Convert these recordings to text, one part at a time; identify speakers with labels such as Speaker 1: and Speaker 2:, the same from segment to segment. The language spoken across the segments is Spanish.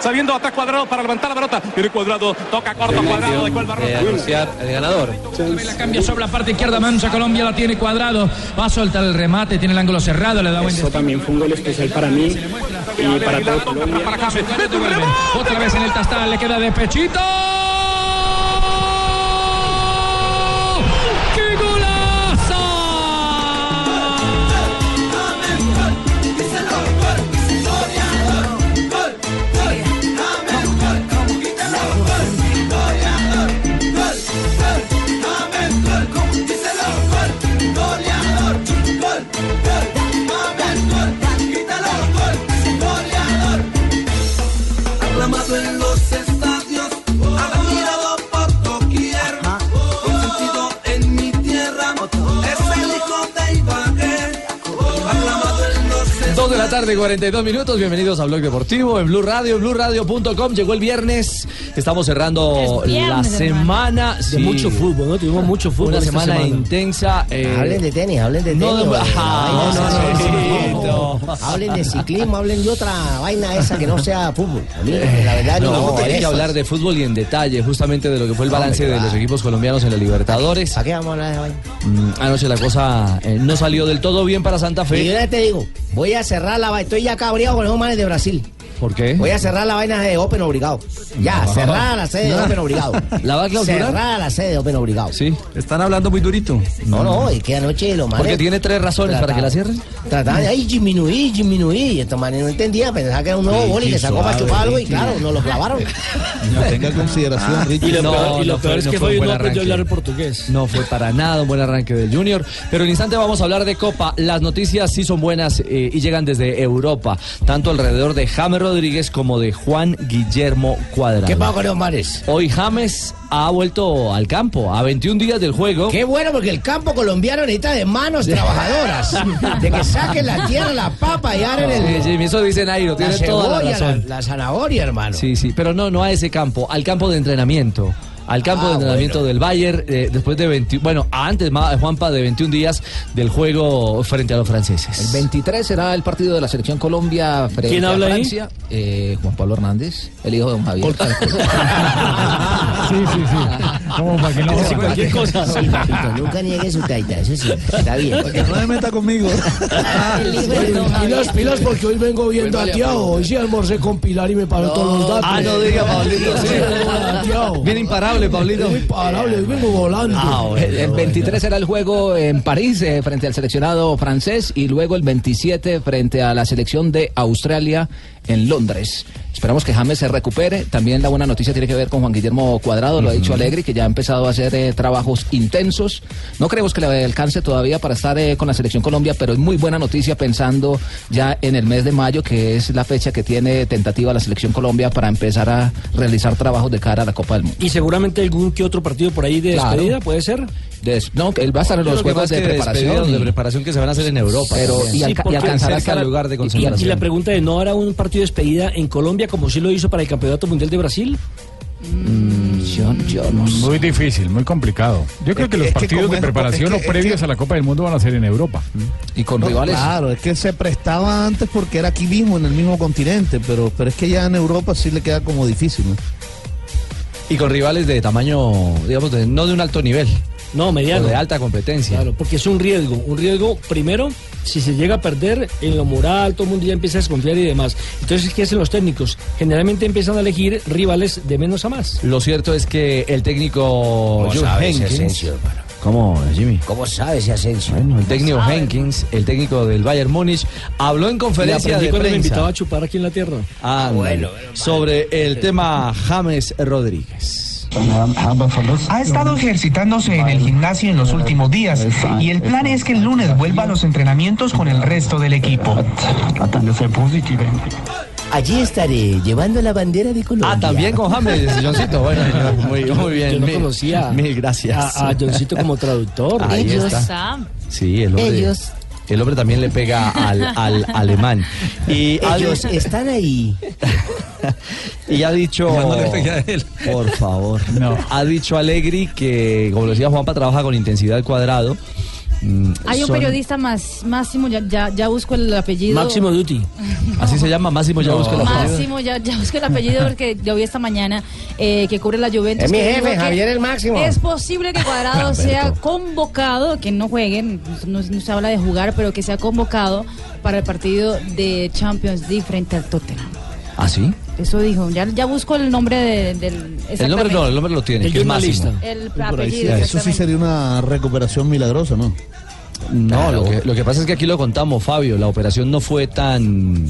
Speaker 1: Sabiendo atrás cuadrado para levantar la pelota. Tiene cuadrado, toca corto, cuadrado, de
Speaker 2: de Eh, anunciar el ganador.
Speaker 3: La cambia sobre la parte izquierda, mancha Colombia, la tiene cuadrado. Va a soltar el remate, tiene el ángulo cerrado, le da buen
Speaker 4: Eso también fue un gol especial para mí y para todo Colombia.
Speaker 3: Para James, devuelve. Otra vez en el tastal, le queda de pechito. ¡Qué
Speaker 5: Aclamado en los estadios, admirado por doquier, consentido en mi tierra, es el hijo de Ibagué, aclamado en los
Speaker 2: Dos de la tarde, 42 minutos. Bienvenidos a Blog Deportivo en Blue Radio, BlueRadio.com. Llegó el viernes. Estamos cerrando
Speaker 6: Es viernes,
Speaker 2: la semana.
Speaker 6: De mucho fútbol,
Speaker 2: ¿no? Tuvimos mucho
Speaker 6: fútbol
Speaker 2: Una
Speaker 6: esta
Speaker 2: semana,
Speaker 6: semana.
Speaker 2: intensa. eh,
Speaker 6: Hablen de tenis, hablen de tenis.
Speaker 2: No, no,
Speaker 6: hombre.
Speaker 2: ah,
Speaker 6: Ay,
Speaker 2: no,
Speaker 6: no, no. Hablen de ciclismo, hablen de otra vaina esa que no sea fútbol. A mí, la verdad,
Speaker 2: eh,
Speaker 6: no,
Speaker 2: no, vamos a tener que
Speaker 6: eso.
Speaker 2: hablar de fútbol y en detalle, justamente de lo que fue el balance
Speaker 6: Hombre,
Speaker 2: de
Speaker 6: va.
Speaker 2: los equipos colombianos en la Libertadores.
Speaker 6: ¿Para qué vamos a hablar de esa vaina?
Speaker 2: Mm, Anoche la cosa eh, no salió del todo bien para Santa
Speaker 6: Y yo
Speaker 2: Fe.
Speaker 6: ya te digo, voy a cerrar la vaina. Estoy ya cabreado con esos manes de Brasil.
Speaker 2: ¿Por qué?
Speaker 6: Voy a cerrar la vaina de Open Obligado. Ya, cerrada la sede de Open Obligado.
Speaker 2: ¿La va a clausurar?
Speaker 6: Cerrada la sede de Open Obligado.
Speaker 2: Sí. Están hablando muy durito.
Speaker 6: No, no, es que anoche los manes.
Speaker 2: Porque tiene tres razones para que la cierren.
Speaker 6: Trataban de ahí disminuir, disminuir. Y estos manes no entendían, pensaba que era un nuevo boli que sacó para chupar algo y claro, no lo clavaron. Ah.
Speaker 2: Y lo peor, es que hoy no aprendió a hablar portugués. No fue para nada un buen arranque del Junior. Pero en instante vamos a hablar de Copa. Las noticias sí son buenas eh, y llegan desde Europa, tanto alrededor de James Rodríguez como de Juan Guillermo Cuadrado.
Speaker 6: ¿Qué pasó con los manes?
Speaker 2: Hoy James ha vuelto al campo a 21 días del juego.
Speaker 6: Qué bueno, porque el campo colombiano necesita de manos trabajadoras. De que saquen la tierra, la papa y hagan
Speaker 2: Sí,
Speaker 6: el.
Speaker 2: Jimmy, eso dice Nairo,
Speaker 6: La
Speaker 2: tiene toda la
Speaker 6: cebolla, la,
Speaker 2: razón.
Speaker 6: la zanahoria, hermano.
Speaker 2: Sí, sí, pero no, no a ese campo, al campo de entrenamiento. Al campo
Speaker 6: Ah,
Speaker 2: de entrenamiento del Bayern, eh, después de 20, bueno, antes, ma- eh, Juanpa, de 21 días del juego frente a los franceses.
Speaker 7: 23 será el partido de la selección Colombia frente
Speaker 3: ¿Quién habla
Speaker 7: a
Speaker 3: ahí?
Speaker 7: Francia. Eh, Juan Pablo Hernández, el hijo de don Javier.
Speaker 3: Sí, sí, sí. Como para que no cualquier cosa.
Speaker 6: Nunca niegue su taita, eso sí, está bien.
Speaker 8: No se meta conmigo.
Speaker 6: Pilas, pilas, porque hoy vengo viendo a Tiago. Hoy sí almorcé con Pilar y me paró todos los datos.
Speaker 2: Ah, no diga, Pablito, sí. Bien imparable, Pablito.
Speaker 6: imparable, hoy vengo volando.
Speaker 2: Ah, bueno.
Speaker 7: El 23 será el juego en París eh, frente al seleccionado francés y luego el 27 frente a la selección de Australia en Londres. Esperamos que James se recupere. También la buena noticia tiene que ver con Juan Guillermo Cuadrado, lo ha dicho Alegri, que ya ha empezado a hacer eh, trabajos intensos. No creemos que le alcance todavía para estar eh, con la selección Colombia, pero es muy buena noticia pensando ya en el mes de mayo, que es la fecha que tiene tentativa la selección Colombia para empezar a realizar trabajos de cara a la Copa del Mundo.
Speaker 3: Y seguramente algún que otro partido por ahí de
Speaker 7: Claro.
Speaker 3: despedida, puede ser.
Speaker 7: Des- no, él va a estar en
Speaker 2: Yo
Speaker 7: los
Speaker 2: creo que
Speaker 7: juegos
Speaker 2: más
Speaker 7: de
Speaker 2: que
Speaker 7: preparación.
Speaker 2: despedidos
Speaker 7: y-
Speaker 2: de preparación que se van a hacer en Europa.
Speaker 7: pero
Speaker 2: también.
Speaker 7: y,
Speaker 3: Sí,
Speaker 7: alca- y
Speaker 3: porque
Speaker 7: alcanzará
Speaker 2: cerca
Speaker 7: a-
Speaker 2: al lugar de
Speaker 3: Y,
Speaker 7: y- y-
Speaker 2: concentración.
Speaker 3: y la pregunta de no hará un partido de despedida en Colombia como sí lo hizo para el Campeonato Mundial de Brasil.
Speaker 7: yo, yo no sé.
Speaker 9: Muy difícil, muy complicado. Yo creo que los
Speaker 8: es que
Speaker 9: partidos
Speaker 8: como
Speaker 9: de
Speaker 8: es-
Speaker 9: preparación
Speaker 8: es que-
Speaker 9: o previos a la Copa del Mundo van a ser en Europa.
Speaker 7: y con rivales
Speaker 10: Claro, es que se prestaba antes porque era aquí mismo, en el mismo continente, pero, pero es que ya en Europa sí le queda como difícil. ¿no?
Speaker 2: Y con rivales de tamaño, digamos, de- no de un alto nivel,
Speaker 3: No,
Speaker 2: o
Speaker 3: mediano.
Speaker 2: de alta competencia.
Speaker 3: Claro, porque es un riesgo. Un riesgo, primero, si se llega a perder en lo moral, todo el mundo ya empieza a desconfiar y demás. Entonces, ¿qué hacen los técnicos? Generalmente empiezan a elegir rivales de menos a más.
Speaker 2: Lo cierto es que el técnico
Speaker 6: No
Speaker 2: Jupp
Speaker 6: sabes,
Speaker 2: Heynckes
Speaker 6: Asensio, hermano.
Speaker 11: ¿Cómo, Jimmy?
Speaker 6: ¿Cómo sabe ese Asensio?
Speaker 2: el técnico Jenkins, el técnico del Bayern Múnich, habló en conferencia
Speaker 3: aprendí
Speaker 2: de
Speaker 3: cuando me invitaba
Speaker 2: prensa
Speaker 3: a chupar aquí en la tierra.
Speaker 2: Ah,
Speaker 3: bueno,
Speaker 2: sobre el tema James Rodríguez.
Speaker 12: Ha estado ejercitándose en el gimnasio en los últimos días y el plan es que el lunes vuelva a los entrenamientos con el resto del equipo.
Speaker 6: Allí estaré llevando la bandera de Colombia.
Speaker 2: Ah, también con James, Johncito. Bueno, muy, muy bien.
Speaker 3: Yo no
Speaker 2: mil-
Speaker 3: conocía
Speaker 2: Mil gracias.
Speaker 3: a- a Johncito como traductor.
Speaker 2: Ahí
Speaker 3: Ellos,
Speaker 2: está.
Speaker 3: ah.
Speaker 2: Sí, el hombre.
Speaker 3: Ellos.
Speaker 2: El hombre también le pega al, al alemán. Y ha
Speaker 6: Ellos
Speaker 2: dicho-
Speaker 6: están ahí.
Speaker 2: y ha dicho.
Speaker 6: Ya no le pegué a
Speaker 2: Por favor. Ha dicho Alegri que, como lo decía Juanpa, trabaja con intensidad al cuadrado. Mm,
Speaker 13: Hay un
Speaker 2: son-
Speaker 13: periodista más, Máximo, ya, ya, ya busco el apellido.
Speaker 2: Duty. Así se llama, Máximo ya busca la palabra.
Speaker 13: Máximo, ya, ya busqué el apellido porque yo vi esta mañana eh, que cubre la Juventus.
Speaker 6: Es mi
Speaker 13: que
Speaker 6: jefe,
Speaker 13: dijo que
Speaker 6: Javier el Máximo.
Speaker 13: Es posible que Cuadrado sea convocado, que no jueguen, no, no se habla de jugar, pero que sea convocado para el partido de Champions League frente al Tottenham.
Speaker 2: ¿Ah, sí?
Speaker 13: Eso dijo, ya, ya busco el nombre de- del...
Speaker 2: El nombre no, el nombre lo tiene.
Speaker 10: El
Speaker 2: que es
Speaker 10: de una
Speaker 2: Máximo.
Speaker 10: lista.
Speaker 13: El
Speaker 10: Por ahí sí.
Speaker 13: apellido.
Speaker 10: Eso sí sería una recuperación milagrosa, ¿no?
Speaker 2: No, lo, que, lo que pasa es que aquí lo contamos, Fabio. La operación no fue tan.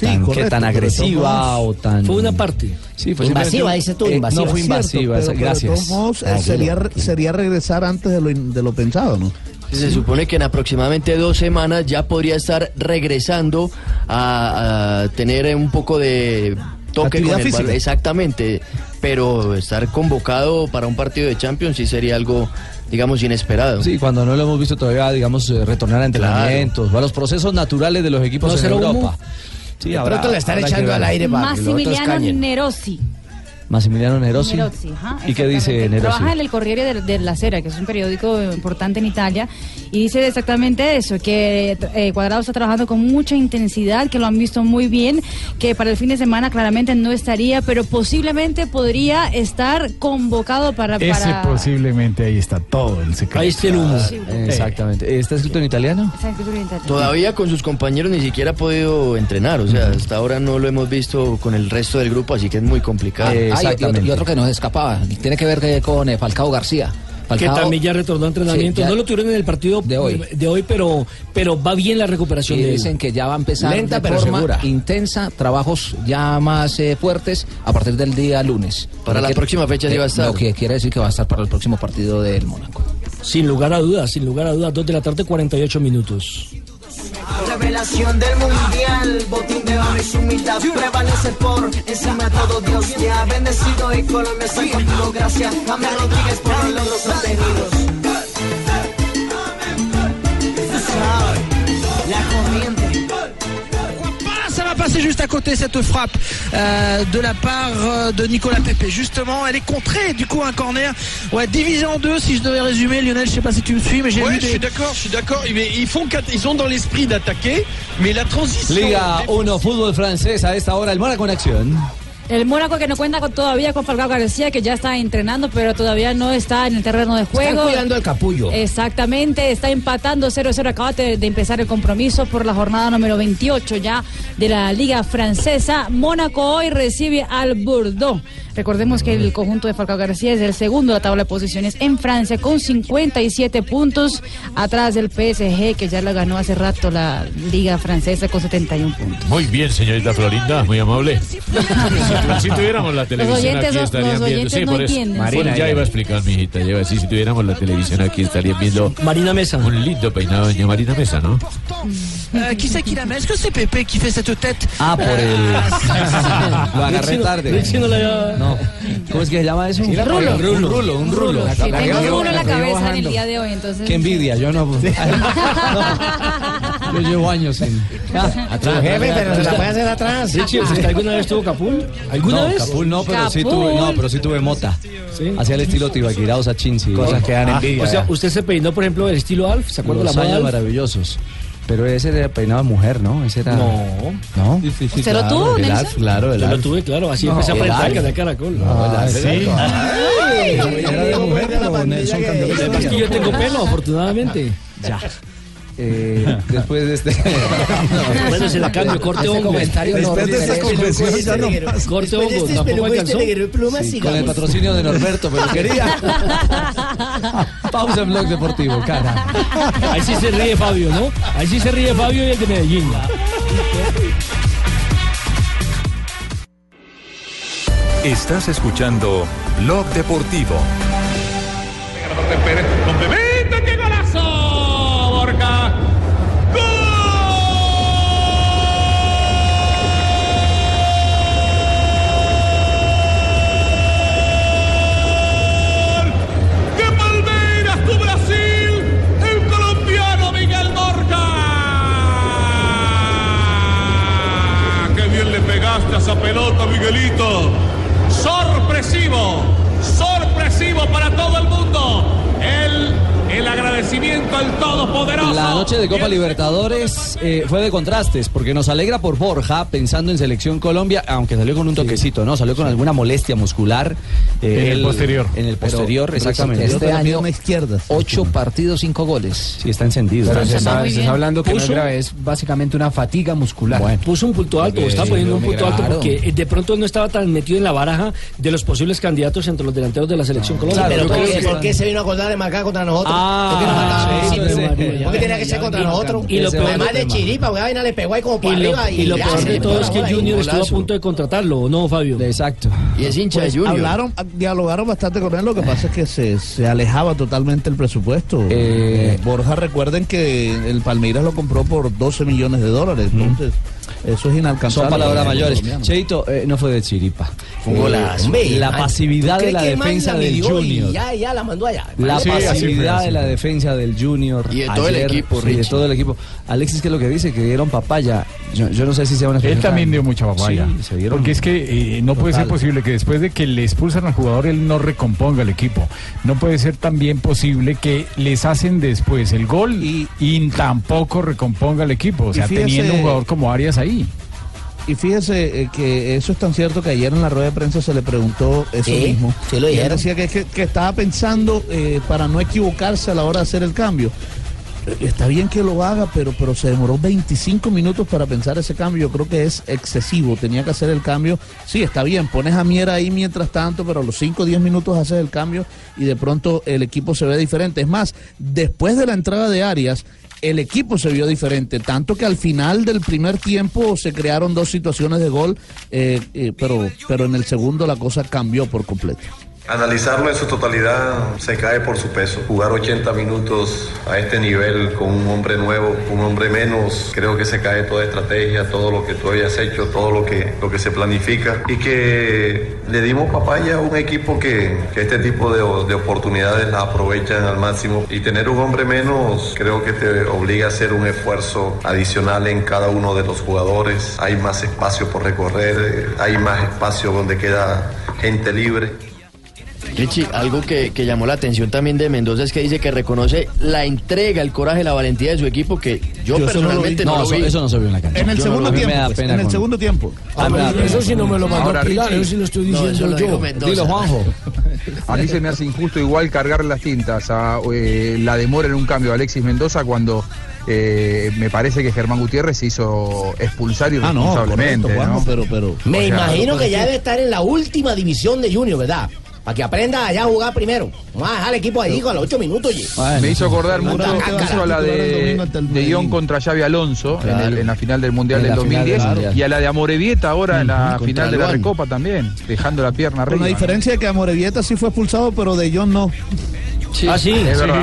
Speaker 2: tan, que
Speaker 3: correcto,
Speaker 2: tan
Speaker 3: pero
Speaker 2: agresiva
Speaker 3: somos-
Speaker 2: o tan.
Speaker 3: Fue una parte.
Speaker 2: Sí, fue
Speaker 3: Invasiva,
Speaker 2: simplemente-
Speaker 3: dices tú,
Speaker 2: Eh,
Speaker 3: invasiva.
Speaker 2: no fue
Speaker 3: Cierto,
Speaker 2: invasiva,
Speaker 3: pero-
Speaker 2: esa-
Speaker 3: pero
Speaker 2: gracias. Ah,
Speaker 10: De todos modos, eh, sería, re- sería regresar antes de lo, in- de lo pensado, ¿no?
Speaker 14: Se supone que en aproximadamente dos semanas ya podría estar regresando a, a tener un poco de toque
Speaker 10: Actividad
Speaker 14: con el balón.
Speaker 10: física.
Speaker 14: Exactamente, pero estar convocado para un partido de Champions sí sería algo, digamos, inesperado.
Speaker 2: Sí, cuando no lo hemos visto todavía, digamos, eh, retornar a entrenamientos, o a los procesos naturales de los equipos
Speaker 14: No,
Speaker 2: en
Speaker 14: cero humo.
Speaker 2: Europa. Sí,
Speaker 14: De
Speaker 2: habrá-
Speaker 14: pronto la están
Speaker 2: habrá que
Speaker 14: echando
Speaker 2: ver.
Speaker 14: al aire,
Speaker 13: Maximiliano Nerossi.
Speaker 2: Maximiliano Nerossi.
Speaker 13: Nerozzi, ajá,
Speaker 2: ¿Y qué dice
Speaker 13: exactamente.
Speaker 2: Nerossi?
Speaker 13: Trabaja en el Corriere de, de la Sera, que es un periódico importante en Italia, y dice exactamente eso, que eh, Cuadrado está trabajando con mucha intensidad, que lo han visto muy bien, que para el fin de semana claramente no estaría, pero posiblemente podría estar convocado para...
Speaker 9: Ese
Speaker 13: para...
Speaker 9: posiblemente ahí está todo el secreto.
Speaker 14: Ahí está el humo.
Speaker 2: Exactamente. ¿Este ¿Está escrito en italiano?
Speaker 14: Todavía con sus compañeros ni siquiera ha podido entrenar, o sea, hasta ahora no lo hemos visto con el resto del grupo, así que es muy complicado.
Speaker 7: Ah,
Speaker 2: Eh,
Speaker 7: y- y otro- y, otro, que nos escapaba. Tiene que ver eh, con eh, Falcao García. Falcao,
Speaker 3: que también ya retornó a entrenamiento.
Speaker 7: Sí, ya-
Speaker 3: No lo tuvieron en el partido de hoy, de hoy pero, pero va bien la recuperación
Speaker 7: Y
Speaker 3: de él.
Speaker 7: dicen que ya va a empezar
Speaker 3: Lenta,
Speaker 7: de
Speaker 3: pero
Speaker 7: forma
Speaker 3: segura.
Speaker 7: intensa, trabajos ya más eh, fuertes a partir del día lunes. eh,
Speaker 3: Para la próxima fecha ya va a estar.
Speaker 7: Lo que quiere decir que va a estar para el próximo partido del Mónaco.
Speaker 3: Sin lugar a dudas, sin lugar a dudas, 2 de la tarde, 48 minutos.
Speaker 15: Revelación del mundial, botín de oro y su humildad prevalece por encima de todo Dios que ha bendecido y Colombia está contigo, gracias. James Rodríguez por los logros obtenidos. La corriente.
Speaker 16: Ah, ça va passer juste à côté cette frappe euh, de la part euh, de Nicolas Pepe. Justement, elle est contrée, du coup, un corner. Ouais, divisé en deux, si je devais résumer, Lionel, je sais pas si tu me suis, mais j'ai
Speaker 17: Ouais,
Speaker 16: vu
Speaker 17: je
Speaker 16: des-
Speaker 17: suis d'accord, je suis d'accord. Mais Ils font quatre- ils ont dans l'esprit d'attaquer, mais la transition. euh,
Speaker 2: Liga 1, fútbol francés, a esta hora el Mónaco en acción.
Speaker 13: El Mónaco que no cuenta con, todavía con Falcao García, que ya está entrenando, pero todavía no está en el terreno de juego.
Speaker 6: cuidando al capullo.
Speaker 15: Eh,
Speaker 13: Exactamente, está empatando 0-0. Acaba de, de empezar el compromiso por la jornada número 28 ya de la Liga Francesa. Mónaco hoy recibe al Bordeaux. Recordemos que el conjunto de Falcao García es el segundo de la tabla de posiciones en Francia con 57 puntos atrás del PSG que ya la ganó hace rato la Liga Francesa con 71 puntos.
Speaker 18: Muy bien, señorita Florinda, muy amable. si, si tuviéramos la televisión
Speaker 13: oyentes
Speaker 18: aquí
Speaker 13: no-
Speaker 18: estarían
Speaker 13: los
Speaker 18: viendo.
Speaker 13: oyentes no
Speaker 18: por eso.
Speaker 13: entienden.
Speaker 18: Marina,
Speaker 13: Marina,
Speaker 18: ya
Speaker 13: ya.
Speaker 18: iba a explicar, mi hijita. Ya iba a decir, si tuviéramos la televisión aquí estarían viendo. Marina Mesa. Un lindo peinado, doña Marina Mesa, ¿no?
Speaker 16: Euh, qui c'est qui la met Est-ce que c'est Pepe qui fait cette tête euh,
Speaker 2: Ah, por el. Lo agarré
Speaker 16: Richie no-
Speaker 2: tarde.
Speaker 16: Richie no le-
Speaker 2: No. ¿Cómo es que se llama eso? Un
Speaker 13: rulo.
Speaker 2: Un rulo, un rulo.
Speaker 13: Sí, tengo un rulo en la cabeza en el día de hoy, entonces.
Speaker 2: Qué envidia, yo no. pues, Yo llevo años sin. Ah,
Speaker 3: Atrás, jefe, pero se la puede hacer
Speaker 6: atrás.
Speaker 3: Richie, ¿usted alguna vez tuvo Capul? ¿Alguna
Speaker 2: no,
Speaker 3: vez?
Speaker 2: Capul no, pero sí tuve, no, pero sí tuve mota. Hacía el estilo Tibaquirá, o Sachinsi.
Speaker 3: Ah, O sea, usted se peinó, por ejemplo, el estilo Alf, ¿se acuerda
Speaker 2: los
Speaker 3: la moda
Speaker 2: años
Speaker 3: Alf?
Speaker 2: maravillosos. Pero ese era peinado de mujer, ¿no? Ese era.
Speaker 3: No.
Speaker 2: ¿No?
Speaker 3: sí, ¿Usted lo claro. tuvo,
Speaker 2: El
Speaker 3: Nelson?
Speaker 2: Alf, claro, el
Speaker 3: Yo lo
Speaker 2: Alf.
Speaker 3: tuve, claro, así empecé a Ah,
Speaker 2: el
Speaker 3: aprender
Speaker 2: Alf.
Speaker 3: que de caracol.
Speaker 2: No, el Alf era
Speaker 3: Sí.
Speaker 2: todo. Era de mujer, pero Nelson cambió de
Speaker 3: Además que
Speaker 2: historia.
Speaker 3: yo tengo pelo, afortunadamente.
Speaker 2: Ya. Eh, después de este.
Speaker 3: Bueno, se la cambio, corte
Speaker 2: Ese
Speaker 3: hongo.
Speaker 2: comentario no
Speaker 3: Después de esta
Speaker 2: merece-
Speaker 3: conclusión, ya no más. Corte hongo,
Speaker 2: este
Speaker 3: tampoco alcanzó.
Speaker 2: Sí, Con el patrocinio de Norberto, pero quería. Pausa en Blog Deportivo, cara.
Speaker 3: Ahí sí se ríe Fabio, ¿no? Ahí sí se ríe Fabio y el de Medellín.
Speaker 19: Estás escuchando Blog Deportivo.
Speaker 5: Pérez, complementa, qué golazo, Borca. ¡Gol! ¡De Palmeiras, tu Brasil! ¡El colombiano Miguel Borca! ¡Qué bien le pegaste a esa pelota, Miguelito! ¡Sorpresivo! ¡Sorpresivo para todo el mundo! El, el agradecimiento al Todopoderoso.
Speaker 2: La noche de Copa Libertadores eh, fue de contrastes, porque nos alegra por Borja, pensando en Selección Colombia, aunque salió con un toquecito, ¿no? Salió con alguna molestia muscular. eh, él- En el posterior, exactamente.
Speaker 7: Este año,
Speaker 10: izquierda.
Speaker 7: ocho partidos, cinco goles.
Speaker 2: Sí, está encendido.
Speaker 11: Pero se está, se está hablando que no es
Speaker 3: Puso-
Speaker 11: grave, es básicamente una fatiga muscular.
Speaker 3: Puso un punto alto, está poniendo un punto alto porque eh, de pronto no estaba tan metido en la baraja de los posibles candidatos entre los delanteros de la selección colombiana.
Speaker 6: pero
Speaker 3: Yo creo
Speaker 6: ¿por, qué,
Speaker 3: que Ah,
Speaker 6: por qué se vino a acordar de marcar contra nosotros? ¿Por qué nos marcaba?
Speaker 3: sí,
Speaker 6: Sí,
Speaker 3: sí,
Speaker 6: pero-
Speaker 3: sí.
Speaker 6: ¿Por qué tenía que ser contra
Speaker 3: Y-
Speaker 6: nosotros?
Speaker 3: y lo peor-
Speaker 6: Además de chiripa, porque la vaina le pegó ahí como por
Speaker 3: Y lo,
Speaker 6: arriba.
Speaker 3: y lo
Speaker 6: ya,
Speaker 3: peor
Speaker 6: se
Speaker 3: de
Speaker 6: le
Speaker 3: todo
Speaker 6: pegó
Speaker 3: es que
Speaker 6: la bola ahí.
Speaker 3: Junior estuvo a punto de contratarlo, ¿o ¿no, Fabio?
Speaker 2: Exacto.
Speaker 14: Y es hincha
Speaker 10: Pues hablaron, dialogaron bastante con él, lo que pasa es que se, se alejaba totalmente el presupuesto. Eh, Borja, recuerden que el Palmeiras lo compró por 12 millones de dólares, entonces eso es
Speaker 2: Son
Speaker 10: inalcanzable. Eh,
Speaker 2: palabras mayores.
Speaker 10: Colombiano.
Speaker 2: Cheito, eh, no fue de chiripa.
Speaker 10: Fue un
Speaker 2: Eh,
Speaker 10: golazo.
Speaker 2: hombre, La
Speaker 10: Ay,
Speaker 2: pasividad
Speaker 6: ¿Cree
Speaker 2: de la
Speaker 6: que el man
Speaker 2: defensa del
Speaker 6: midió y
Speaker 2: Junior.
Speaker 6: Ya, ya la mandó allá.
Speaker 2: La
Speaker 6: Sí, así fue,
Speaker 2: pasividad
Speaker 6: así
Speaker 2: de la
Speaker 6: fue.
Speaker 2: defensa del Junior.
Speaker 6: Y de todo el equipo,
Speaker 2: sí, de
Speaker 6: Richie.
Speaker 2: todo el equipo. Alexis, ¿qué es lo que dice? Que dieron papaya. Yo, yo no sé si sea una
Speaker 9: Él
Speaker 2: expresión
Speaker 9: también
Speaker 2: tan-
Speaker 9: dio mucha papaya.
Speaker 2: Sí, se dieron.
Speaker 9: porque es que eh, no puede
Speaker 2: Total.
Speaker 9: ser posible que después de que le expulsan al jugador, él no recomponga el equipo. No puede ser también posible que les hacen después el gol y, tampoco recomponga el equipo. O
Speaker 10: Y
Speaker 9: sea,
Speaker 10: fíjese-
Speaker 9: teniendo un jugador como Arias ahí.
Speaker 10: Y fíjese eh, que eso es tan cierto que ayer en la rueda de prensa se le preguntó eso
Speaker 6: Sí,
Speaker 10: mismo.
Speaker 6: sí lo
Speaker 10: y él
Speaker 6: dijeron.
Speaker 10: decía que, que, que estaba pensando eh, para no equivocarse a la hora de hacer el cambio. Eh, Está bien que lo haga, pero, pero se demoró 25 minutos para pensar ese cambio. Yo creo que es excesivo. Tenía que hacer el cambio. Sí, está bien, pones a Mier ahí mientras tanto, pero a los 5 o 10 minutos haces el cambio y de pronto el equipo se ve diferente. Es más, después de la entrada de Arias, el equipo se vio diferente, tanto que al final del primer tiempo se crearon dos situaciones de gol, eh, eh, pero, pero en el segundo la cosa cambió por completo.
Speaker 20: Analizarlo en su totalidad se cae por su peso. Jugar 80 minutos a este nivel con un hombre nuevo, un hombre menos, creo que se cae toda estrategia, todo lo que tú habías hecho, todo lo que, lo que se planifica. Y que le dimos papaya a un equipo que, que este tipo de, de oportunidades las aprovechan al máximo. Y tener un hombre menos creo que te obliga a hacer un esfuerzo adicional en cada uno de los jugadores. Hay más espacio por recorrer, eh, hay más espacio donde queda gente libre.
Speaker 14: Richie, algo que, que llamó la atención también de Mendoza es que dice que reconoce la entrega, el coraje, la valentía de su equipo, que yo,
Speaker 2: Yo eso no lo
Speaker 14: personalmente
Speaker 2: vi.
Speaker 14: no,
Speaker 2: No,
Speaker 14: lo
Speaker 2: eso-
Speaker 14: vi.
Speaker 2: eso no se vio en la cancha.
Speaker 10: En el
Speaker 14: Yo no
Speaker 10: segundo
Speaker 14: lo vi.
Speaker 10: tiempo,
Speaker 14: Me da
Speaker 10: pues,
Speaker 14: pena
Speaker 10: en el
Speaker 14: con-
Speaker 10: segundo tiempo.
Speaker 14: Ah, me da pena.
Speaker 21: Ahora, Richie.
Speaker 14: No, eso lo dijo Mendoza.
Speaker 21: A mí se me hace injusto igual cargar las tintas a eh, la demora en un cambio de Alexis Mendoza cuando eh, me parece que Germán Gutiérrez se hizo expulsar
Speaker 10: Ah, no,
Speaker 21: irresponsablemente.
Speaker 10: correcto, Juanjo,
Speaker 21: ¿no?
Speaker 10: pero, pero.
Speaker 21: O
Speaker 6: Me
Speaker 21: sea,
Speaker 6: imagino que ya debe estar en la última división de Junior, ¿verdad? Para que aprenda allá a jugar primero. Vamos a dejar al equipo ahí con los 8 minutos, oye.
Speaker 21: me hizo acordar
Speaker 6: Fernando
Speaker 21: mucho
Speaker 6: Cácara.
Speaker 21: mucho a la de, de Ion contra Xavi Alonso en, el- en la final del Mundial En del la final 2010 del Mundial. y a la de Amorevieta ahora en la
Speaker 10: Ujú, contra
Speaker 21: final de la
Speaker 10: Luan.
Speaker 21: Recopa también, dejando la pierna
Speaker 10: Con
Speaker 21: arriba.
Speaker 10: la diferencia de que Amorevieta sí fue expulsado, pero De Jong no.
Speaker 2: Ah, sí,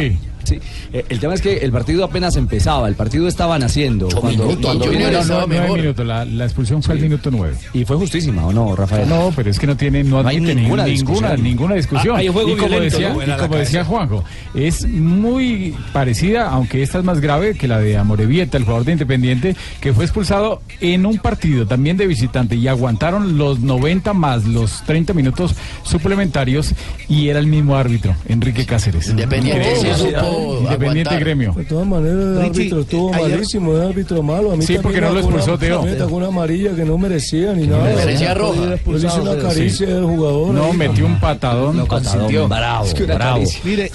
Speaker 2: sí. Sí. Eh, el tema es que el partido apenas empezaba, el partido estaban haciendo. Cuando, cuando vino la-
Speaker 9: no, nueve minutos, la, la expulsión fue al minuto 9.
Speaker 2: Y fue justísima, ¿o no, Rafael?
Speaker 9: No, pero es que no tiene no
Speaker 2: No hay
Speaker 9: admite ninguna, ninguna,
Speaker 2: ninguna discusión.
Speaker 9: ninguna discusión.
Speaker 2: Ah, hay juego
Speaker 9: y como
Speaker 2: violento,
Speaker 9: decía,
Speaker 2: ¿no?
Speaker 9: y
Speaker 2: Buena la
Speaker 9: como decía Juanjo, es muy parecida, aunque esta es más grave que la de Amorevieta, el jugador de Independiente, que fue expulsado en un partido también de visitante y aguantaron los 90 más los 30 minutos suplementarios y era el mismo árbitro, Enrique Cáceres.
Speaker 14: Independiente
Speaker 9: Increíble.
Speaker 14: se supo
Speaker 9: Independiente
Speaker 14: aguantar.
Speaker 9: gremio.
Speaker 22: De todas maneras, el
Speaker 9: Richie,
Speaker 22: árbitro estuvo
Speaker 9: ayer-
Speaker 22: malísimo, el árbitro malo. A mí
Speaker 9: Sí,
Speaker 22: también
Speaker 9: porque no
Speaker 22: me
Speaker 9: lo
Speaker 22: sacó una-
Speaker 9: expulsó, Teo.
Speaker 22: Me sacó una amarilla que no merecía ni nada.
Speaker 9: merecía
Speaker 22: Él
Speaker 9: roja.
Speaker 22: hizo una caricia del jugador.
Speaker 9: No,
Speaker 22: ahí.
Speaker 9: metió un patadón.
Speaker 22: No consintió. Bravo, Es que una bravo. caricia.
Speaker 10: Mire,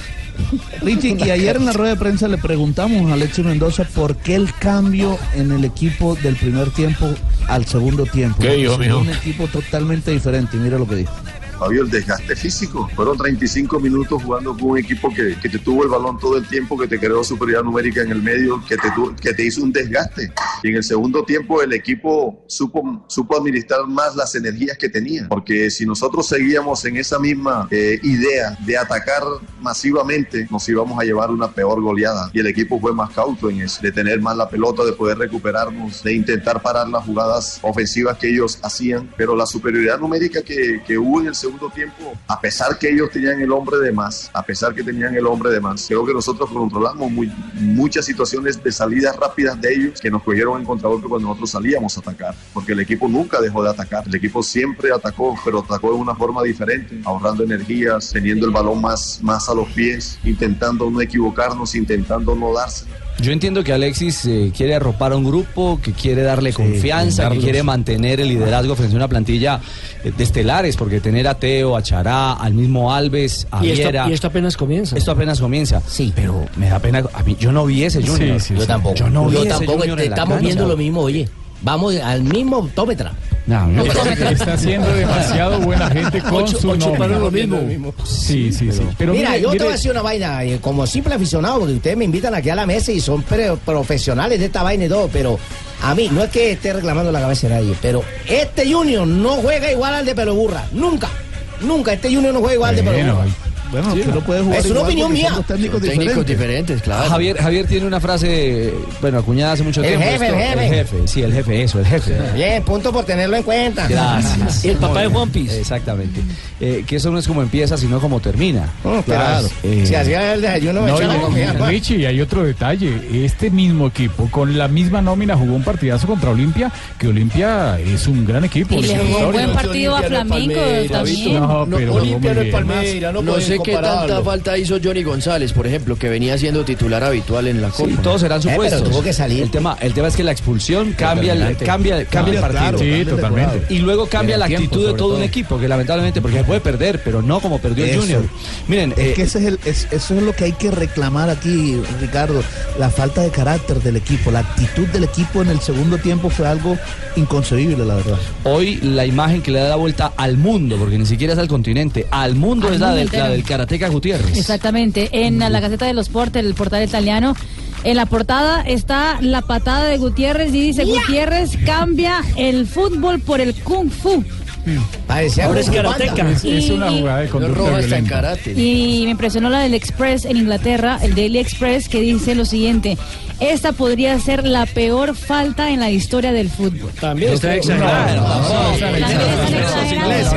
Speaker 10: Richie, y ayer en la rueda de prensa le preguntamos a Alexis Mendoza por qué el cambio en el equipo del primer tiempo al segundo tiempo.
Speaker 23: ¿Qué dijo,
Speaker 10: Se
Speaker 23: mijo?
Speaker 10: vio Un equipo totalmente diferente, y mira lo que dijo.
Speaker 23: Fabio, el desgaste físico. Fueron 35 minutos jugando con un equipo que, que te tuvo el balón todo el tiempo, que te creó superioridad numérica en el medio, que te, tu- que te hizo un desgaste. Y en el segundo tiempo el equipo supo, supo administrar más las energías que tenía. Porque si nosotros seguíamos en esa misma eh, idea de atacar masivamente, nos íbamos a llevar una peor goleada. Y el equipo fue más cauto en eso, de tener más la pelota, de poder recuperarnos, de intentar parar las jugadas ofensivas que ellos hacían. Pero la superioridad numérica que, que hubo en el segundo tiempo, a pesar que ellos tenían el hombre de más, a pesar que tenían el hombre de más, creo que nosotros controlamos muy- muchas situaciones de salidas rápidas de ellos que nos cogieron en contragolpe cuando nosotros salíamos a atacar. Porque el equipo nunca dejó de atacar. El equipo siempre atacó, pero atacó de una forma diferente, ahorrando energías, teniendo el balón más, más a los pies, intentando no equivocarnos, intentando no darse.
Speaker 2: Yo entiendo que Alexis eh, quiere arropar a un grupo, que quiere darle confianza, que
Speaker 5: brindarlos.
Speaker 2: quiere mantener el liderazgo frente a una plantilla eh, de estelares, porque tener a Teo, a Chará, al mismo Alves, a
Speaker 3: Y esto-
Speaker 2: Viera.
Speaker 3: y esto
Speaker 2: apenas comienza. Esto apenas comienza. Sí. Pero me da pena. a mí- yo no vi ese Junior.
Speaker 6: Sí, sí, Yo sí. tampoco.
Speaker 2: Yo no vi
Speaker 6: Yo
Speaker 2: ese
Speaker 6: tampoco,
Speaker 2: Junior
Speaker 6: te
Speaker 2: en la
Speaker 6: estamos
Speaker 2: cancha.
Speaker 6: viendo lo mismo, oye. Vamos al mismo optómetra.
Speaker 2: No,
Speaker 6: no.
Speaker 9: Está siendo demasiado buena gente con
Speaker 6: Ocho-
Speaker 9: su
Speaker 6: ocho
Speaker 9: nómina.
Speaker 6: para lo mismo.
Speaker 9: Sí, sí, sí. Pero
Speaker 6: mira,
Speaker 9: mire,
Speaker 6: yo te
Speaker 9: mire-
Speaker 6: voy a decir una vaina, eh, como simple aficionado, porque ustedes me invitan aquí a la mesa y son pre- profesionales de esta vaina y todo, pero a mí no es que esté reclamando la cabeza de nadie, pero este Junior no juega igual al de Peloburra, nunca, nunca, este Junior no juega igual al de Peloburra.
Speaker 10: Bueno,
Speaker 6: Sí.
Speaker 10: tú no puedes jugar
Speaker 6: Es una
Speaker 10: igual
Speaker 6: opinión
Speaker 10: porque
Speaker 6: mía.
Speaker 10: somos técnicos
Speaker 6: Son
Speaker 10: diferentes.
Speaker 6: técnicos diferentes, claro.
Speaker 2: Javier, Javier tiene una frase, eh, bueno, acuñada hace mucho
Speaker 6: El
Speaker 2: tiempo.
Speaker 6: jefe, el jefe.
Speaker 2: Sí, el jefe, eso, el jefe.
Speaker 6: Bien, punto por tenerlo en cuenta.
Speaker 2: Gracias.
Speaker 6: Y el papá
Speaker 2: Muy
Speaker 6: de
Speaker 2: bien. Exactamente. Eh, que eso no es como empieza, sino como termina.
Speaker 6: Oh,
Speaker 2: Eh,
Speaker 6: claro. Si hacía el desayuno, me
Speaker 9: No,
Speaker 6: echaba
Speaker 9: y-
Speaker 6: la comida,
Speaker 9: y-
Speaker 6: pues.
Speaker 9: Richie, y hay otro detalle. Este mismo equipo, con la misma nómina, jugó un partidazo contra Olimpia, que Olimpia es un gran equipo.
Speaker 13: Y le
Speaker 9: es
Speaker 13: jugó un
Speaker 9: histórico.
Speaker 13: buen partido a Flamengo también.
Speaker 9: No, pero jugó muy bien.
Speaker 14: No sé qué tanta falta hizo Johnny González, por ejemplo, que venía siendo titular habitual en la Copa.
Speaker 2: Y todos
Speaker 14: Eh,
Speaker 2: serán supuestos. El tema, el tema es que la expulsión cambia el,
Speaker 14: Totalmente.
Speaker 2: cambia, cambia el
Speaker 14: Claro,
Speaker 2: partido.
Speaker 14: sí, totalmente.
Speaker 2: Y luego
Speaker 14: En
Speaker 2: cambia
Speaker 14: el
Speaker 2: la
Speaker 14: tiempo,
Speaker 2: actitud de
Speaker 14: sobre
Speaker 2: todo un
Speaker 14: todo.
Speaker 2: equipo, que lamentablemente, porque se puede perder, pero no como perdió el
Speaker 10: Eso.
Speaker 2: Junior. Miren,
Speaker 10: Es
Speaker 2: eh,
Speaker 10: que ese es el- es- eso es lo que hay que reclamar aquí, Ricardo. La falta de carácter del equipo, la actitud del equipo en el segundo tiempo fue algo inconcebible, la verdad.
Speaker 2: Hoy la imagen que le da la vuelta al mundo, porque ni siquiera es al continente, al mundo
Speaker 13: Al
Speaker 2: es la
Speaker 13: mundo
Speaker 2: del, la
Speaker 13: entero.
Speaker 2: del Karateca Gutiérrez.
Speaker 13: Exactamente. En la Gaceta de los Sport, el portal italiano, en la portada está la patada de Gutiérrez y dice Gutiérrez cambia el fútbol por el kung fu.
Speaker 6: Parecía
Speaker 13: Ahora es
Speaker 6: Kung Fu
Speaker 13: karateca.
Speaker 6: Panda.
Speaker 13: Es- es una Y- jugada
Speaker 9: de
Speaker 6: No roba hasta en karate.
Speaker 13: Y me impresionó la del Express en Inglaterra, el Daily Express, que dice lo siguiente. Esta podría ser la peor falta en la historia del fútbol.
Speaker 3: También está exagerado.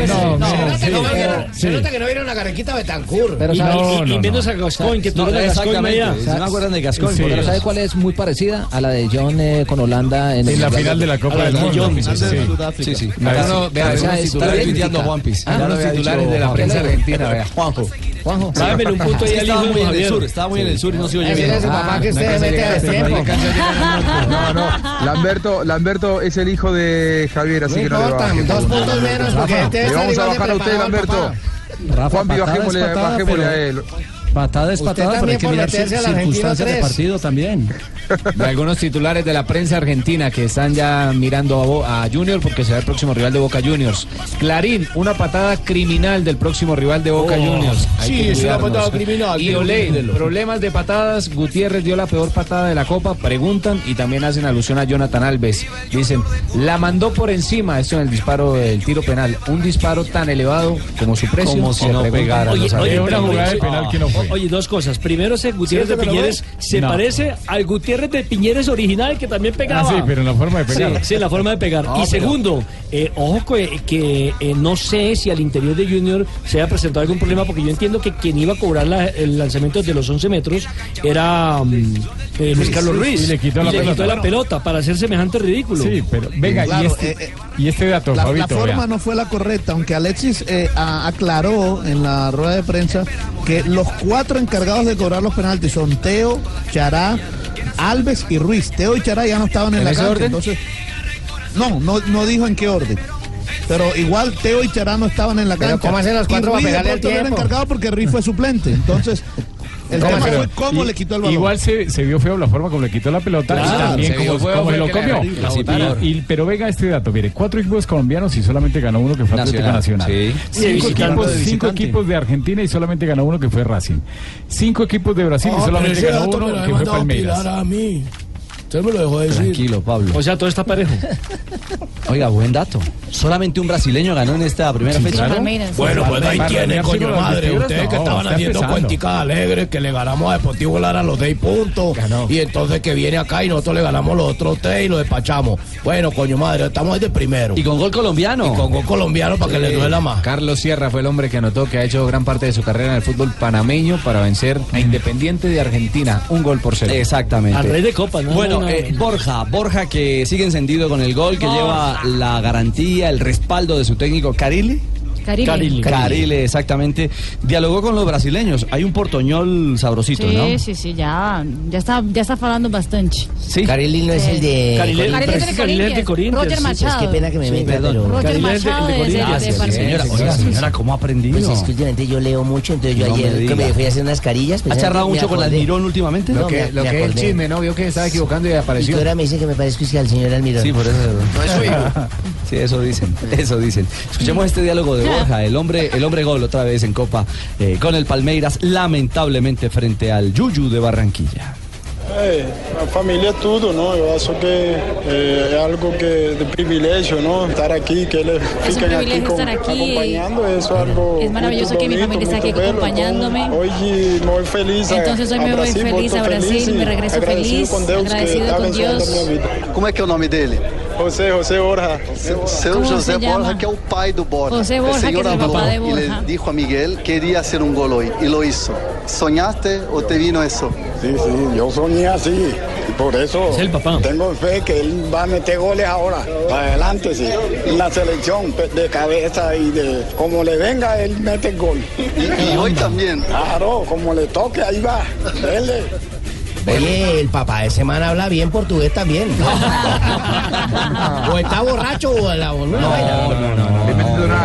Speaker 6: No,
Speaker 3: no,
Speaker 6: se nota que
Speaker 3: sí,
Speaker 6: no vieron-
Speaker 3: sí.
Speaker 6: se nota que no vieron la carequita de Tancur.
Speaker 7: Pero
Speaker 3: Y-
Speaker 7: ¿sabes?
Speaker 3: y- y- y viéndose a Gascoigne, que tuvo la Gascoigne allá.
Speaker 7: ¿Sabes?
Speaker 3: Sí.
Speaker 7: Pero ¿sabe cuál es muy parecida? A la de John eh, con Holanda en,
Speaker 9: En la final de la Copa del Mundo.
Speaker 2: Sí, sí.
Speaker 7: Acá no, vea,
Speaker 2: Esa
Speaker 7: algunos
Speaker 2: es- está
Speaker 7: titulares
Speaker 2: tuiteando
Speaker 7: critican.
Speaker 2: Juanpis.
Speaker 7: Ah,
Speaker 2: Ya lo
Speaker 7: unos
Speaker 2: había
Speaker 7: titulares
Speaker 2: dicho
Speaker 7: de la prensa
Speaker 2: Juanjo.
Speaker 7: argentina, vea.
Speaker 2: Juanjo. Juanjo.
Speaker 7: Dámele un punto ahí al
Speaker 2: Estaba
Speaker 7: hijo de
Speaker 2: muy en el
Speaker 7: Javier.
Speaker 2: sur, estaba muy en el sur y no se oye
Speaker 7: Ese
Speaker 2: bien.
Speaker 7: es el papá que
Speaker 2: Ah,
Speaker 7: se
Speaker 2: no alcanza
Speaker 7: mete
Speaker 2: a
Speaker 7: a
Speaker 2: llegar,
Speaker 7: tiempo.
Speaker 2: no alcanza a
Speaker 21: No,
Speaker 2: llegar.
Speaker 21: no. Lamberto, Lamberto es el hijo de Javier, así que no le
Speaker 2: importa,
Speaker 21: bajen.
Speaker 2: dos puntos menos, porque
Speaker 21: Rafa,
Speaker 2: este es
Speaker 21: le
Speaker 2: el
Speaker 21: vamos a
Speaker 2: igual de
Speaker 21: bajar a usted,
Speaker 2: preparado al
Speaker 21: Lamberto.
Speaker 2: Rafa,
Speaker 21: Juanpi,
Speaker 2: patada es
Speaker 21: bajémosle,
Speaker 2: patada,
Speaker 21: bajémosle
Speaker 2: pero-
Speaker 21: a
Speaker 3: eh.
Speaker 21: él.
Speaker 11: Patada es
Speaker 21: Usted
Speaker 11: patada, pero hay
Speaker 21: también
Speaker 11: que
Speaker 21: por
Speaker 11: mirar
Speaker 21: meterse
Speaker 11: cir-
Speaker 21: al Argentino
Speaker 11: circunstancias de
Speaker 21: tres.
Speaker 11: partido también. De algunos titulares de la prensa argentina que están ya mirando a, Bo- a Junior porque será el próximo rival de Boca Juniors. Clarín, una patada criminal del próximo rival de Boca
Speaker 7: Oh,
Speaker 11: Juniors. Hay
Speaker 7: sí,
Speaker 11: que
Speaker 7: es una
Speaker 11: cuidarnos.
Speaker 7: patada criminal,
Speaker 11: Y
Speaker 7: pero
Speaker 11: Olé,
Speaker 7: mírenlo.
Speaker 11: problemas de patadas. Gutiérrez dio la peor patada de la Copa, preguntan y también hacen alusión a Jonathan Alves. Dicen, la mandó por encima, esto en el disparo del tiro penal. Un disparo tan elevado como su precio.
Speaker 2: Como si
Speaker 11: se
Speaker 2: no
Speaker 11: preguntan
Speaker 2: pegara,
Speaker 11: los
Speaker 2: no sabía.
Speaker 11: árbitros.
Speaker 2: Era una jugada de
Speaker 11: penal
Speaker 3: que no fue. Oye, dos cosas. Primero, ese Gutiérrez de
Speaker 11: ¿Cierto que no
Speaker 3: Piñeres
Speaker 11: fue?
Speaker 3: se
Speaker 11: No.
Speaker 3: parece al Gutiérrez de Piñeres original que también pegaba.
Speaker 9: Ah, sí, pero en la forma de pegar.
Speaker 3: Sí, sí, en la forma de pegar.
Speaker 9: Ah,
Speaker 3: y
Speaker 9: pero-
Speaker 3: segundo, eh, ojo que, que, eh, no sé si al interior de Junior se ha presentado algún problema, porque yo entiendo que quien iba a cobrar la- el lanzamiento de los 11 metros era mm, eh, Luis
Speaker 9: Sí,
Speaker 3: Carlos
Speaker 9: sí,
Speaker 3: Ruiz.
Speaker 9: y le quitó la pelota.
Speaker 3: la pelota para hacer semejante ridículo.
Speaker 9: Sí, pero venga, y,
Speaker 10: Claro,
Speaker 9: este,
Speaker 10: eh, eh,
Speaker 9: y este dato,
Speaker 10: La, la
Speaker 9: Fabito.
Speaker 10: forma
Speaker 9: vea.
Speaker 10: no fue la correcta, aunque Alexis eh, a- aclaró en la rueda de prensa que los cuatro encargados de cobrar los penaltis son Teo, Chará, Alves y Ruiz. Teo y Chará ya no estaban en,
Speaker 11: ¿En
Speaker 10: la
Speaker 11: ese
Speaker 10: cancha,
Speaker 11: orden?
Speaker 10: entonces no, no, no dijo en qué orden. Pero igual Teo y Chará no estaban en la
Speaker 6: Pero
Speaker 10: cancha.
Speaker 6: ¿cómo hacen los
Speaker 10: Y
Speaker 6: cuatro para
Speaker 10: Ruiz de
Speaker 6: pegarle al
Speaker 10: pronto no era
Speaker 6: tiempo?
Speaker 10: encargado porque Ruiz fue suplente, entonces El
Speaker 9: No,
Speaker 10: tema
Speaker 9: pero-
Speaker 10: fue cómo
Speaker 9: y-
Speaker 10: le quitó el balón.
Speaker 9: Igual se, se vio feo la forma como le quitó la pelota
Speaker 10: Claro,
Speaker 9: y también
Speaker 10: se vio
Speaker 9: como,
Speaker 10: feo
Speaker 9: como
Speaker 10: porque
Speaker 9: lo
Speaker 10: le
Speaker 9: comió.
Speaker 10: agarró la botada.
Speaker 9: Y- y- pero venga este dato, mire, cuatro equipos colombianos y solamente ganó uno que fue Atlético Nacional.
Speaker 24: Nacional, sí.
Speaker 9: Cinco,
Speaker 24: De visitante.
Speaker 9: equipos,
Speaker 24: De
Speaker 9: cinco
Speaker 24: visitante.
Speaker 9: equipos de Argentina y solamente ganó uno que fue Racing. Cinco equipos de Brasil
Speaker 5: Ah,
Speaker 9: y
Speaker 5: pero
Speaker 9: solamente
Speaker 5: ese
Speaker 9: ganó
Speaker 5: dato me lo
Speaker 9: uno
Speaker 5: había
Speaker 9: que fue
Speaker 5: mandado
Speaker 9: Palmeiras.
Speaker 5: Pilar a mí. Usted me lo dejó decir.
Speaker 2: Tranquilo, Pablo.
Speaker 3: O sea, todo está parejo.
Speaker 2: Oiga, buen dato. Solamente un brasileño ganó en esta primera
Speaker 5: Sí,
Speaker 2: fecha.
Speaker 5: claro. Bueno, pues ahí tienen, coño madre. Ustedes que estaban haciendo cuenticas alegres, que le ganamos a Deportivo Lara los 6 puntos. Y entonces que viene acá y nosotros le ganamos los otros 3 y lo despachamos. Bueno, coño madre, estamos ahí de primero. Y
Speaker 2: con gol colombiano.
Speaker 5: Y con gol colombiano para que le duela más.
Speaker 11: Carlos Sierra fue el hombre que anotó que ha hecho gran parte de su carrera en el fútbol panameño para vencer a Independiente de Argentina. Un gol por cero.
Speaker 2: Exactamente.
Speaker 11: Al rey de
Speaker 3: Copa,
Speaker 11: ¿no?
Speaker 2: Bueno,
Speaker 11: No, no,
Speaker 2: eh, Borja, Borja que sigue encendido con el gol, que lleva la garantía, el respaldo de su técnico Carile.
Speaker 13: Carile. Carile.
Speaker 2: Carile, exactamente. Dialogó con los brasileños. Hay un portoñol sabrosito,
Speaker 13: sí,
Speaker 2: ¿no?
Speaker 13: sí, sí, ya, ya está, ya está falando bastante.
Speaker 2: Sí.
Speaker 6: Carile no es el de.
Speaker 13: Carile- Carile es el de Carile es de Corinthians. Corinthians. Roger Machado.
Speaker 6: Es que Eh, pena que me
Speaker 13: Sí, pues,
Speaker 6: meta,
Speaker 13: perdón.
Speaker 6: pero.
Speaker 13: Roger Carile es de- Machado de de- de Corinthians.
Speaker 6: Gracias,
Speaker 13: Parque.
Speaker 6: señora.
Speaker 2: Sí, sí, sí. ¿cómo ha aprendido?
Speaker 6: Pues es que últimamente yo leo mucho, entonces yo
Speaker 2: No
Speaker 6: ayer
Speaker 2: me
Speaker 6: que
Speaker 2: diga.
Speaker 6: me fui a hacer unas carillas. pues,
Speaker 2: ¿Ha charlado mucho con
Speaker 6: Almirón
Speaker 2: últimamente?
Speaker 6: No,
Speaker 11: Lo que-
Speaker 6: me-
Speaker 11: lo
Speaker 6: me
Speaker 11: que es el
Speaker 6: acordé.
Speaker 11: chisme, ¿no? Vio que se estaba equivocando y
Speaker 6: Y
Speaker 11: apareció.
Speaker 6: tú ahora me dice que me parezco es que al señor Almirón.
Speaker 2: Sí, por eso.
Speaker 6: No es su hijo.
Speaker 2: Sí, eso dicen, eso dicen. Escuchemos este diálogo de Borja, el hombre, el hombre gol otra vez en Copa eh, con el Palmeiras, lamentablemente frente al Yuyu de Barranquilla.
Speaker 25: É, a família é tudo, não? Eu acho que é, é algo que de privilégio, não? Estar aqui, que eles
Speaker 13: Es un
Speaker 25: fiquem aqui,
Speaker 13: privilegio
Speaker 25: com,
Speaker 13: estar aquí. eh.
Speaker 25: acompanhando, isso é algo
Speaker 13: Es maravilloso
Speaker 25: muito
Speaker 13: que mi
Speaker 25: bonito,
Speaker 13: familia esté aquí
Speaker 25: muito belo.
Speaker 13: acompañándome.
Speaker 25: Então, hoje me vou feliz a,
Speaker 13: Entonces hoy
Speaker 25: a
Speaker 13: me voy
Speaker 25: Brasil,
Speaker 13: feliz
Speaker 25: volto
Speaker 13: a Brasil,
Speaker 25: e
Speaker 13: me regreso
Speaker 25: agradecido
Speaker 13: feliz,
Speaker 25: com Deus que
Speaker 13: agradecido con
Speaker 25: está abençoando
Speaker 13: Dios.
Speaker 25: a minha vida. Como é que é o nome dele? José, José Borja.
Speaker 26: Seu
Speaker 13: ¿Cómo
Speaker 26: José
Speaker 13: se llama?
Speaker 26: Borja, que é o pai do Borja.
Speaker 13: José Borja,
Speaker 26: o senhor
Speaker 13: que é o
Speaker 26: habló
Speaker 13: papá de
Speaker 26: y le
Speaker 13: Borja.
Speaker 26: dijo a Miguel, quería hacer un gol hoy, y lo hizo. ¿Soñaste o te vino eso?
Speaker 25: Sí, sí, yo soñé así. Y por eso tengo fe que él va a meter goles ahora. Para adelante, sí. En la selección pe- de cabeza y de. Como le venga, él mete el gol.
Speaker 26: Y, hoy también.
Speaker 25: Claro, como le toque, ahí va. Dele.
Speaker 6: Oye, el papá de semana habla bien portugués también. o está borracho o la boluda.
Speaker 25: No,
Speaker 6: no,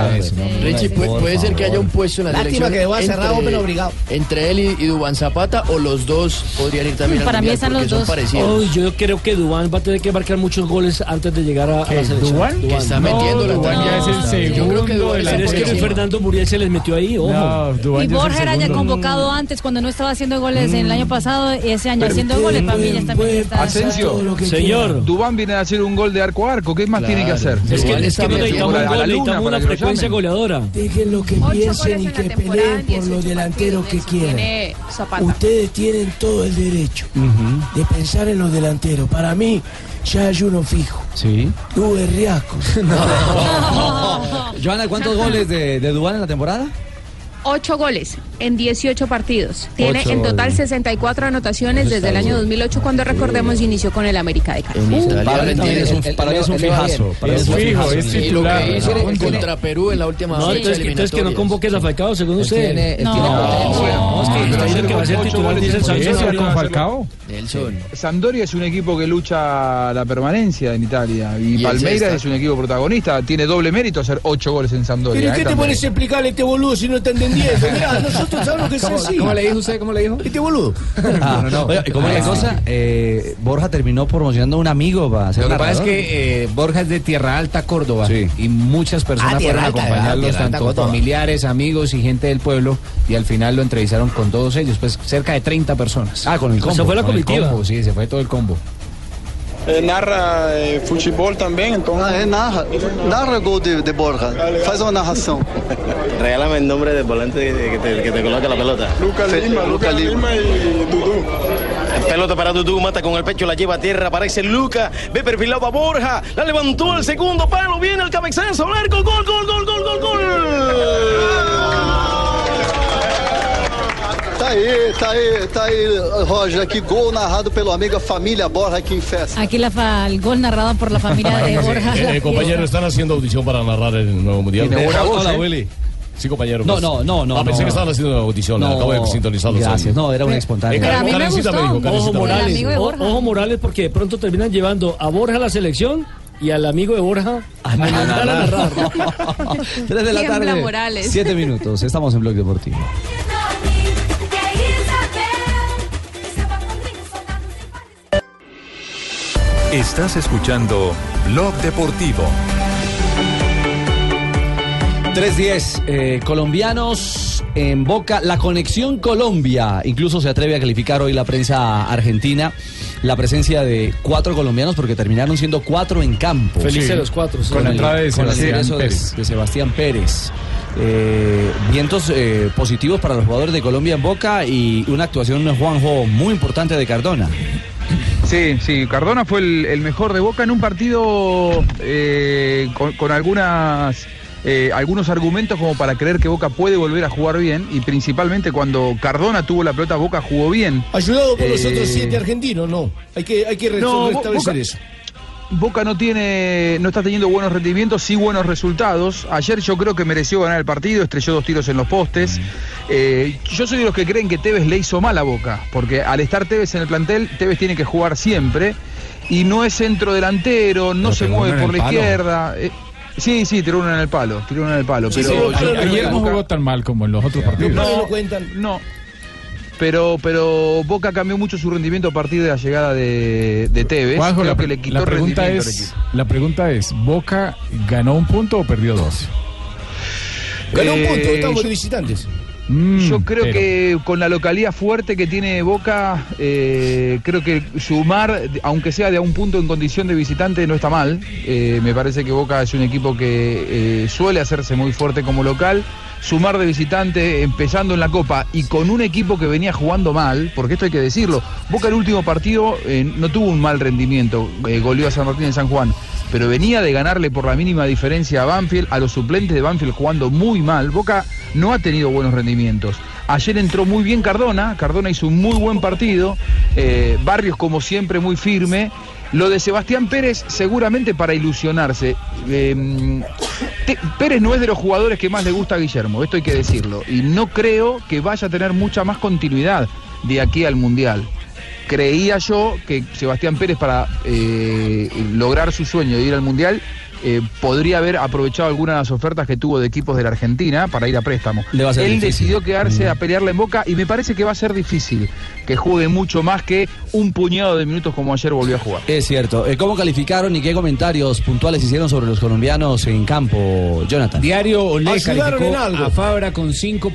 Speaker 14: Richie, pu- puede, ser que haya un puesto en la
Speaker 6: Lástima
Speaker 14: dirección
Speaker 6: que debo a cerrar,
Speaker 14: entre-
Speaker 6: hombre, obligado.
Speaker 14: Entre él y, y Dubán Zapata o los dos podrían ir también al Mundial, porque son parecidos.
Speaker 3: Uy, yo creo que Dubán va a tener que marcar muchos goles antes de llegar a, a la selección.
Speaker 9: ¿Duván?
Speaker 3: Duván.
Speaker 9: Que está No, metiendo la Duván ya es el
Speaker 3: está bien.
Speaker 9: segundo de la
Speaker 3: Pero es que
Speaker 9: selección.
Speaker 3: Fernando Muriel se les metió ahí, ojo.
Speaker 9: No, Duván
Speaker 13: Y Borja era ya convocado antes cuando no estaba haciendo goles el año pasado y ese año
Speaker 21: Pero-
Speaker 13: haciendo goles para mí ya está bien. está-
Speaker 21: Asensio,
Speaker 3: Señor.
Speaker 21: Dubán viene a hacer un gol de arco a arco. ¿Qué más tiene que hacer?
Speaker 3: Es que, es
Speaker 21: Dubán está
Speaker 3: que no necesitamos
Speaker 21: metiendo
Speaker 3: un
Speaker 21: a la
Speaker 3: gol, necesitamos
Speaker 21: luna para
Speaker 3: una
Speaker 21: que lo
Speaker 3: frecuencia
Speaker 21: llamen.
Speaker 3: goleadora.
Speaker 5: Dejen lo que piensen y que peleen por los delanteros que quieran. Ustedes tienen todo el derecho de pensar en los delanteros. Para mí, ya hay uno fijo.
Speaker 2: Sí.
Speaker 5: Tú es riasco.
Speaker 2: Joana, ¿cuántos goles de, de Dubán en la temporada?
Speaker 27: Ocho goles en 18 partidos. Tiene
Speaker 2: Ocho
Speaker 27: en total
Speaker 2: goles.
Speaker 27: 64 anotaciones desde el año 2008 cuando recordemos inició con el América de Cali.
Speaker 2: Para mí es un- para mí es un fijazo. para mí
Speaker 11: Es
Speaker 2: un
Speaker 11: fijo,
Speaker 2: fijazo.
Speaker 11: es
Speaker 2: Sí, lo que
Speaker 11: titular.
Speaker 2: hizo
Speaker 11: No,
Speaker 2: contra-
Speaker 14: Perú en la última
Speaker 3: No, entonces, que- entonces que no convoques a Falcao, según usted.
Speaker 11: No. tiene potencia.
Speaker 3: no, es que está diciendo que va a ser titular, dice el Sansón.
Speaker 21: con Falcao? Eh, Sampdoria es un equipo que lucha la permanencia en Italia y,
Speaker 5: el
Speaker 21: Palmeiras
Speaker 5: sexto.
Speaker 21: es un equipo protagonista. Tiene doble mérito hacer ocho goles en Sampdoria.
Speaker 5: Pero ¿y
Speaker 21: ¿eh?
Speaker 5: qué te
Speaker 21: También.
Speaker 5: pones a explicarle a este boludo si no te entendiendo? Mirá, nosotros sabemos que es
Speaker 2: ¿Cómo-
Speaker 5: así.
Speaker 2: cómo le
Speaker 5: dijo usted? ¿Cómo le dijo? Este boludo.
Speaker 2: Ah, oye, ¿Cómo es la cosa? Eh, Borja terminó promocionando a un amigo para ser
Speaker 11: Lo que pasa es
Speaker 2: narrador.
Speaker 11: que eh, Borja es de Tierra Alta, Córdoba. Y muchas
Speaker 2: Ah,
Speaker 11: personas
Speaker 2: Tierra
Speaker 11: fueron a
Speaker 2: Alta,
Speaker 11: acompañarlos,
Speaker 2: ah, Tierra Alta,
Speaker 11: tanto
Speaker 2: Córdoba.
Speaker 11: familiares, amigos y gente del pueblo. Y al final lo entrevistaron con todos ellos, pues cerca de 30 personas. Ah, con
Speaker 2: el combo.
Speaker 11: Se fue la
Speaker 2: Con el
Speaker 11: comitiva.
Speaker 2: combo,
Speaker 11: sí, se fue todo el combo.
Speaker 25: Eh, narra eh, futebol também, então.
Speaker 26: Ah, é, narra, narra o gol de, de Borja, faz uma narração.
Speaker 19: Regálame el nombre del volante que te, que te coloca la pelota.
Speaker 25: Lucas
Speaker 19: Fe-
Speaker 25: Lima, Lucas Lima e Dudu.
Speaker 19: Pelota para Dudu, mata con el pecho, la lleva a tierra, aparece Luca, ve perfilado a Borja, la levantó al segundo palo, viene el cabezazo, al arco, gol, gol, gol, gol, gol, gol.
Speaker 26: Tá aí, tá aí, tá aí, Roger, que gol narrado pelo amigo Família Borja aqui em festa.
Speaker 13: Aquí la fa- el gol narrado por la familia de Borja.
Speaker 19: Eh, eh, compañero,
Speaker 28: Están haciendo audición para narrar el nuevo mundial.
Speaker 2: Tiene buena voz,
Speaker 28: Hola,
Speaker 2: ¿eh?
Speaker 28: Willy. Sí, compañero.
Speaker 2: No,
Speaker 28: pues.
Speaker 2: no, no, no,
Speaker 28: Ah, pensé
Speaker 2: no.
Speaker 28: que estaban haciendo una audición.
Speaker 2: No,
Speaker 28: acabo de sintonizarlo.
Speaker 2: gracias,
Speaker 28: sorry.
Speaker 2: no, era una espontánea.
Speaker 28: Eh,
Speaker 3: Pero a mí me
Speaker 28: Karencita
Speaker 3: gustó.
Speaker 28: dijo,
Speaker 3: Ojo
Speaker 28: Karencita me dijo.
Speaker 3: Morales, o- ojo Morales, porque de pronto terminan llevando a Borja a la selección y al amigo de Borja a mandar a narrar.
Speaker 2: Tres de la
Speaker 3: Tiembla
Speaker 2: tarde.
Speaker 3: Morales.
Speaker 2: Siete minutos. Estamos en Blog Deportivo.
Speaker 29: Que Isabel
Speaker 30: Estás escuchando Blog Deportivo.
Speaker 2: 3-10, eh, colombianos en boca, la conexión Colombia, incluso se atreve a calificar hoy la prensa argentina, la presencia de cuatro colombianos porque terminaron siendo cuatro en campo.
Speaker 3: Felices los cuatro, sí.
Speaker 2: Con, la entrada de Sebastián,
Speaker 3: Pérez.
Speaker 2: Pérez. De, Sebastián Pérez. Eh, vientos eh, positivos para los jugadores de Colombia en boca y una actuación de Juanjo muy importante de Cardona.
Speaker 21: Sí, sí, Cardona fue el, el mejor de Boca en un partido eh, con, con algunas, eh, algunos argumentos como para creer que Boca puede volver a jugar bien y principalmente cuando Cardona tuvo la pelota Boca jugó bien.
Speaker 5: Ayudado por los
Speaker 21: Eh,
Speaker 5: otros siete argentinos, no. Hay que, hay que re-
Speaker 21: No, Bo-
Speaker 5: restablecer
Speaker 21: Boca-
Speaker 5: eso.
Speaker 21: Boca no tiene, no está teniendo buenos rendimientos, sí buenos resultados. Ayer yo creo que mereció ganar el partido, estrelló dos tiros en los postes.
Speaker 9: Mm.
Speaker 21: Eh, yo soy de los que creen que Tevez le hizo mal a Boca, porque al estar Tevez en el plantel, Tevez tiene que jugar siempre y no es centro delantero, no se mueve
Speaker 9: uno en
Speaker 21: por la
Speaker 9: el palo.
Speaker 21: izquierda. Eh, sí, sí, tiró uno en el palo, tiró uno en el palo.
Speaker 9: Sí,
Speaker 21: pero
Speaker 9: sí, ayer- ayer no jugó tan mal como en los otros partidos.
Speaker 21: cuentan. No. Pero, pero Boca cambió mucho su rendimiento a partir de la llegada de, de Tevez.
Speaker 9: Juanjo,
Speaker 21: Creo
Speaker 9: la,
Speaker 21: que le quitó
Speaker 9: la pregunta
Speaker 21: rendimiento al
Speaker 9: es,
Speaker 21: equipo.
Speaker 9: la pregunta es, ¿Boca ganó un punto o perdió dos?
Speaker 21: Ganó
Speaker 9: eh,
Speaker 21: un punto, estamos de
Speaker 5: visitantes.
Speaker 9: Mm.
Speaker 21: Yo creo
Speaker 9: pero-
Speaker 21: que con la localidad fuerte que tiene Boca, eh, creo que sumar, aunque sea de a un punto en condición de visitante, no está mal. Eh, me parece que Boca es un equipo que eh, suele hacerse muy fuerte como local. Sumar de visitante, empezando en la Copa y con un equipo que venía jugando mal, porque esto hay que decirlo. Boca el último partido eh, no tuvo un mal rendimiento, eh, goleó a San Martín en San Juan, pero venía de ganarle por la mínima diferencia a Banfield, a los suplentes de Banfield jugando muy mal. Boca no ha tenido buenos rendimientos. Ayer entró muy bien Cardona, Cardona hizo un muy buen partido, eh, Barrios como siempre muy firme. Lo de Sebastián Pérez seguramente para ilusionarse. Eh, Te- Pérez no es de los jugadores que más le gusta a Guillermo, esto hay que decirlo. Y no creo que vaya a tener mucha más continuidad de aquí al Mundial creía yo que Sebastián Pérez para eh, lograr su sueño de ir al Mundial eh, podría haber aprovechado algunas de las ofertas que tuvo de equipos de la Argentina para ir a préstamo.
Speaker 2: Le va a ser
Speaker 21: Él
Speaker 2: difícil. Mm.
Speaker 21: decidió quedarse a pelearle en boca y me parece que va a ser difícil que juegue mucho más que un puñado de minutos como ayer volvió a jugar.
Speaker 2: Es cierto. Eh, ¿Cómo calificaron y qué comentarios puntuales hicieron sobre los colombianos en campo, Jonathan?
Speaker 11: Diario Olé
Speaker 2: Ayudaron
Speaker 11: calificó
Speaker 2: Ah, en algo.
Speaker 11: a Fabra con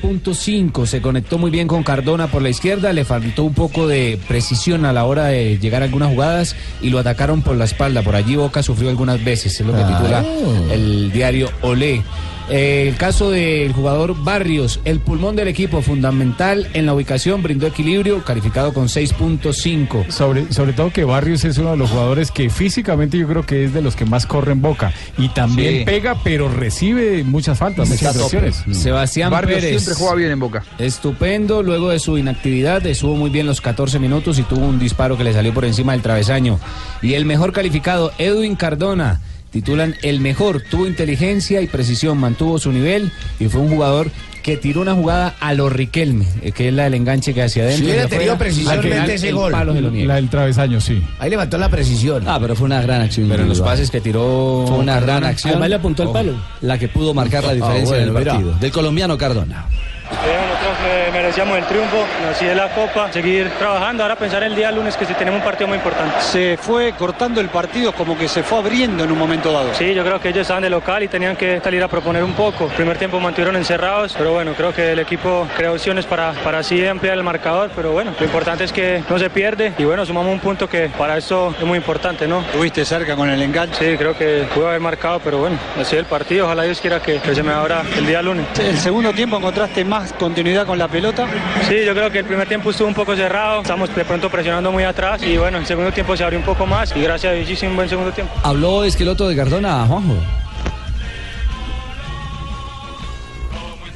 Speaker 11: 5.5. Se conectó muy bien con Cardona por la izquierda. Le faltó un poco de precisión a la hora de llegar a algunas jugadas y lo atacaron por la espalda. Por allí Boca sufrió algunas veces. Es lo que
Speaker 24: Ah.
Speaker 11: titula el diario Olé. Eh, el caso del jugador Barrios, el pulmón del equipo fundamental en la ubicación, brindó equilibrio, calificado con 6.5.
Speaker 9: Sobre, sobre todo que Barrios es uno de los jugadores que físicamente yo creo que es de los que más corren boca. Y también
Speaker 11: Sí.
Speaker 9: pega, pero recibe muchas faltas,
Speaker 11: Está a
Speaker 9: muchas
Speaker 11: tope.
Speaker 9: presiones.
Speaker 21: Mm.
Speaker 11: Sebastián
Speaker 9: Barrios
Speaker 11: Pérez.
Speaker 9: siempre juega
Speaker 21: bien en Boca.
Speaker 11: Estupendo, luego de su inactividad, estuvo muy bien los 14 minutos y tuvo un disparo que le salió por encima del travesaño. Y el mejor calificado, Edwin Cardona, titulan el mejor, tuvo inteligencia y precisión, mantuvo su nivel y fue un jugador que tiró una jugada a lo Riquelme, eh, que es la del enganche que hacia adentro.
Speaker 5: Si hubiera
Speaker 11: y afuera,
Speaker 5: tenido
Speaker 11: al final,
Speaker 5: precisamente ese
Speaker 11: el
Speaker 5: gol.
Speaker 11: palo se lo niega.
Speaker 9: La del travesaño, sí.
Speaker 5: Ahí levantó la precisión.
Speaker 2: Ah, pero fue una gran acción.
Speaker 11: Pero en los
Speaker 2: individual.
Speaker 11: pases que tiró.
Speaker 2: Fue una gran
Speaker 11: Cardona,
Speaker 2: acción.
Speaker 11: además le apuntó al
Speaker 2: Ojo,
Speaker 11: palo.
Speaker 2: La que pudo marcar la
Speaker 11: Ah,
Speaker 2: diferencia
Speaker 11: bueno,
Speaker 2: del
Speaker 11: mira.
Speaker 2: partido. Del colombiano Cardona.
Speaker 31: Eh, nosotros eh, merecíamos el triunfo, así es la copa, seguir trabajando, ahora pensar el día lunes que si tenemos un partido muy importante.
Speaker 12: Se fue cortando el partido como que se fue abriendo en un momento dado.
Speaker 31: Sí, yo creo que ellos estaban de local y tenían que salir a proponer un poco. El primer tiempo mantuvieron encerrados, pero bueno, creo que el equipo creó opciones para, para así ampliar el marcador, pero bueno, lo importante es que no se pierde y bueno, sumamos un punto que para eso es muy importante, ¿no?
Speaker 12: Estuviste cerca con el enganche.
Speaker 31: Sí, creo que pudo haber marcado, pero bueno, así es el partido, ojalá Dios quiera que, que se me abra el día lunes.
Speaker 12: El segundo tiempo encontraste más continuidad con la pelota.
Speaker 31: Sí, yo creo que el primer tiempo estuvo un poco cerrado, estamos de pronto presionando muy atrás y bueno, el segundo tiempo se abrió un poco más y gracias a Dios hice un buen segundo tiempo.
Speaker 2: Habló Esqueloto de Cardona, Juanjo.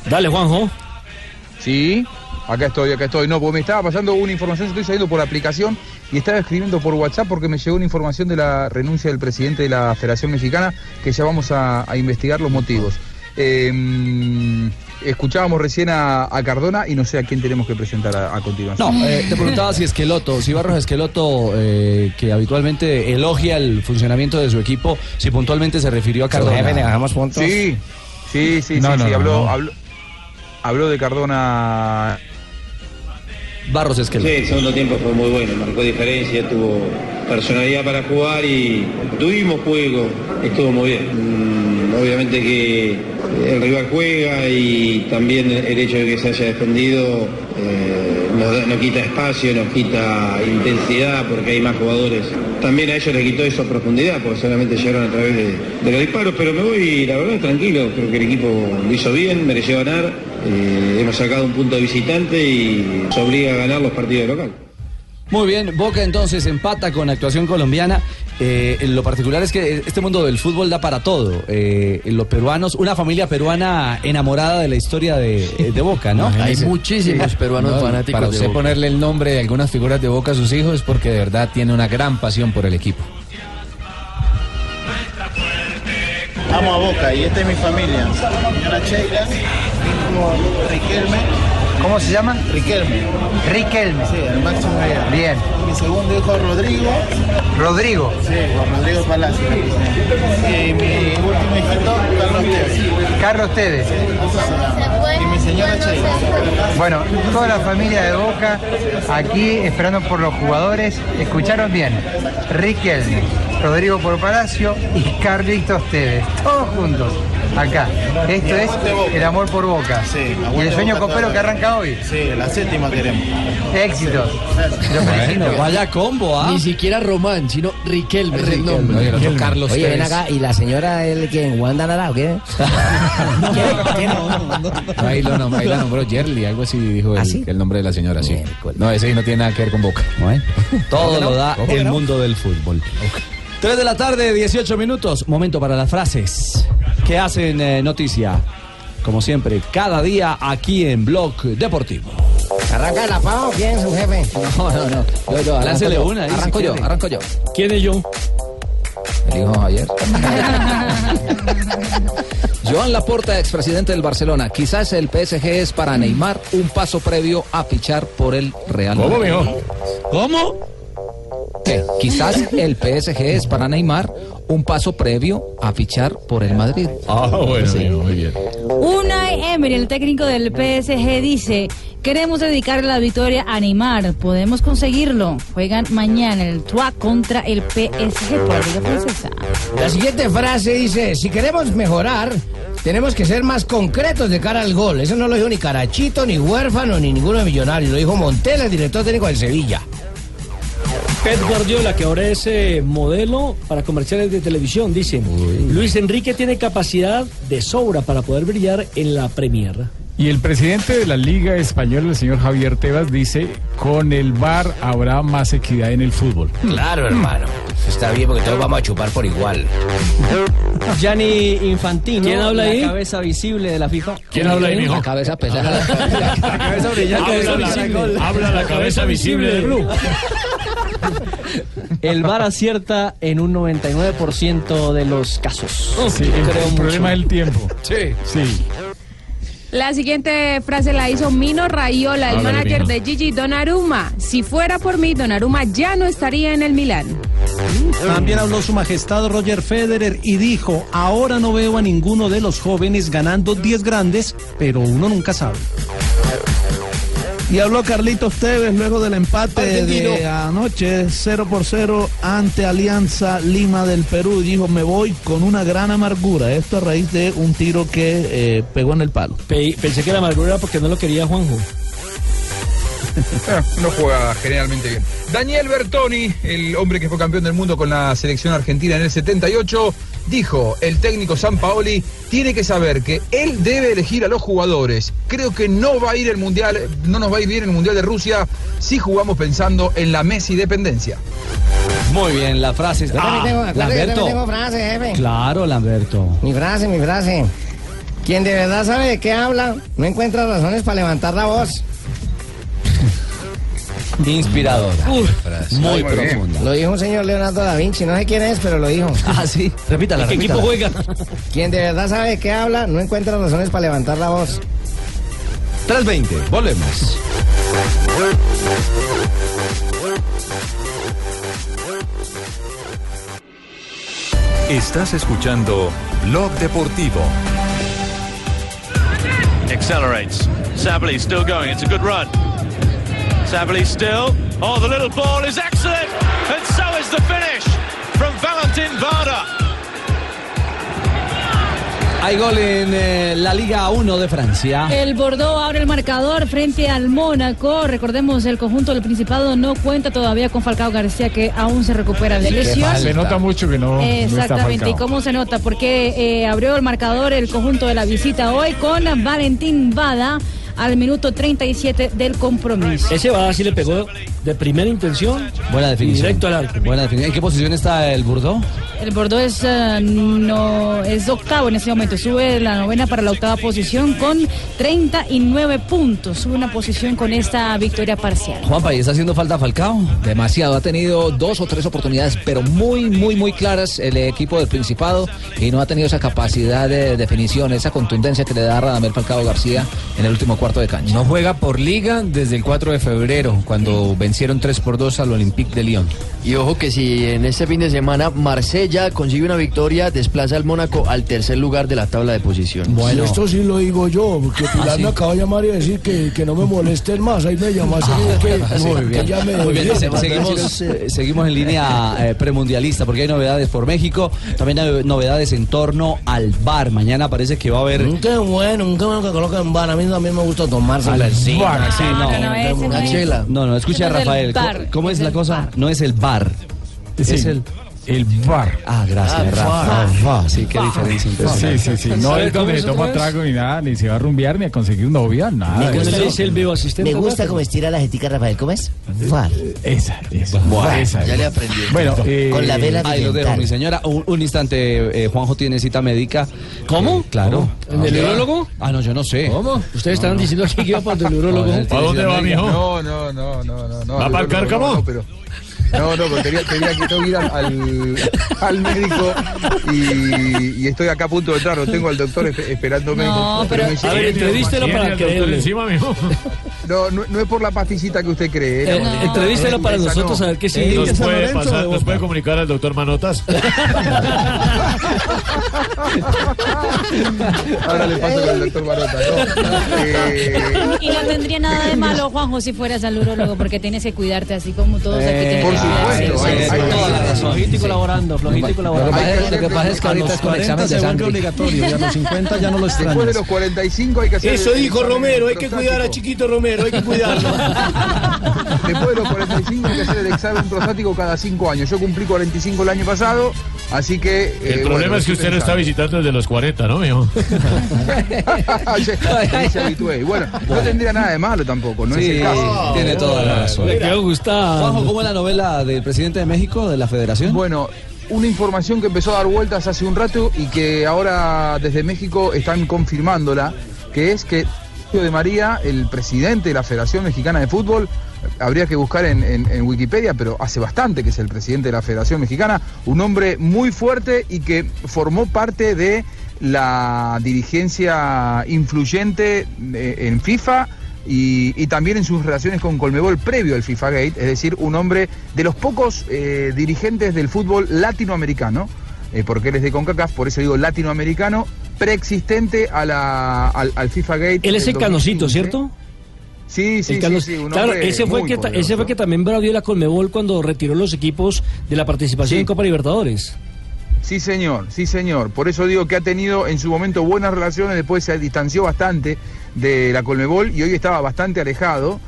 Speaker 21: Dale, Juanjo. Sí, acá estoy, acá estoy. No, porque me estaba pasando una información, estoy saliendo por aplicación y estaba escribiendo por WhatsApp porque me llegó una información de la renuncia del presidente de la Federación Mexicana que ya vamos a, a investigar los motivos. Eh, escuchábamos recién a, a Cardona y no sé a quién tenemos que presentar a, a
Speaker 2: No,
Speaker 21: continuación.
Speaker 2: eh, te preguntaba si Esqueloto, si Barros Esqueloto, eh, que habitualmente elogia el funcionamiento de su equipo, si puntualmente se refirió a Cardona.
Speaker 21: jefe, le ganamos puntos. Sí, Sí, sí,
Speaker 2: No,
Speaker 21: sí,
Speaker 2: no,
Speaker 21: sí,
Speaker 2: no,
Speaker 21: habló,
Speaker 2: no.
Speaker 21: habló, habló de Cardona
Speaker 2: Barros
Speaker 15: Sí, el segundo tiempo fue muy bueno, marcó diferencia, tuvo
Speaker 32: personalidad para jugar y tuvimos juego, estuvo muy bien. Mm, Obviamente que el rival juega y también el hecho de que se haya defendido eh, nos, da- nos quita espacio, nos quita intensidad porque hay más jugadores. También a ellos les quitó eso profundidad porque solamente llegaron a través de, de los disparos, pero me voy, la verdad, tranquilo. Creo que el equipo lo hizo bien, mereció ganar. Eh, hemos sacado un punto de visitante y nos obliga a ganar los partidos de local.
Speaker 2: Muy bien, Boca entonces empata con actuación colombiana. Eh, lo particular es que este mundo del fútbol da para todo. Eh, los peruanos, una familia peruana enamorada de la historia de, de Boca, ¿no?
Speaker 11: Imagínese.
Speaker 2: Sí.
Speaker 11: No,
Speaker 2: No,
Speaker 11: Para usted ponerle el nombre de algunas figuras de Boca a sus hijos es porque de verdad tiene una gran pasión por el equipo.
Speaker 15: Amo a Boca y esta es mi familia. Señora Sheila, Riquelme. ¿Cómo se llama? Riquelme. Riquelme. Sí, el máximo gallardo. Bien. Mi segundo hijo Rodrigo.
Speaker 33: Rodrigo.
Speaker 15: Sí, Juan Rodrigo Palacio. Y mi último hijito, Carlos Tevez.
Speaker 33: Carlos Tevez.
Speaker 15: Y mi señora Sheila.
Speaker 33: Bueno, toda la familia de Boca aquí esperando por los jugadores. Escucharon bien. Riquelme, Rodrigo por Palacio y Carlitos Tevez. Todos juntos. Acá. Esto es el amor por Boca. y el sueño copero que arranca hoy.
Speaker 15: Sí, la séptima queremos.
Speaker 33: Éxitos. Lo felicito.
Speaker 2: vaya combo,
Speaker 34: Ni siquiera Román, sino Riquelme, es el nombre.
Speaker 6: Oye, ven acá, y la señora, el quien, Wanda Nara, ¿o qué?
Speaker 11: No, Ahí lo nom- ahí la nombró Yerli, algo así dijo
Speaker 2: ¿Ah,
Speaker 11: el, el nombre de la señora. Sí. No, ese ahí no tiene nada que ver con Boca.
Speaker 2: Todo lo da el mundo del fútbol. 3 de la tarde, 18 minutos. Momento para las frases que hacen eh, noticia. Como siempre, cada día aquí en Blog Deportivo.
Speaker 6: Arranca la pavo, ¿quién su jefe?
Speaker 11: No, no, no. Yo, yo,
Speaker 2: Láncele
Speaker 11: arranco yo,
Speaker 2: una, ahí, si
Speaker 11: Arranco yo,
Speaker 2: quiere.
Speaker 11: arranco yo.
Speaker 3: ¿Quién es yo?
Speaker 11: El hijo de Javier. Joan Laporta, expresidente del Barcelona. Quizás el PSG es para Neymar un paso previo a fichar por el Real
Speaker 7: ¿Cómo,
Speaker 11: Madrid.
Speaker 7: mijo?
Speaker 11: ¿Cómo? ¿Qué? Quizás el PSG es para Neymar un paso previo a fichar por el Madrid.
Speaker 7: Ah, bueno, mijo, muy bien.
Speaker 13: Unai Emery, el técnico del PSG, dice, queremos dedicar la victoria a Neymar, podemos conseguirlo. Juegan mañana el Tua contra el PSG por la Liga Francesa.
Speaker 6: La siguiente frase dice, si queremos mejorar, tenemos que ser más concretos de cara al gol. Eso no lo dijo ni Carachito, ni Huérfano, ni ninguno de Millonarios. Lo dijo Montela, el director técnico del Sevilla.
Speaker 3: Pep Guardiola, que ahora es eh, modelo para comerciales de televisión, dice, Luis Enrique tiene capacidad de sobra para poder brillar en la Premier.
Speaker 9: Y el presidente de la Liga Española, el señor Javier Tebas, dice, con el VAR habrá más equidad en el fútbol.
Speaker 6: Claro, hermano. Está bien porque todos vamos a chupar por igual.
Speaker 18: Gianni Infantino.
Speaker 3: ¿Quién habla
Speaker 18: la
Speaker 3: ahí?
Speaker 18: cabeza visible de la FIFA.
Speaker 11: ¿Quién habla ahí, mijo? La cabeza pesada.
Speaker 18: La cabeza
Speaker 5: Ah,
Speaker 18: brillante.
Speaker 11: Habla
Speaker 18: del
Speaker 11: la-
Speaker 18: caracol.
Speaker 11: habla la cabeza visible de Blue.
Speaker 18: El VAR acierta en un 99% de los casos.
Speaker 9: Sí, el,
Speaker 18: Creo
Speaker 9: el
Speaker 18: mucho.
Speaker 9: problema del tiempo. Sí. Sí.
Speaker 12: La siguiente frase la hizo Mino Raiola, el
Speaker 9: Hágale,
Speaker 12: manager
Speaker 9: Mino.
Speaker 12: de Gigi Donnarumma. Si fuera por mí, Donnarumma ya no estaría en el Milán.
Speaker 17: También habló su majestad Roger Federer y dijo, ahora no veo a ninguno de los jóvenes ganando 10 grandes, pero uno nunca sabe.
Speaker 10: Y habló Carlitos Tevez luego del empate de
Speaker 17: Argentino.
Speaker 10: anoche 0 por 0 ante Alianza Lima del Perú. Dijo, me voy con una gran amargura. Esto a raíz de un tiro que eh, pegó en el palo.
Speaker 3: Pe- pensé que la amargura era porque no lo quería Juanjo.
Speaker 21: Eh, No juega generalmente bien. Daniel Bertoni, el hombre que fue campeón del mundo con la selección argentina en el 78, dijo, el técnico San Paoli tiene que saber que él debe elegir a los jugadores. Creo que no va a ir el Mundial, no nos va a ir bien el Mundial de Rusia si jugamos pensando en la Messi dependencia.
Speaker 2: Muy bien, las frases.
Speaker 10: Yo también
Speaker 2: Ah,
Speaker 10: tengo-
Speaker 6: Claro, yo
Speaker 2: Lamberto.
Speaker 6: también tengo frase, jefe.
Speaker 2: Claro, Lamberto.
Speaker 6: Mi frase, mi frase. Quien de verdad sabe de qué habla, no encuentra razones para levantar la voz.
Speaker 2: Inspiradora. muy
Speaker 6: bien.
Speaker 2: profunda.
Speaker 6: Lo dijo un señor Leonardo da Vinci, no sé quién es, pero lo dijo.
Speaker 2: Ah, sí. Repítala,
Speaker 6: ¿En qué
Speaker 2: repítala.
Speaker 6: equipo Quien de verdad sabe de qué habla, no encuentra razones para levantar la voz.
Speaker 2: 3.20, volvemos.
Speaker 19: Estás escuchando Blog Deportivo.
Speaker 5: accelerates. Sabley still going. It's a good run. Sabley still. Oh, the little ball is excellent. And so is
Speaker 35: Here's the finish from Valentin Varda.
Speaker 2: Hay gol en eh, la Liga 1 de Francia.
Speaker 13: El Bordeaux abre el marcador frente al Mónaco. Recordemos, el conjunto del Principado no cuenta todavía con Falcao García, que aún se recupera de lesión.
Speaker 21: Se nota mucho que no. no está
Speaker 13: Exactamente, y
Speaker 21: Falcao.
Speaker 13: cómo se nota, porque eh, abrió el marcador el conjunto de la visita hoy con Valentín Bada al minuto 37 del compromiso.
Speaker 3: Ese va así le pegó de primera intención.
Speaker 2: Buena definición.
Speaker 3: Directo al arco.
Speaker 2: Buena definición. ¿En qué posición está el Bordeaux?
Speaker 13: El Bordeaux es, eh, no, es octavo en este momento, sube de la novena para la octava posición con 39 puntos, sube una posición con esta victoria parcial.
Speaker 7: Juanpa, ¿y está haciendo falta Falcao? Demasiado, ha tenido dos o tres oportunidades, pero muy, muy, muy claras el equipo del Principado y no ha tenido esa capacidad de definición, esa contundencia que le da Radamel Falcao García en el último cuarto de cancha.
Speaker 11: No juega por liga desde el 4 de febrero, cuando vencieron 3 por 2 al Olympique de Lyon.
Speaker 14: Y ojo que si en este fin de semana Marsella consigue una victoria, desplaza al Mónaco al tercer lugar de la tabla de posiciones.
Speaker 5: Bueno. Esto sí lo digo yo, porque Pilar
Speaker 14: sí.
Speaker 5: me acaba de llamar y decir que, que no me molesten más. Ahí me llamó hace
Speaker 2: Ah,
Speaker 5: que,
Speaker 2: muy
Speaker 5: que
Speaker 2: bien.
Speaker 5: ya me
Speaker 2: Muy bien,
Speaker 5: dolió.
Speaker 2: se- seguimos, eh, seguimos en línea eh, premundialista porque hay novedades por México, también hay novedades en torno al bar. Mañana parece que va a haber.
Speaker 28: Qué bueno, qué bueno que colocan bar. A mí también me gusta tomarse
Speaker 2: Al
Speaker 28: la
Speaker 2: bar, sí, no.
Speaker 28: Ah, no, ese no
Speaker 2: Una
Speaker 28: es.
Speaker 2: chela. No, no, escucha
Speaker 28: Ese no es
Speaker 2: Rafael.
Speaker 28: el
Speaker 2: ¿cómo-
Speaker 28: bar,
Speaker 2: ¿Cómo es
Speaker 28: es
Speaker 2: la
Speaker 28: el
Speaker 2: cosa? No es el bar.
Speaker 21: Sí,
Speaker 2: Es el.
Speaker 21: El bar.
Speaker 2: Ah, gracias,
Speaker 21: Ah,
Speaker 2: Rafa.
Speaker 21: bar.
Speaker 2: Rafa, Sí, qué
Speaker 21: Bar.
Speaker 2: diferencia.
Speaker 21: Sí, sí, sí. No es donde se toma trago ni nada, ni se va a rumbear, ni a conseguir novia,
Speaker 3: Ah,
Speaker 21: nada.
Speaker 28: Me gusta,
Speaker 21: Eso.
Speaker 28: me gusta cómo estira la jetica Rafael. ¿Cómo es? Bar.
Speaker 21: Esa, esa.
Speaker 28: Bar.
Speaker 21: esa
Speaker 28: Ah, Ya
Speaker 21: es.
Speaker 28: le aprendí.
Speaker 21: Bueno, eh,
Speaker 28: Con la vela
Speaker 2: Ahí lo dejo,
Speaker 28: oriental.
Speaker 2: mi señora. Un, un instante, eh, Juanjo tiene cita médica. ¿Cómo? claro.
Speaker 3: ¿En el urólogo?
Speaker 2: Ah, no, yo no sé. ¿Cómo?
Speaker 3: Ustedes estaban diciendo aquí que iba para el urólogo.
Speaker 21: No, no, no, no, no. no
Speaker 3: ¿Va
Speaker 21: al
Speaker 3: pa'l
Speaker 21: urólogo
Speaker 3: cárcamo?
Speaker 21: No, pero... No, no, pero tenía, tenía que tengo que ir al, al, al médico y, y estoy acá a punto de entrar. Lo tengo al doctor espe- esperándome.
Speaker 3: No, pero-
Speaker 21: me dice-
Speaker 3: A ver, entrevístelo
Speaker 21: Tiene
Speaker 3: para
Speaker 21: al
Speaker 3: que-
Speaker 21: doctor No, no, no es por la pastillita que usted cree. ¿eh?
Speaker 3: Eh,
Speaker 21: No,
Speaker 3: entrevístelo
Speaker 21: no,
Speaker 3: para
Speaker 21: esa
Speaker 3: nosotros
Speaker 21: no. Eh,
Speaker 3: a ver qué sí.
Speaker 21: ¿Nos puede pasar- nos
Speaker 3: puede comunicar al doctor Manotas?
Speaker 21: Ahora le paso con el doctor Barota. ¿no? Eh,
Speaker 13: Y no tendría nada de malo, Juanjo, si fueras al urólogo, porque tienes que cuidarte así como todos aquí
Speaker 21: Eh,
Speaker 13: tenemos
Speaker 21: por
Speaker 13: que cuidarse.
Speaker 21: supuesto,
Speaker 13: Sí,
Speaker 21: hay-
Speaker 13: sí,
Speaker 21: hay-
Speaker 13: sí.
Speaker 21: toda la razón.
Speaker 17: Flojito y colaborando, flojito y colaborando.
Speaker 21: Hay que-
Speaker 17: Lo que pasa es que
Speaker 21: a
Speaker 17: ahorita
Speaker 21: los
Speaker 17: es con
Speaker 21: 40
Speaker 17: examen de
Speaker 21: se vuelve
Speaker 17: sangre.
Speaker 21: obligatorio, ya a los 50 ya no lo extrañas. Después de los 45 hay que hacer
Speaker 5: Eso
Speaker 21: el- el
Speaker 5: dijo
Speaker 21: examen
Speaker 5: Romero, hay que
Speaker 21: prostático.
Speaker 5: cuidar a Chiquito Romero, hay que cuidarlo.
Speaker 21: Después de los 45 hay que hacer el examen prostático cada 5 años. Yo cumplí 45 el año pasado, así que... eh,
Speaker 18: El problema es que usted no está visitando desde los 40, ¿no, mijo?
Speaker 21: visitando. se habitué. Y Bueno, no tendría nada de malo tampoco, no es
Speaker 2: Sí,
Speaker 21: el caso.
Speaker 2: tiene toda la razón. Le quedó
Speaker 21: gustado.
Speaker 2: Juanjo, ¿cómo es la novela del presidente de México, de la Federación?
Speaker 21: Bueno, una información que empezó a dar vueltas hace un rato y que ahora desde México están confirmándola, que es que Sergio de María, el presidente de la Federación Mexicana de Fútbol, habría que buscar en, en- en Wikipedia, pero hace bastante que es el presidente de la Federación Mexicana, un hombre muy fuerte y que formó parte de la dirigencia influyente eh, en FIFA y, y también en sus relaciones con Colmebol previo al FIFA Gate, es decir, un hombre de los pocos eh, dirigentes del fútbol latinoamericano, eh, porque él es de CONCACAF, por eso digo latinoamericano, preexistente a la, al, al FIFA Gate.
Speaker 3: Él es
Speaker 21: del
Speaker 3: el Canosito,
Speaker 21: 2015.
Speaker 3: ¿cierto?
Speaker 21: Sí, sí,
Speaker 3: El
Speaker 21: sí,
Speaker 3: Carlos-
Speaker 21: sí, un
Speaker 3: claro,
Speaker 21: hombre
Speaker 3: ese fue, el
Speaker 21: muy
Speaker 3: que, ta-
Speaker 21: poderoso.
Speaker 3: ese fue el que también bravió la Colmebol cuando retiró los equipos de la participación en Copa Libertadores.
Speaker 21: Sí, señor, sí, señor. Por eso digo que ha tenido en su momento buenas relaciones, después se distanció bastante de la Colmebol y hoy estaba bastante alejado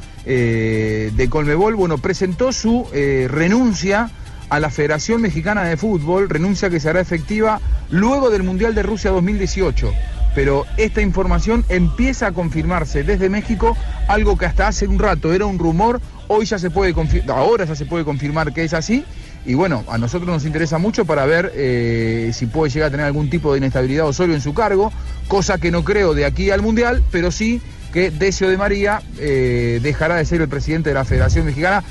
Speaker 21: eh, de Colmebol. Bueno, presentó su eh, renuncia a la Federación Mexicana de Fútbol, renuncia que se hará efectiva luego del Mundial de Rusia 2018. Pero esta información empieza a confirmarse desde México, algo que hasta hace un rato era un rumor, hoy ya se puede confir- ahora ya se puede confirmar que es así. Y bueno, a nosotros nos interesa mucho para ver eh, si puede llegar a tener algún tipo de inestabilidad Osorio en su cargo, cosa que no creo de aquí al Mundial, pero sí que Decio de María eh, dejará de ser el presidente de la Federación Mexicana.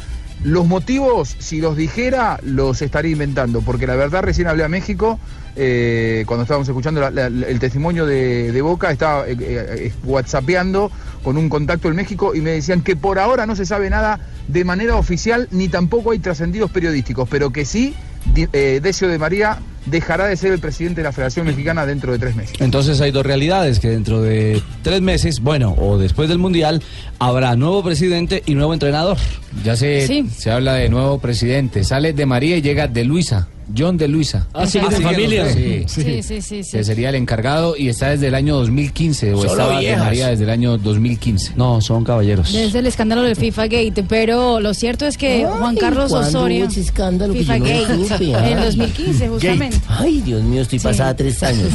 Speaker 21: Los motivos, si los dijera, los estaría inventando, porque la verdad recién hablé a México, eh, cuando estábamos escuchando la- la- el testimonio de, de Boca, estaba eh, eh, whatsappeando con un contacto en México y me decían que por ahora no se sabe nada de manera oficial, ni tampoco hay trascendidos periodísticos, pero que sí, Di- eh, Decio de María dejará de ser el presidente de la Federación Mexicana dentro de tres meses.
Speaker 2: Entonces hay dos realidades, que dentro de tres meses, bueno, o después del Mundial, habrá nuevo presidente y nuevo entrenador.
Speaker 11: Ya se, se habla de nuevo presidente. Sale de María y llega de Luisa. John de Luisa.
Speaker 3: Ah, sigue de familia.
Speaker 11: Sí,
Speaker 13: Sí, sí, sí. sí.
Speaker 11: Que sería el encargado y está desde el año 2015 o
Speaker 13: Solo
Speaker 11: estaba de
Speaker 13: viejas.
Speaker 11: María desde el año 2015.
Speaker 2: No, son
Speaker 28: Pues,
Speaker 2: caballeros.
Speaker 13: Desde el escándalo del FIFA Gate, pero lo cierto es que Juan Carlos
Speaker 28: ¿cuándo
Speaker 13: Osorio.
Speaker 28: hubo ese escándalo que
Speaker 13: FIFA
Speaker 28: yo no
Speaker 13: Gate.
Speaker 28: supe? Ah.
Speaker 13: En 2015, justamente.
Speaker 28: Gate. Ay, Dios mío, estoy pasada tres años.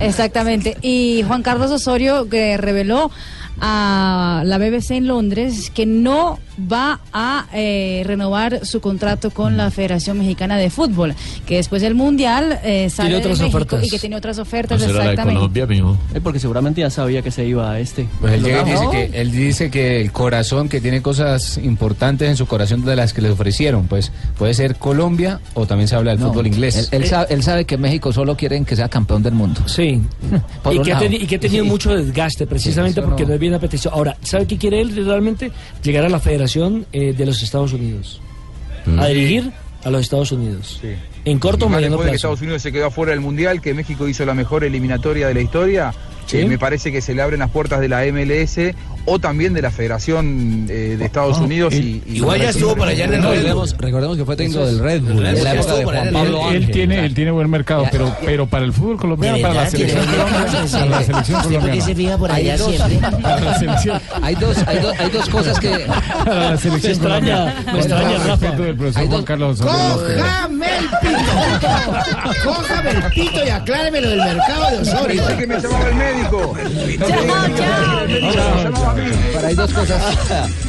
Speaker 13: Exactamente. Y Juan Carlos Osorio que reveló a la BBC en Londres que no va a eh, renovar su contrato con la Federación Mexicana de Fútbol, que después del Mundial eh, sale de
Speaker 36: otras
Speaker 13: México
Speaker 36: ofertas.
Speaker 13: y que tiene otras
Speaker 36: No
Speaker 13: ofertas.
Speaker 36: será la de
Speaker 13: exactamente.
Speaker 36: Colombia, mijo.
Speaker 37: Eh, porque seguramente ya sabía que se iba a este.
Speaker 11: Pues él, llega y
Speaker 37: No,
Speaker 11: dice
Speaker 37: no.
Speaker 11: que, él dice que el corazón, que tiene cosas importantes en su corazón de las que le ofrecieron, pues puede ser Colombia o también se habla del No, fútbol inglés. él- él sabe, que México solo quieren que sea campeón del mundo.
Speaker 3: Sí. Y que, ha teni- y que ha tenido mucho desgaste, precisamente porque no. es bien apetecido. Ahora, ¿sabe qué quiere él realmente? Llegar a la Federación eh, de los Estados Unidos. A dirigir a los Estados Unidos. En corto o
Speaker 21: Más
Speaker 3: mediano
Speaker 21: después de que
Speaker 3: plazo.
Speaker 21: Estados Unidos se quedó afuera del Mundial, que México hizo la mejor eliminatoria de la historia,
Speaker 3: Sí.
Speaker 21: eh, me parece que se le abren las puertas de la MLS o también de la Federación eh, de
Speaker 3: Oh,
Speaker 21: Estados Unidos. Y, y-
Speaker 2: No, recordemos, recordemos que fue técnico del Red Bull, en la época de Juan Pablo
Speaker 9: él,
Speaker 2: Ángel.
Speaker 9: tiene, él tiene buen mercado, pero, pero para el fútbol colombiano,
Speaker 2: ¿De
Speaker 9: para la
Speaker 2: verdad? ¿Tiene
Speaker 9: selección
Speaker 2: buen
Speaker 9: colombiana,
Speaker 2: mercado?
Speaker 9: para la selección
Speaker 2: ¿Usted por qué
Speaker 9: colombiana.
Speaker 2: se fija por allá
Speaker 9: Hay dos-
Speaker 2: siempre?
Speaker 9: para la selección.
Speaker 11: Hay dos, hay, dos, hay dos cosas que.
Speaker 9: Para la selección
Speaker 11: Me extraña,
Speaker 9: colombiana.
Speaker 11: me
Speaker 9: Con todo
Speaker 11: extraña,
Speaker 9: el
Speaker 11: Rafa.
Speaker 9: respeto del profesor Juan Carlos Osorio López.
Speaker 5: ¡Cójame el pito! ¡Cójame el pito y acláreme lo del mercado de Osorio!
Speaker 21: Pensé que me llamaba el médico.
Speaker 11: Para hay dos cosas.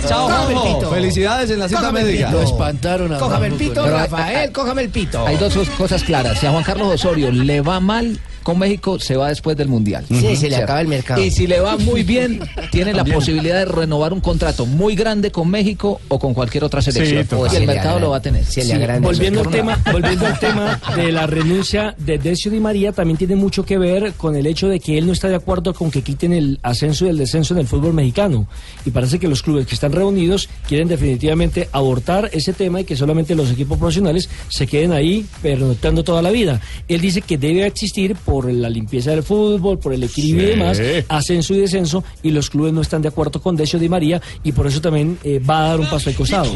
Speaker 2: Chao,
Speaker 5: Cójame el
Speaker 2: Juanjo.
Speaker 5: pito.
Speaker 2: Felicidades en la cita
Speaker 5: Cójame el
Speaker 2: médica.
Speaker 5: pito. Lo
Speaker 11: espantaron a
Speaker 5: Pues, Cójame el pito,
Speaker 11: Pero hay-
Speaker 5: Rafael, cójame el pito.
Speaker 11: Hay dos cosas claras. Si a Juan Carlos Osorio le va mal con México, se va después del Mundial.
Speaker 5: Sí, se le
Speaker 11: ¿Cierto?
Speaker 5: acaba el mercado.
Speaker 11: Y si le va muy bien, tiene la posibilidad de renovar un contrato muy grande con México o con cualquier otra selección.
Speaker 5: total.
Speaker 11: y
Speaker 5: Se
Speaker 11: el
Speaker 5: le
Speaker 11: mercado
Speaker 5: agranda.
Speaker 11: lo va a tener.
Speaker 5: Se
Speaker 3: Sí, volviendo al tema, volviendo al tema de la renuncia de Decio Di María, también tiene mucho que ver con el hecho de que él no está de acuerdo con que quiten el ascenso y el descenso en el fútbol mexicano. Y parece que los clubes que están reunidos quieren definitivamente abortar ese tema y que solamente los equipos profesionales se queden ahí pernoctando toda la vida. Él dice que debe existir por la limpieza del fútbol, por el equilibrio y
Speaker 36: Sí.
Speaker 3: demás, ascenso y descenso, y los clubes no están de acuerdo con Decio Di María y por eso también eh, va a dar un paso al costado.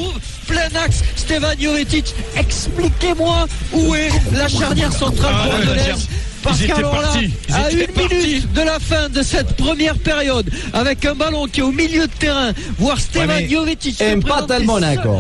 Speaker 38: plein axe Stevan Jovetic. Expliquez-moi où est la charnière centrale
Speaker 15: Ah, la
Speaker 38: bordelaise.
Speaker 15: charnière.
Speaker 38: Parce
Speaker 15: Ils étaient
Speaker 38: qu'alors là,
Speaker 15: partis. Ils
Speaker 38: à
Speaker 15: étaient
Speaker 38: une minute de la fin de cette première période, avec un ballon qui est au milieu de terrain, voir Stevan Jovetic se
Speaker 2: Empata el
Speaker 38: présenter
Speaker 2: Mónaco.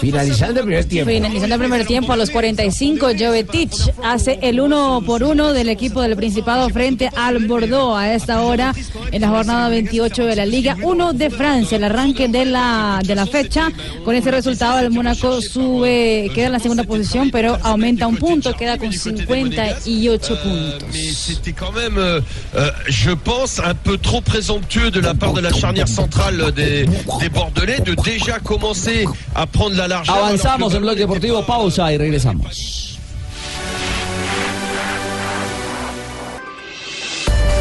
Speaker 5: Finalizando el
Speaker 13: hein,
Speaker 5: primer
Speaker 13: Finalizando el primer tiempo a los 45, Jovetic hace el uno por uno del equipo del Principado frente al Bordeaux a esta hora en la jornada 28 de la Liga 1 de Francia. El arranque de la, de la fecha con ese resultado el Mónaco sube, queda en la segunda posición, pero aumenta un punto, queda con 58 puntos.
Speaker 15: Mais c'était quand même, euh, euh, je pense, un peu trop présomptueux de la part de la charnière centrale des, des Bordelais de déjà commencer à prendre la largeur.
Speaker 2: Avanzamos en bloque deportivo, pausa y regresamos.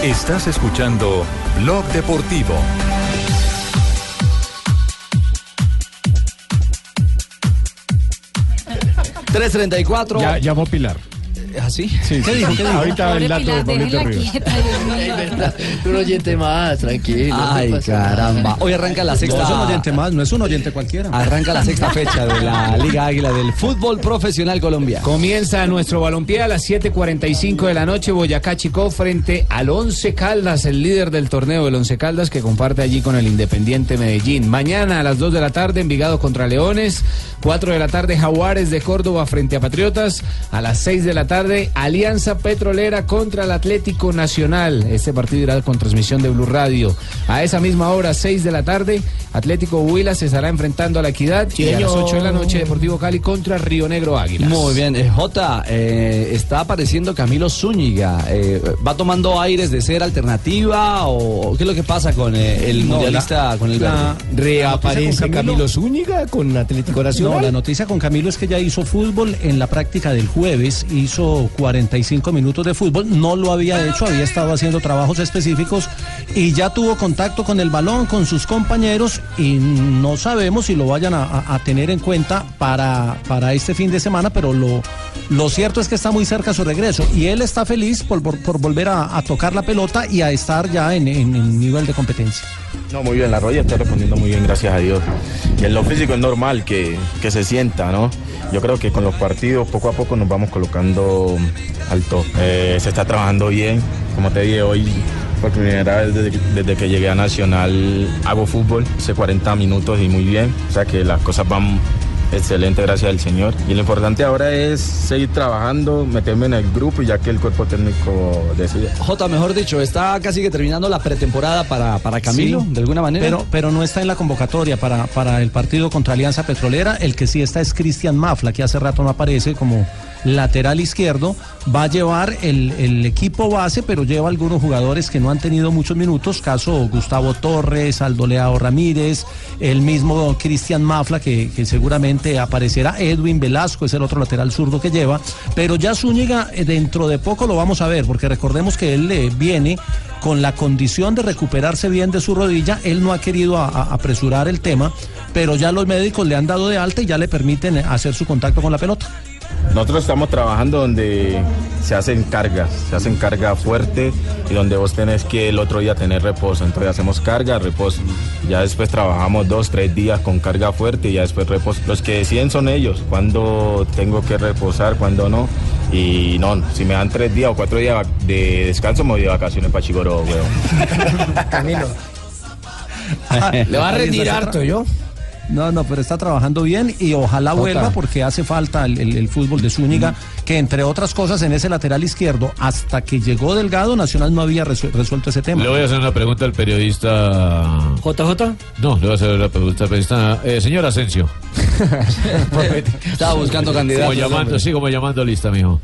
Speaker 19: Estás escuchando Blog Deportivo.
Speaker 9: Ya,
Speaker 2: 334.
Speaker 9: llamó Pilar.
Speaker 2: ¿Así?
Speaker 9: Sí,
Speaker 2: ¿Ah, ¿Qué dijo? ¿Qué dijo?
Speaker 9: Ahorita el dato de Pablito Ríos.
Speaker 14: Un oyente más, tranquilo.
Speaker 2: Ay, caramba. Hoy arranca la sexta.
Speaker 14: No, es un
Speaker 2: oyente más, no es un oyente cualquiera. Arranca la sexta fecha de la Liga Águila del fútbol profesional colombiano.
Speaker 11: Comienza nuestro balompié a las 7:45 de la noche. Boyacá Chico frente al Once Caldas, el líder del torneo del Once Caldas que comparte allí con el Independiente Medellín. Mañana a las 2 de la tarde Envigado contra Leones, 4 de la tarde Jaguares de Córdoba frente a Patriotas, a las 6 de la tarde Alianza Petrolera contra el Atlético Nacional. Este partido irá con transmisión de Blue Radio. A esa misma hora, 6 de la tarde, Atlético Huila se estará enfrentando a la Equidad y a las 8 de la noche Deportivo Cali contra Río Negro Águilas.
Speaker 2: Muy bien, eh, Jota, eh, está apareciendo Camilo Zúñiga. eh, ¿Va tomando aires de ser alternativa o qué es lo que pasa con eh, el
Speaker 39: No,
Speaker 2: mundialista,
Speaker 39: la-
Speaker 2: con el
Speaker 39: la-
Speaker 2: verde?
Speaker 39: Reaparece Camilo Zúñiga con Atlético Nacional.
Speaker 17: No, la noticia con Camilo es que ya hizo fútbol en la práctica del jueves, hizo 45 minutos de fútbol, no lo había hecho, había estado haciendo trabajos específicos y ya tuvo contacto con el balón, con sus compañeros y no sabemos si lo vayan a, a- a tener en cuenta para, para este fin de semana, pero lo, Lo cierto es que está muy cerca su regreso y él está feliz por, por- por volver a, a tocar la pelota y a estar ya en, en- en nivel de competencia.
Speaker 27: No, muy bien, la rodilla está respondiendo muy bien, gracias a Dios. En lo físico es normal que, que se sienta, ¿no? Yo creo que con los partidos poco a poco nos vamos colocando al top. Eh, se está trabajando bien, como te dije hoy, por primera vez desde, desde que llegué a Nacional hago fútbol, hace 40 minutos y muy bien, o sea que las cosas van excelente, gracias al Señor. Y lo importante ahora es seguir trabajando, meterme en el grupo y ya que el cuerpo técnico decide.
Speaker 2: Jota, mejor dicho, está casi que terminando la pretemporada para, para Camilo,
Speaker 17: Sí,
Speaker 2: de alguna manera.
Speaker 17: Pero, pero no está en la convocatoria para, para el partido contra Alianza Petrolera. El que sí está es Cristian Mafla, que hace rato no aparece como lateral izquierdo. Va a llevar el, el equipo base, pero lleva algunos jugadores que no han tenido muchos minutos. Caso Gustavo Torres, Aldo Leao Ramírez, el mismo Cristian Mafla, que, que seguramente aparecerá. Edwin Velasco es el otro lateral zurdo que lleva. Pero ya Zúñiga, eh, dentro de poco lo vamos a ver, porque recordemos que él eh, viene con la condición de recuperarse bien de su rodilla. Él no ha querido a- a- apresurar el tema, pero ya los médicos le han dado de alta y ya le permiten eh, hacer su contacto con la pelota.
Speaker 27: Nosotros estamos trabajando donde se hacen cargas, se hacen carga fuerte y donde vos tenés que el otro día tener reposo. Entonces hacemos carga, reposo. Ya después trabajamos dos, tres días con carga fuerte y ya después reposo. Los que deciden son ellos, cuándo tengo que reposar, cuándo no. Y no, si me dan tres días o cuatro días de descanso, me voy de vacaciones para Chigoro, weón.
Speaker 17: Le va a rendir harto yo. No, no, pero está trabajando bien y ojalá
Speaker 7: Total.
Speaker 17: vuelva porque hace falta el, el- el fútbol de Zúñiga, que entre otras cosas en ese lateral izquierdo, hasta que llegó Delgado, Nacional no había resu- resuelto ese tema.
Speaker 18: Le voy a hacer una pregunta al periodista.
Speaker 3: ¿JJ?
Speaker 18: No, le voy a hacer una pregunta al periodista. eh, señor Asensio.
Speaker 2: Estaba buscando candidatos.
Speaker 18: Como llamando,
Speaker 2: hombre.
Speaker 18: sí, como llamando lista, mijo.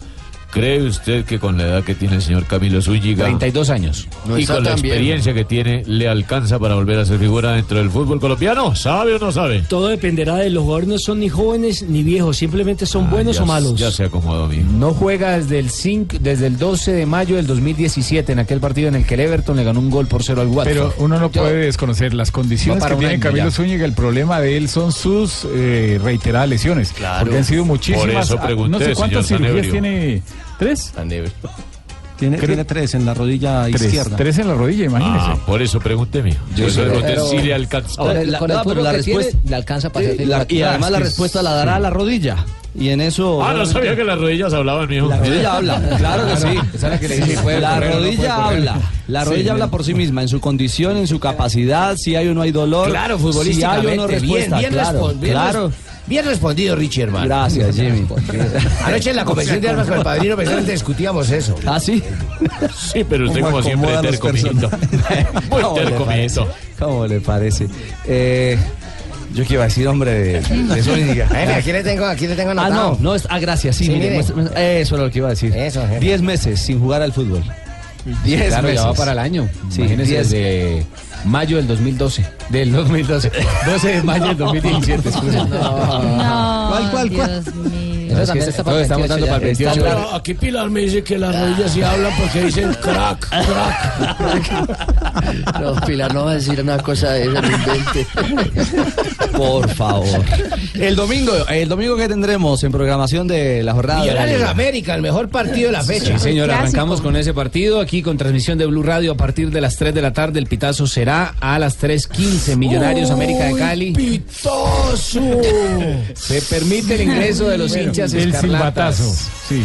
Speaker 18: ¿Cree usted que con la edad que tiene el señor Camilo Zúñiga,
Speaker 11: 32 años, no
Speaker 18: y
Speaker 11: está
Speaker 18: con la
Speaker 11: tan bien.
Speaker 18: experiencia que tiene, le alcanza para volver a ser figura dentro del fútbol colombiano? ¿Sabe o no sabe?
Speaker 3: Todo dependerá de los jugadores, no son ni jóvenes ni viejos, simplemente son buenos
Speaker 18: Ah, ya,
Speaker 3: o malos.
Speaker 18: Ya se acomodó, mijo.
Speaker 11: No juega desde el, 5, desde el 12 de mayo del 2017, en aquel partido en el que el Everton le ganó un gol por cero al Watford.
Speaker 9: Pero uno no puede desconocer las
Speaker 11: Va
Speaker 9: condiciones
Speaker 11: para
Speaker 9: que
Speaker 11: un
Speaker 9: tiene
Speaker 11: año
Speaker 9: Camilo
Speaker 11: ya.
Speaker 9: Zúñiga. El problema de él son sus eh, reiteradas lesiones. Porque han sido muchísimas.
Speaker 18: Por eso
Speaker 9: ah,
Speaker 18: pregunté,
Speaker 9: no sé cuántas
Speaker 18: señor
Speaker 9: cirugías
Speaker 18: Sanabria.
Speaker 9: tiene. ¿Tres?
Speaker 17: Tiene,
Speaker 9: Creo-
Speaker 17: tiene tres en la rodilla
Speaker 9: Tres,
Speaker 17: izquierda.
Speaker 9: tres en la rodilla, imagínese.
Speaker 18: Ah, por eso pregunté, mijo.
Speaker 9: Yo
Speaker 18: Por eso
Speaker 9: sé,
Speaker 18: pregunté
Speaker 9: pero-
Speaker 18: si le alcanzó.
Speaker 7: Ahora, la-
Speaker 2: no, pero la respuesta
Speaker 7: le alcanza para
Speaker 2: Sí,
Speaker 7: hacer
Speaker 2: la- y
Speaker 7: figura.
Speaker 2: además la
Speaker 7: Sí.
Speaker 2: respuesta la dará a la rodilla. Y en eso.
Speaker 18: Ah, no
Speaker 2: obviamente,
Speaker 18: sabía que las rodillas hablaban, mijo.
Speaker 2: La rodilla habla, claro que sí. La rodilla habla, la rodilla habla por sí misma, en su condición, en su capacidad, si hay o no hay dolor.
Speaker 6: Claro,
Speaker 2: Si hay o no
Speaker 6: futbolísticamente, bien,
Speaker 2: respuesta,
Speaker 6: bien
Speaker 2: claro,
Speaker 6: respon- bien
Speaker 2: claro.
Speaker 6: Bien respondido, Richie, hermano.
Speaker 2: Gracias, Jimmy.
Speaker 6: Anoche en la convención de armas con el padrino precisamente discutíamos eso.
Speaker 2: ¿Ah, sí?
Speaker 18: Sí, pero usted
Speaker 2: ¿Cómo
Speaker 18: como siempre
Speaker 2: acomodan los
Speaker 18: terco, mijito. Muy
Speaker 2: ¿Cómo le
Speaker 18: terco,
Speaker 2: parece?
Speaker 18: mijito.
Speaker 2: ¿Cómo le parece? Eh, yo que iba a decir, hombre, de, de Zúñiga.
Speaker 6: Eh, mira, aquí le tengo, aquí le tengo
Speaker 2: Ah,
Speaker 6: anotado.
Speaker 2: no, no, es, ah, gracias, sí,
Speaker 6: Sí,
Speaker 2: mire,
Speaker 6: mire.
Speaker 2: muéstrame- eso era lo que iba a decir. Diez meses sin jugar al fútbol. Diez
Speaker 11: claro,
Speaker 2: meses.
Speaker 11: ya va para el año.
Speaker 2: Sí,
Speaker 11: Imagínense
Speaker 2: diez.
Speaker 11: desde mayo del 2012. Del 2012. 12 de mayo del 2017, excusa.
Speaker 40: No,
Speaker 11: ¿Cuál, cuál, cuál?
Speaker 40: Dios mío.
Speaker 11: No, es que está- todos estamos dando para el 28.
Speaker 5: Pero aquí Pilar me dice que las rodillas sí hablan porque dicen crack, crack.
Speaker 14: No, Pilar, no va a decir una cosa de esa, no invente.
Speaker 2: Por favor. El domingo, el domingo que tendremos en programación de la jornada. de la
Speaker 6: Millonarios
Speaker 2: Liga.
Speaker 6: América, el mejor partido de la fecha.
Speaker 11: Sí, señor, arrancamos con ese partido aquí con transmisión de Blue Radio a partir de las 3 de la tarde. El pitazo será a las 3.15. Millonarios América de Cali.
Speaker 5: ¡Pitoso!
Speaker 11: Se permite el ingreso de los
Speaker 9: Bueno,
Speaker 11: hinchas
Speaker 9: El
Speaker 11: escarlatas.
Speaker 9: silbatazo. Sí.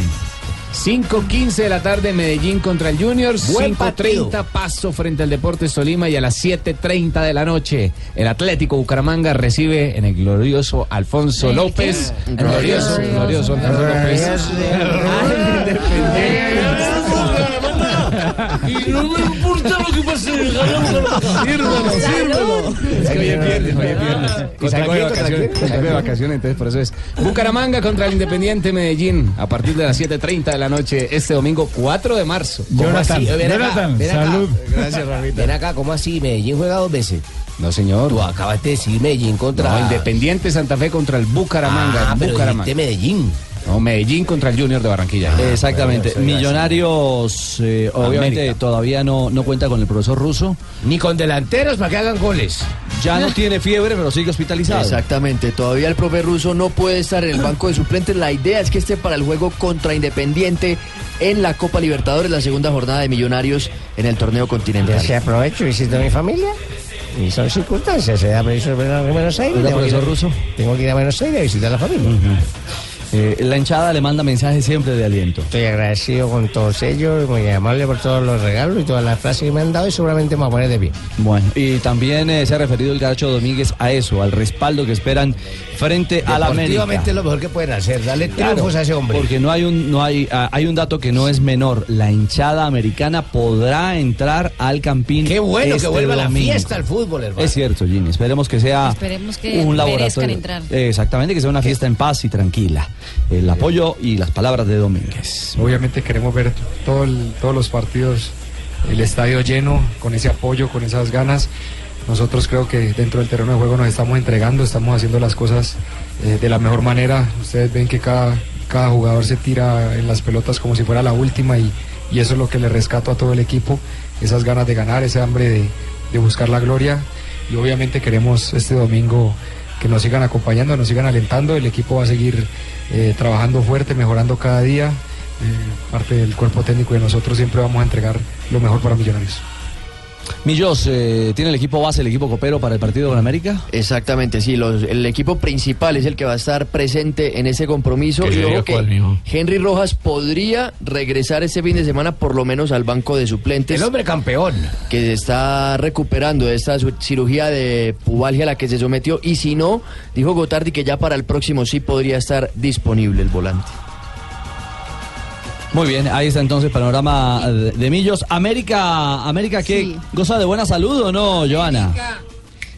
Speaker 11: 5.15 de la tarde Medellín contra el Junior,
Speaker 9: Buen partido.
Speaker 11: 5.30 paso frente al Deportes Tolima y a las 7.30 de la noche el Atlético Bucaramanga recibe en el glorioso Alfonso López. Glorioso, glorioso Alfonso López.
Speaker 5: Y no me importa lo que pase, ganamos la
Speaker 11: Sírvelo, sírvelo. Es que hoy es viernes, hoy es viernes. Y salgo de vacaciones, salgo de vacaciones, entonces por eso es. Bucaramanga contra el Independiente Medellín a partir de las 7.30 de la noche este domingo 4 de marzo.
Speaker 6: ¿Cómo así? Eh, ven acá, ven acá.
Speaker 11: Gracias, Ramita.
Speaker 6: Ven acá, ¿cómo así? Medellín juega dos veces.
Speaker 11: No, señor.
Speaker 6: Tú acabaste de decir Medellín contra...
Speaker 11: No, Independiente Santa Fe contra el Bucaramanga.
Speaker 6: Ah, pero
Speaker 11: Bucaramanga.
Speaker 6: dijiste Medellín.
Speaker 11: No, Medellín contra el Junior de Barranquilla.
Speaker 26: Ah,
Speaker 2: Exactamente. Millonarios, eh, obviamente, todavía no, no cuenta con el profesor ruso.
Speaker 11: Ni con delanteros para que hagan goles.
Speaker 2: Ya no tiene fiebre, pero sigue hospitalizado.
Speaker 14: Exactamente, todavía el profe ruso no puede estar en el banco de suplentes. La idea es que esté para el juego contra Independiente en la Copa Libertadores, la segunda jornada de Millonarios en el torneo continental.
Speaker 6: Ya se aprovecho, visito a mi familia. Y son circunstancias, se da permiso para ir a Buenos Aires.
Speaker 2: Oiga,
Speaker 6: tengo que ir a-
Speaker 2: profesor ruso.
Speaker 6: Tengo que ir a Buenos Aires a visitar a la familia.
Speaker 2: Eh, la hinchada le manda mensajes siempre de aliento.
Speaker 6: Estoy agradecido con todos ellos, muy amable por todos los regalos y todas las frases que me han dado y seguramente me voy a poner de pie.
Speaker 2: Bueno, y también eh, se ha referido el Gacho Domínguez a eso, al respaldo que esperan frente a la América.
Speaker 6: Deportivamente es lo mejor que pueden hacer, darle
Speaker 2: Claro,
Speaker 6: triunfos a ese hombre.
Speaker 2: Porque no hay un no hay ah, hay un dato que no es menor, la hinchada americana podrá entrar al Campín.
Speaker 6: Qué bueno
Speaker 2: este
Speaker 6: que vuelva
Speaker 2: domingo.
Speaker 6: la fiesta al fútbol, hermano.
Speaker 2: Es cierto, Jimmy. Esperemos que sea
Speaker 41: Ah, Esperemos que
Speaker 2: un
Speaker 41: merezcan
Speaker 2: laboratorio.
Speaker 41: entrar.
Speaker 2: Eh, Exactamente, que sea una fiesta en paz y tranquila. El apoyo y las palabras de Domínguez.
Speaker 33: Obviamente queremos ver todo el- todos los partidos, el estadio lleno, con ese apoyo, con esas ganas. Nosotros creo que dentro del terreno de juego nos estamos entregando, estamos haciendo las cosas eh, de la mejor manera. Ustedes ven que cada, cada jugador se tira en las pelotas como si fuera la última y, y eso es lo que le rescato a todo el equipo, esas ganas de ganar, ese hambre de, de buscar la gloria. Y obviamente queremos este domingo que nos sigan acompañando, nos sigan alentando. El equipo va a seguir eh, trabajando fuerte, mejorando cada día. Eh, parte del cuerpo técnico y de nosotros siempre vamos a entregar lo mejor para Millonarios.
Speaker 2: Millos, eh, ¿tiene el equipo base, el equipo copero para el partido con América?
Speaker 14: Exactamente, sí, los- el equipo principal es el que va a estar presente en ese compromiso.
Speaker 18: Que yo
Speaker 14: Y
Speaker 18: diga
Speaker 14: ojo que
Speaker 18: cuál, mijo.
Speaker 14: Henry Rojas podría regresar este fin de semana por lo menos al banco de suplentes. El hombre
Speaker 11: campeón.
Speaker 14: Que se está recuperando de esta su- cirugía de pubalgia a la que se sometió. Y si no, dijo Gotardi que ya para el próximo sí podría estar disponible el volante.
Speaker 2: Muy bien, ahí está entonces panorama de, de Millos. América, América que goza de buena salud o no, Joana?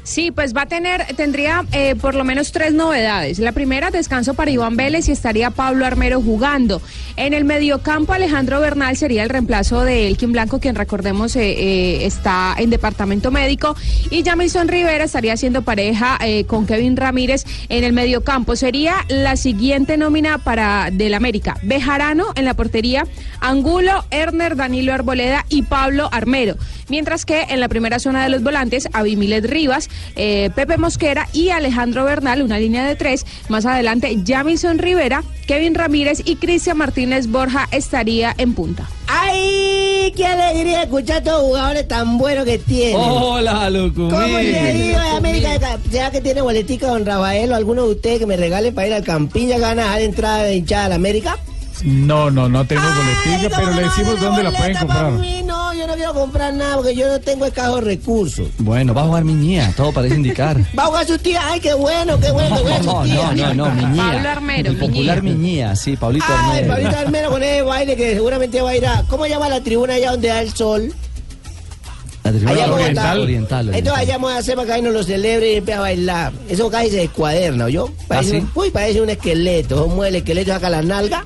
Speaker 12: Sí, pues va a tener, tendría eh, por lo menos tres novedades. La primera, descanso para Iván Vélez y estaría Pablo Armero jugando. En el mediocampo, Alejandro Bernal sería el reemplazo de Elkin Blanco, quien recordemos eh, eh, está en departamento médico. Y Jamilson Rivera estaría haciendo pareja eh, con Kevin Ramírez en el mediocampo. Sería la siguiente nómina para del América. Bejarano en la portería, Angulo, Erner, Danilo Arboleda y Pablo Armero. Mientras que en la primera zona de los volantes, Abimilet Rivas, eh, Pepe Mosquera y Alejandro Bernal, una línea de tres. Más adelante, Jamison Rivera, Kevin Ramírez y Cristian Martínez Borja estaría en punta.
Speaker 6: ¡Ay! ¡Qué alegría escuchar a estos jugadores tan buenos que tienen!
Speaker 2: Hola, Lucumí.
Speaker 6: ¿Cómo le ha ido a América? ¿Será que tiene boletica don Rafael o alguno de ustedes que me regale para ir al Campín y ganar entrada de hinchada a la América?
Speaker 9: No, no, no tenemos boletilla, pero le decimos dónde la pueden comprar.
Speaker 6: Uy, no, yo no quiero comprar nada porque yo no tengo escasos recursos.
Speaker 2: Bueno, va a jugar Miñía, todo parece indicar.
Speaker 6: Va a jugar su tía, ay, qué bueno, qué bueno, que juega
Speaker 2: No,
Speaker 6: su tía.
Speaker 2: no, no, no, Miñía.
Speaker 6: Pablo Armero,
Speaker 2: El popular
Speaker 6: Miñía.
Speaker 2: Miñía, sí, Pablito
Speaker 6: Ay,
Speaker 2: Armero.
Speaker 6: Pablito Armero con ese baile que seguramente va a ir a. ¿Cómo llama la tribuna allá donde da el sol?
Speaker 2: La tribuna
Speaker 6: Allá en Bogotá.
Speaker 2: oriental. Eh, oriental,
Speaker 6: Entonces allá vamos a hacer para que ahí nos lo celebre y empieza a bailar. Eso casi se descuaderna, ¿yo? Parece,
Speaker 2: ¿Ah,
Speaker 6: un- Uy, parece un esqueleto. Mueve el esqueleto, saca la nalga.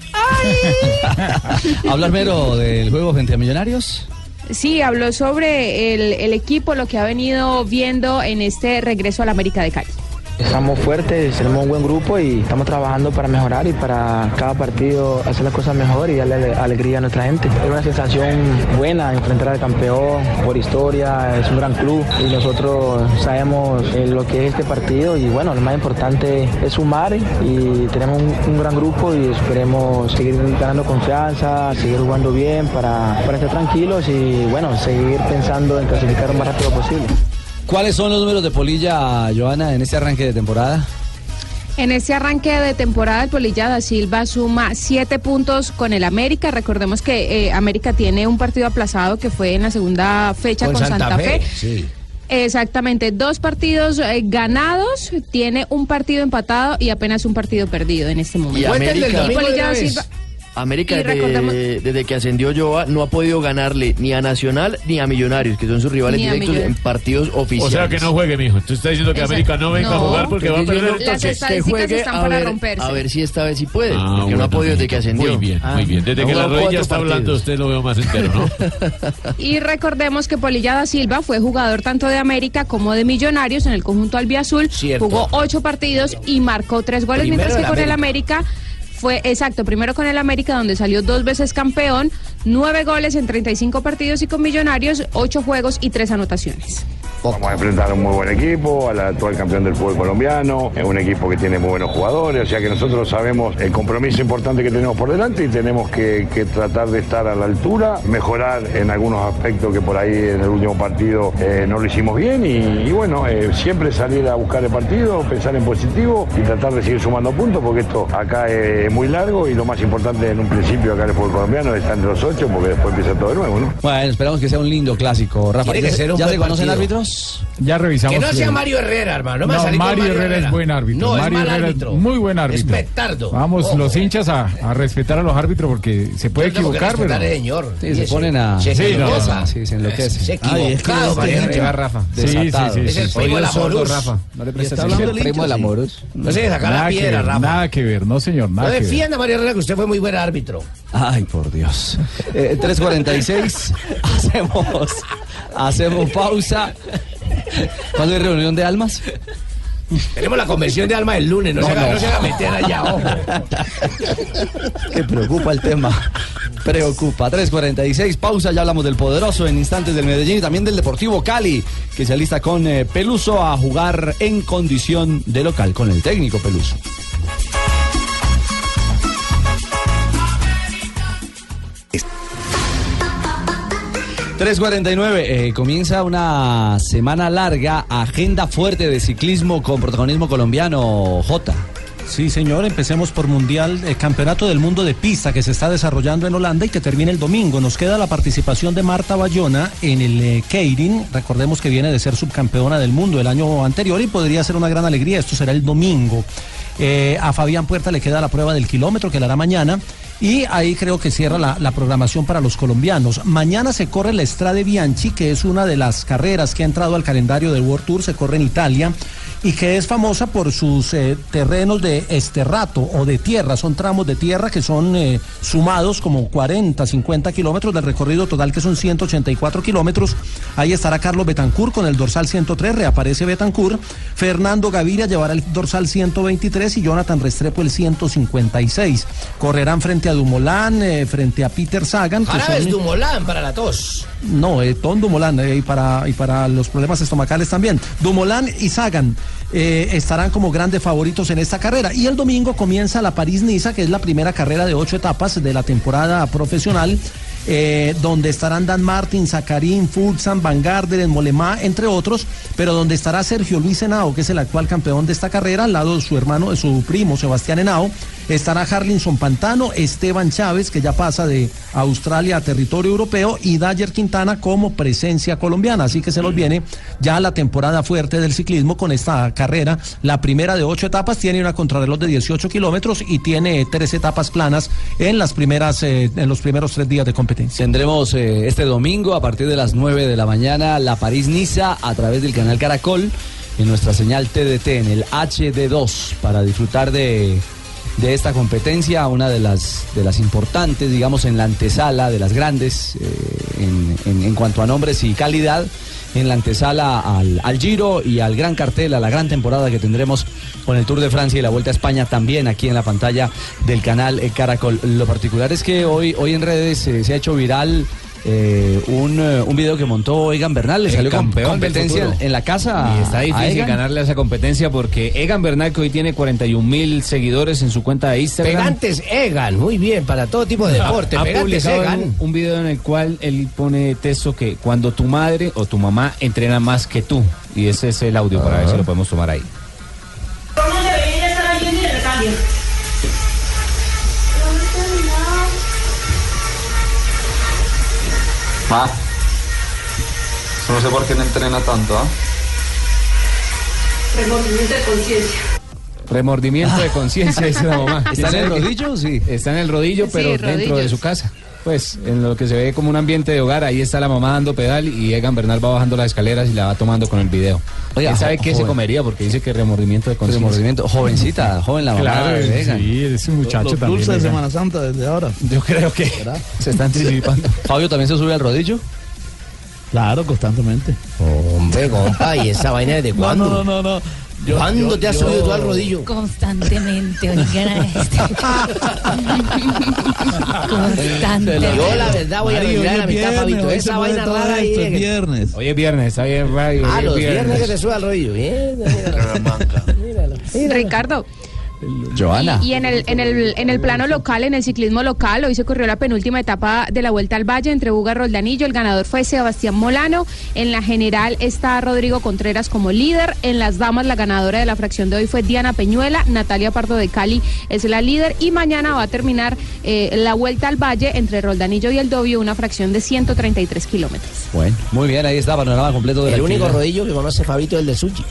Speaker 2: oriental. Habla Armero del juego frente a Millonarios.
Speaker 12: Sí, habló sobre el, el equipo, lo que ha venido viendo en este regreso a la América de Cali.
Speaker 42: Estamos fuertes, tenemos un buen grupo y estamos trabajando para mejorar y para cada partido hacer las cosas mejor y darle ale- alegría a nuestra gente. Es una sensación buena enfrentar al campeón por historia, es un gran club y nosotros sabemos eh, lo que es este partido y bueno, lo más importante es sumar y tenemos un, un gran grupo y esperemos seguir ganando confianza, seguir jugando bien para, para estar tranquilos y bueno, seguir pensando en clasificar lo más rápido posible.
Speaker 2: ¿Cuáles son los números de Polilla, Joana, en este arranque de temporada?
Speaker 12: En este arranque de temporada, el Polilla da Silva suma siete puntos con el América. Recordemos que eh, América tiene un partido aplazado que fue en la segunda fecha con, Santa, Fe.
Speaker 6: Sí.
Speaker 12: Exactamente, dos partidos eh, ganados, tiene un partido empatado y apenas un partido perdido en este momento.
Speaker 14: Y América-
Speaker 12: Y Polilla da Silva-
Speaker 14: América
Speaker 12: Y
Speaker 14: desde,
Speaker 12: recordemos-
Speaker 14: desde que ascendió Joa no ha podido ganarle ni a Nacional ni a Millonarios, que son sus rivales
Speaker 12: Ni a
Speaker 14: directos en
Speaker 12: Millonarios.
Speaker 14: partidos oficiales.
Speaker 18: O sea que no juegue, mijo. Tú estás diciendo que
Speaker 14: Exacto.
Speaker 18: América no venga a jugar porque va a perder el
Speaker 12: Las
Speaker 18: toque.
Speaker 12: estadísticas están para
Speaker 14: ver,
Speaker 12: romperse.
Speaker 14: a ver si esta vez sí puede,
Speaker 18: Ah,
Speaker 14: porque no
Speaker 18: bueno,
Speaker 14: ha podido desde
Speaker 18: mijito.
Speaker 14: que ascendió.
Speaker 18: Muy bien,
Speaker 14: Ah.
Speaker 18: muy bien. Desde
Speaker 14: Ha
Speaker 18: que la
Speaker 14: jugado
Speaker 18: rodilla
Speaker 14: cuatro
Speaker 18: está hablando,
Speaker 14: partidos.
Speaker 18: usted lo veo más entero, ¿no?
Speaker 12: Y recordemos que Polilla da Silva fue jugador tanto de América como de Millonarios en el conjunto albiazul.
Speaker 6: Cierto.
Speaker 12: Jugó ocho partidos y marcó tres goles,
Speaker 6: Primero
Speaker 12: mientras
Speaker 6: en
Speaker 12: que con el América Fue exacto, primero con el América, donde salió dos veces campeón, nueve goles en 35 partidos y con Millonarios, ocho juegos y tres anotaciones.
Speaker 24: Vamos a enfrentar a un muy buen equipo, al actual campeón del fútbol colombiano, es un equipo que tiene muy buenos jugadores, o sea que nosotros sabemos el compromiso importante que tenemos por delante y tenemos que, que tratar de estar a la altura, mejorar en algunos aspectos que por ahí en el último partido eh, no lo hicimos bien y, y bueno, eh, siempre salir a buscar el partido, pensar en positivo y tratar de seguir sumando puntos porque esto acá es muy largo y lo más importante en un principio acá en el fútbol colombiano está entre los ocho porque después empieza todo de nuevo, ¿no?
Speaker 2: Bueno, esperamos que sea un lindo clásico, Rafa.
Speaker 24: Tiene que
Speaker 2: ¿Ya se-
Speaker 24: ser un
Speaker 2: ¿Ya se
Speaker 24: buen
Speaker 2: conocen
Speaker 24: partido.
Speaker 2: árbitros?
Speaker 9: Ya revisamos.
Speaker 2: Que no sea
Speaker 9: bien.
Speaker 2: Mario Herrera, hermano, no me
Speaker 9: No,
Speaker 2: salí
Speaker 9: Mario,
Speaker 2: con Mario
Speaker 9: Herrera,
Speaker 2: Herrera.
Speaker 9: es buen árbitro.
Speaker 2: No, es
Speaker 9: Mario
Speaker 2: mal
Speaker 9: Herrera
Speaker 2: árbitro.
Speaker 9: muy buen árbitro.
Speaker 2: Es petardo.
Speaker 9: Vamos,
Speaker 2: Ojo,
Speaker 9: los hinchas a, a respetar a los árbitros porque se puede
Speaker 2: Yo tengo que
Speaker 9: equivocar, pero.
Speaker 2: respetar, eh, señor. Sí, se ponen a-
Speaker 9: Sí,
Speaker 2: se
Speaker 9: no,
Speaker 2: enloqueza.
Speaker 9: no.
Speaker 2: Sí, se enloquece.
Speaker 9: Se
Speaker 2: equivocado,
Speaker 9: Ay, es que no
Speaker 2: María
Speaker 9: tiene
Speaker 2: Herrera.
Speaker 9: llevar, Rafa. Sí, sí,
Speaker 2: Desatado.
Speaker 9: sí,
Speaker 2: Es
Speaker 9: sí.
Speaker 2: el primo
Speaker 9: Oye,
Speaker 2: de la
Speaker 9: sordo,
Speaker 2: Morus.
Speaker 9: Rafa. No le
Speaker 2: Y
Speaker 9: prestes
Speaker 2: está hablando
Speaker 9: atención.
Speaker 2: del hincha, sí.
Speaker 6: No se le saca la
Speaker 9: Nada que
Speaker 6: piedra,
Speaker 9: ver,
Speaker 6: Rafa.
Speaker 9: Nada que ver, no señor,
Speaker 6: No
Speaker 9: nada que ver.
Speaker 6: defienda, María Herrera, que usted fue muy buen árbitro.
Speaker 2: Ay, por Dios. Eh, 3.46, hacemos, hacemos pausa. ¿Cuándo hay reunión de almas?
Speaker 6: Tenemos la convención de alma el lunes, no, se, haga, no se haga meter allá, ojo.
Speaker 2: Que preocupa el tema. Preocupa. 3.46, pausa. Ya hablamos del poderoso en instantes del Medellín y también del Deportivo Cali, que se alista con eh, Peluso a jugar en condición de local con el técnico Peluso. Es- 3.49, eh, comienza una semana larga, agenda fuerte de ciclismo con protagonismo colombiano, J.
Speaker 17: Sí, señor, empecemos por Mundial, eh, Campeonato del Mundo de Pista que se está desarrollando en Holanda y que termina el domingo. Nos queda la participación de Marta Bayona en el eh, Keirin. Recordemos que viene de ser subcampeona del mundo el año anterior y podría ser una gran alegría. Esto será el domingo. Eh, a Fabián Puerta le queda la prueba del kilómetro que la hará mañana. Y ahí creo que cierra la, la programación para los colombianos. Mañana se corre la Estrade Bianchi, que es una de las carreras que ha entrado al calendario del World Tour, se corre en Italia y que es famosa por sus eh, terrenos de esterrato o de tierra. Son tramos de tierra que son eh, sumados como 40, 50 kilómetros del recorrido total que son 184 kilómetros. Ahí estará Carlos Betancourt con el dorsal 103, reaparece Betancourt. Fernando Gaviria llevará el dorsal 123 y Jonathan Restrepo el 156. Correrán frente a Dumolán, eh, frente a Peter Sagan. que
Speaker 6: Árabes
Speaker 17: son-
Speaker 6: Dumolán para la tos.
Speaker 17: no, eh, Tom Dumoulin eh, y, para, y para los problemas estomacales también. Dumoulin y Sagan eh, estarán como grandes favoritos en esta carrera. Y el domingo comienza la París-Niza, que es la primera carrera de ocho etapas de la temporada profesional, eh, donde estarán Dan Martin, Zacarín, Fulsan, Van Garderen, Molemá, entre otros, pero donde estará Sergio Luis Henao, que es el actual campeón de esta carrera, al lado de su hermano, de su primo Sebastián Henao. Estará Harlinson Pantano, Esteban Chávez, que ya pasa de Australia a territorio europeo, y Dayer Quintana como presencia colombiana. Así que se nos viene ya la temporada fuerte del ciclismo con esta carrera. La primera de ocho etapas tiene una contrarreloj de 18 kilómetros y tiene eh, tres etapas planas en las primeras, eh, en los primeros tres días de competencia.
Speaker 2: Tendremos eh, este domingo a partir de las 9 de la mañana la París-Niza a través del canal Caracol en nuestra señal TDT en el HD2 para disfrutar de, de esta competencia, una de las, de las importantes, digamos, en la antesala de las grandes eh, en, en- en cuanto a nombres y calidad, en la antesala al, al Giro y al gran cartel, a la gran temporada que tendremos con el Tour de Francia y la Vuelta a España también aquí en la pantalla del canal eh, Caracol. Lo particular es que hoy, hoy en redes eh, se ha hecho viral. eh, un, eh, un video que montó Egan Bernal, le
Speaker 26: El
Speaker 2: salió con
Speaker 26: campeón del
Speaker 2: competencia
Speaker 26: futuro.
Speaker 2: en la casa.
Speaker 26: Y está
Speaker 2: a
Speaker 26: difícil
Speaker 2: Egan.
Speaker 26: ganarle a esa competencia porque Egan Bernal, que hoy tiene 41 mil seguidores en su cuenta de Instagram.
Speaker 6: Pegantes Egan, muy bien, para todo tipo de deporte.
Speaker 26: Ha, ha
Speaker 6: Pegantes
Speaker 26: publicado
Speaker 6: Egan.
Speaker 26: un, un video en el cual él pone de texto que cuando tu madre o tu mamá entrena más que tú. Y ese es el audio para ver si lo podemos tomar ahí.
Speaker 16: ¿Cómo debería estar ahí en el recambio?
Speaker 23: Ma, Ah. yo no sé por qué no entrena tanto, ¿ah?
Speaker 16: Remordimiento de conciencia.
Speaker 26: Remordimiento de conciencia, dice la mamá.
Speaker 2: ¿Está en el rodillo? Sí.
Speaker 26: Está en el rodillo,
Speaker 16: Sí,
Speaker 26: pero dentro
Speaker 16: rodillos.
Speaker 26: de su casa. Pues en lo que se ve como un ambiente de hogar, ahí está la mamá dando pedal y Egan Bernal va bajando las escaleras y la va tomando con el video.
Speaker 2: Oiga,
Speaker 26: ¿Quién sabe
Speaker 2: jo-
Speaker 26: qué se
Speaker 2: joven.
Speaker 26: comería? Porque dice que remordimiento de conciencia.
Speaker 2: Remordimiento. Jovencita, joven la mamá
Speaker 26: Claro,
Speaker 2: de Egan.
Speaker 26: sí, es un muchacho
Speaker 2: Los
Speaker 26: también.
Speaker 2: dulces de
Speaker 26: Egan.
Speaker 2: semana-
Speaker 21: Semana Santa desde ahora.
Speaker 26: Yo creo que se está anticipando.
Speaker 2: Fabio también se sube al rodillo.
Speaker 21: Claro, constantemente.
Speaker 6: Hombre, compa, ¿y esa vaina de
Speaker 21: No,
Speaker 6: cuándo?
Speaker 21: no, no, no.
Speaker 6: Yo- ¿Cuándo yo- te has yo- subido tú al rodillo?
Speaker 13: Constantemente, oigan a este. Constantemente.
Speaker 6: Yo la verdad voy a
Speaker 11: Mario,
Speaker 6: retirar
Speaker 11: hoy
Speaker 6: la
Speaker 11: es
Speaker 6: mitad,
Speaker 11: viernes,
Speaker 6: Fabito.
Speaker 11: hoy
Speaker 6: Esa
Speaker 11: se puede
Speaker 6: vaina
Speaker 11: todo
Speaker 6: rara ahí.
Speaker 11: esto,
Speaker 6: de
Speaker 11: es
Speaker 6: que-
Speaker 11: viernes. Hoy es viernes, está bien, radio.
Speaker 6: Ah,
Speaker 11: hoy es
Speaker 6: los viernes que te sube al rodillo. Bien,
Speaker 12: Ricardo.
Speaker 5: Joana.
Speaker 12: Y en el, en, el, en el plano local, en el ciclismo local, hoy se corrió la penúltima etapa de la Vuelta al Valle entre Buga y Roldanillo. El ganador fue Sebastián Molano. En la general está Rodrigo Contreras como líder. En las damas, la ganadora de la fracción de hoy fue Diana Peñuela. Natalia Pardo de Cali es la líder. Y mañana va a terminar eh, la Vuelta al Valle entre Roldanillo y el Dobio, una fracción de 133 kilómetros.
Speaker 5: Bueno, muy bien, ahí está, panorama completo de
Speaker 6: El
Speaker 5: la
Speaker 6: único
Speaker 5: actividad.
Speaker 6: rodillo que conoce Fabito es el de sushi.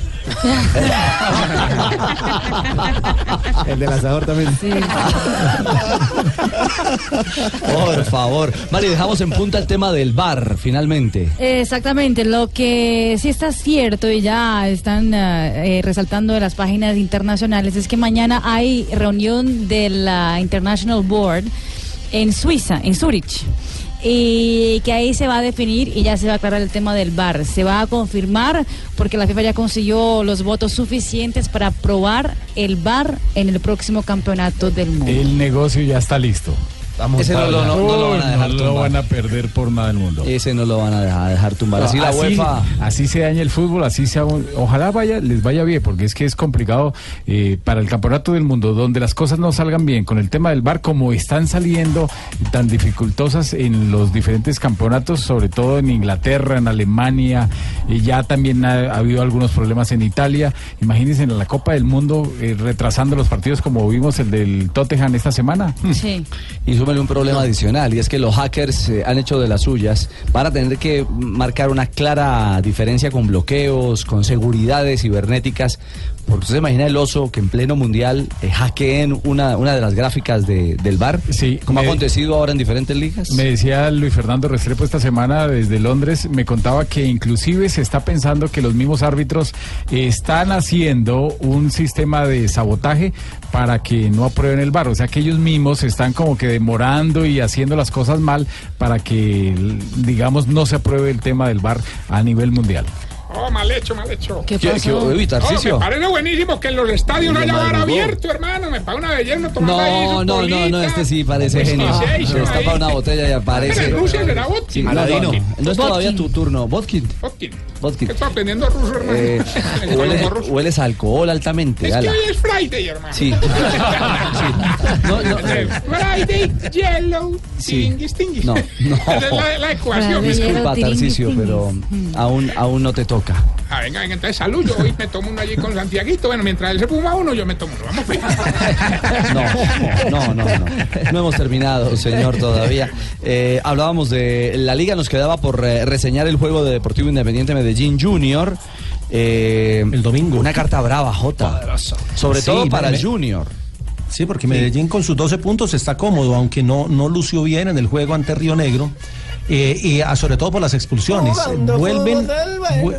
Speaker 11: El del asador también.
Speaker 2: Por favor. Mari, dejamos en punta el tema del bar, finalmente.
Speaker 13: Exactamente, lo que sí está cierto y ya están ah, eh, resaltando de las páginas internacionales es que mañana hay reunión de la International Board en Suiza, en Zurich. Y que ahí se va a definir y ya se va a aclarar el tema del bar. Se va a confirmar porque la FIFA ya consiguió los votos suficientes para aprobar el bar en el próximo campeonato del mundo.
Speaker 9: El negocio ya está listo.
Speaker 2: Ese no lo- no- no lo van a dejar
Speaker 9: No lo
Speaker 2: tumbar.
Speaker 9: van a perder por nada del mundo.
Speaker 2: Ese no lo van a dejar, dejar tumbar. Así la UEFA.
Speaker 9: así se daña el fútbol, así se ojalá vaya les vaya bien porque es que es complicado eh, para el campeonato del mundo donde las cosas no salgan bien con el tema del bar como están saliendo tan dificultosas en los diferentes campeonatos, sobre todo en Inglaterra, en Alemania y ya también ha, ha habido algunos problemas en Italia. Imagínense en la Copa del Mundo eh, retrasando los partidos como vimos el del Tottenham esta semana.
Speaker 13: Sí.
Speaker 2: Y súmele un problema adicional, y es que los hackers eh, han hecho de las suyas para tener que marcar una clara diferencia con bloqueos, con seguridades cibernéticas. Porque usted se imagina el oso que en pleno mundial eh, hackeen una, una de las gráficas de- del bar, como ha
Speaker 9: me-
Speaker 2: acontecido ahora en diferentes ligas.
Speaker 9: Me decía Luis Fernando Restrepo esta semana desde Londres, me contaba que inclusive se está pensando que los mismos árbitros están haciendo un sistema de sabotaje para que no aprueben el bar. O sea que ellos mismos están como que demorando y haciendo las cosas mal para que, digamos, no se apruebe el tema del bar a nivel mundial.
Speaker 43: Oh, mal hecho, mal hecho.
Speaker 9: ¿Qué ¿Qué- pasó? qué hubo, Vitar,
Speaker 43: No,
Speaker 9: Cicio?
Speaker 43: me parece buenísimo que en los estadios no
Speaker 2: Le
Speaker 43: haya bar
Speaker 2: madrugó.
Speaker 43: abierto, hermano. Me paga una belleza no tomar ahí.
Speaker 2: No,
Speaker 43: su
Speaker 2: no, no, no,
Speaker 43: polita.
Speaker 2: este sí parece
Speaker 43: Pues,
Speaker 2: genio.
Speaker 43: sí, sí,
Speaker 2: Se destapa
Speaker 43: ahí.
Speaker 2: una botella y aparece.
Speaker 43: Pero en Rusia será vodka.
Speaker 2: Sí, no, no,
Speaker 43: Aladino.
Speaker 2: no es todavía tu turno. Vodkin.
Speaker 43: Vodkin.
Speaker 2: Vodkin.
Speaker 43: Estoy aprendiendo ruso, hermano.
Speaker 2: Eh, huele- hueles a alcohol altamente.
Speaker 43: es que
Speaker 2: ala.
Speaker 43: hoy es Friday, hermano.
Speaker 2: Sí. No, no,
Speaker 43: Friday, yellow,
Speaker 2: Sí.
Speaker 43: tinguis, tinguis.
Speaker 2: no, no.
Speaker 43: Esa es la, la ecuación.
Speaker 2: Disculpa, Tarcicio, pero aún, aún no te toca.
Speaker 43: Ah, venga, venga, entonces salud. Yo hoy me tomo uno allí con Santiaguito. Bueno, mientras él se fuma uno, yo me tomo uno. Vamos, pues.
Speaker 2: No, no, no. No hemos terminado, señor, todavía. Eh, hablábamos de la liga, nos quedaba por eh, reseñar el juego de Deportivo Independiente Medellín Junior. el domingo. Una carta brava, Jota. Sobre
Speaker 17: Sí,
Speaker 2: todo para
Speaker 17: me-
Speaker 2: el Junior.
Speaker 17: Sí, porque Medellín con sus 12 puntos está cómodo, aunque no, no lució bien en el juego ante Río Negro, eh, y ah, sobre todo por las expulsiones. Vuelven, vu-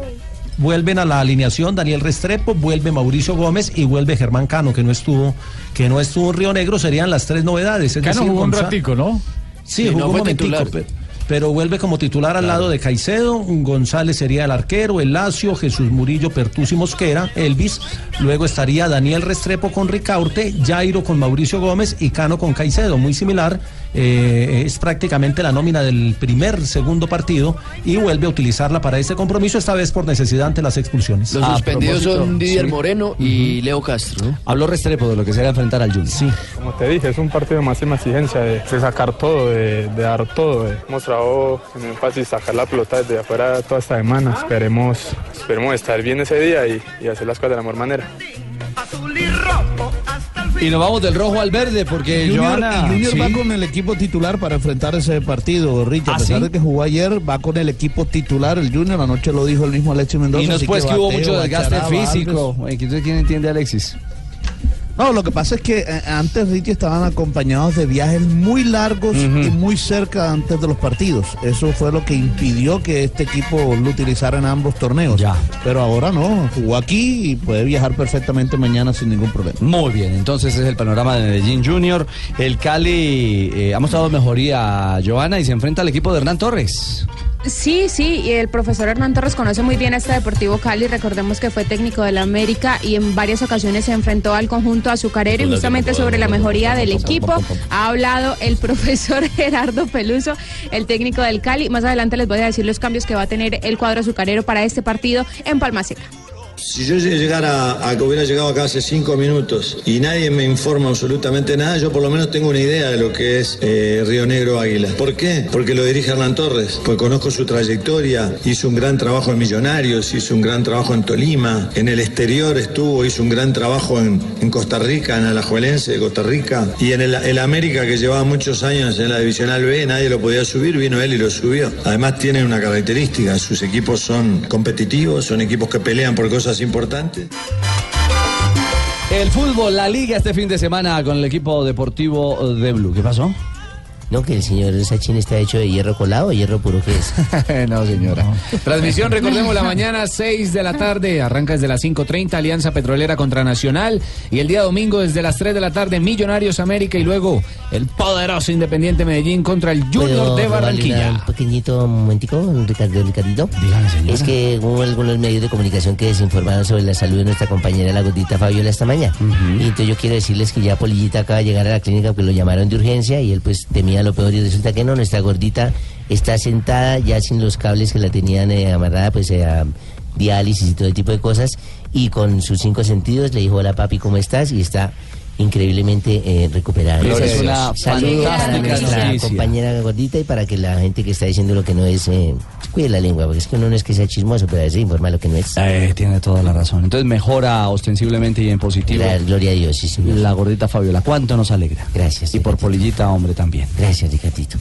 Speaker 17: vuelven a la alineación Daniel Restrepo, vuelve Mauricio Gómez y vuelve Germán Cano, que no estuvo, que no estuvo en Río Negro, serían las tres novedades. es
Speaker 9: Cano
Speaker 17: decir,
Speaker 9: jugó un
Speaker 17: Gonza-
Speaker 9: ratico, ¿no?
Speaker 17: Sí, jugó un momentico, pe- pero vuelve como titular al lado de Caicedo, González sería el arquero, El Lacio, Jesús Murillo, Pertus y Mosquera, Elvis, luego estaría Daniel Restrepo con Ricaurte, Jairo con Mauricio Gómez y Cano con Caicedo, muy similar, eh, es prácticamente la nómina del primer, segundo partido y vuelve a utilizarla para este compromiso, esta vez por necesidad ante las expulsiones.
Speaker 14: Los suspendidos son Didier Moreno y Leo Castro.
Speaker 2: Habló Restrepo de lo que será enfrentar al Junior. Sí.
Speaker 44: Como te dije, es un partido de máxima exigencia, de, de sacar todo, de, de dar todo. de- Hemos trabajado en énfasis sacar la pelota desde afuera toda esta semana. Esperemos, esperemos estar bien ese día y, y hacer las cosas de la mejor manera.
Speaker 2: Y nos vamos del rojo al verde porque
Speaker 44: Junior-
Speaker 2: Joana.
Speaker 44: y Junior
Speaker 2: sí.
Speaker 44: va
Speaker 10: con el equipo titular para enfrentar ese partido, Richard.
Speaker 2: ¿Ah,
Speaker 10: a pesar
Speaker 2: sí?
Speaker 10: de que jugó ayer, va con el equipo titular, el Junior. Anoche lo dijo el mismo Alexis Mendoza.
Speaker 2: Y no
Speaker 10: así
Speaker 2: después que hubo
Speaker 10: bateo,
Speaker 2: mucho desgaste
Speaker 10: Bachará,
Speaker 2: físico. Entonces, ¿quién entiende, Alexis?
Speaker 10: No, lo que pasa es que eh, antes Ricky estaban acompañados de viajes muy largos y muy cerca antes de los partidos. Eso fue lo que impidió que este equipo lo utilizara en ambos torneos. Pero ahora no, jugó aquí y puede viajar perfectamente mañana sin ningún problema.
Speaker 2: Muy bien, entonces es el panorama de Medellín Junior. El Cali eh, ha mostrado mejoría a Joana y se enfrenta al equipo de Hernán Torres.
Speaker 12: Sí, sí, y el profesor Hernán Torres conoce muy bien a este Deportivo Cali. Recordemos que fue técnico del América y en varias ocasiones se enfrentó al conjunto azucarero y justamente sobre la mejoría del equipo ha hablado el profesor Gerardo Peluso, el técnico del Cali. Más adelante les voy a decir los cambios que va a tener el cuadro azucarero para este partido en Palma Seca.
Speaker 30: Si yo llegara a que hubiera llegado acá hace cinco minutos y nadie me informa absolutamente nada, yo por lo menos tengo una idea de lo que es eh, Río Negro Águila. ¿Por qué? Porque lo dirige Hernán Torres, porque conozco su trayectoria, hizo un gran trabajo en Millonarios, hizo un gran trabajo en Tolima, en el exterior estuvo, hizo un gran trabajo en, en Costa Rica, en Alajuelense de Costa Rica, y en el, el América que llevaba muchos años en la Divisional B, nadie lo podía subir, vino él y lo subió. Además tiene una característica, sus equipos son competitivos, son equipos que pelean por cosas importantes.
Speaker 2: El fútbol, la liga este fin de semana con el equipo deportivo de Blue. ¿Qué pasó?
Speaker 8: No, que el señor Sachin está hecho de hierro colado o hierro puro que es.
Speaker 26: no, señora. Transmisión, recordemos, la mañana 6 de la tarde, arranca desde las 5.30, Alianza Petrolera contra Nacional, y el día domingo desde las 3 de la tarde, Millonarios América, y luego el poderoso Independiente Medellín contra el Junior de
Speaker 8: robarle
Speaker 26: Barranquilla.
Speaker 8: Un pequeñito momentico, Ricardo, Ricardito. Es que hubo algunos medios de comunicación que desinformaron sobre la salud de nuestra compañera la gordita Fabiola esta mañana. Y entonces yo quiero decirles que ya Polillita acaba de llegar a la clínica porque lo llamaron de urgencia y él pues temía lo peor y resulta que no, nuestra gordita está sentada ya sin los cables que la tenían eh, amarrada pues eh, a diálisis y todo tipo de cosas y con sus cinco sentidos le dijo hola papi, ¿cómo estás? Y está increíblemente eh, recuperada.
Speaker 2: Esa es una
Speaker 8: Saludos para
Speaker 2: fantástica
Speaker 8: nuestra
Speaker 2: noticia.
Speaker 8: compañera gordita y para que la gente que está diciendo lo que no es, eh, se cuide la lengua, porque es que uno no es que sea chismoso, pero a veces informa lo que no es.
Speaker 2: Eh, tiene toda la razón. Entonces mejora ostensiblemente y en positivo.
Speaker 8: gloria a Dios, sí, señor.
Speaker 2: La gordita Fabiola, cuánto nos alegra.
Speaker 8: Gracias.
Speaker 2: Y por Polillita, hombre, también.
Speaker 8: Gracias, Ricatito.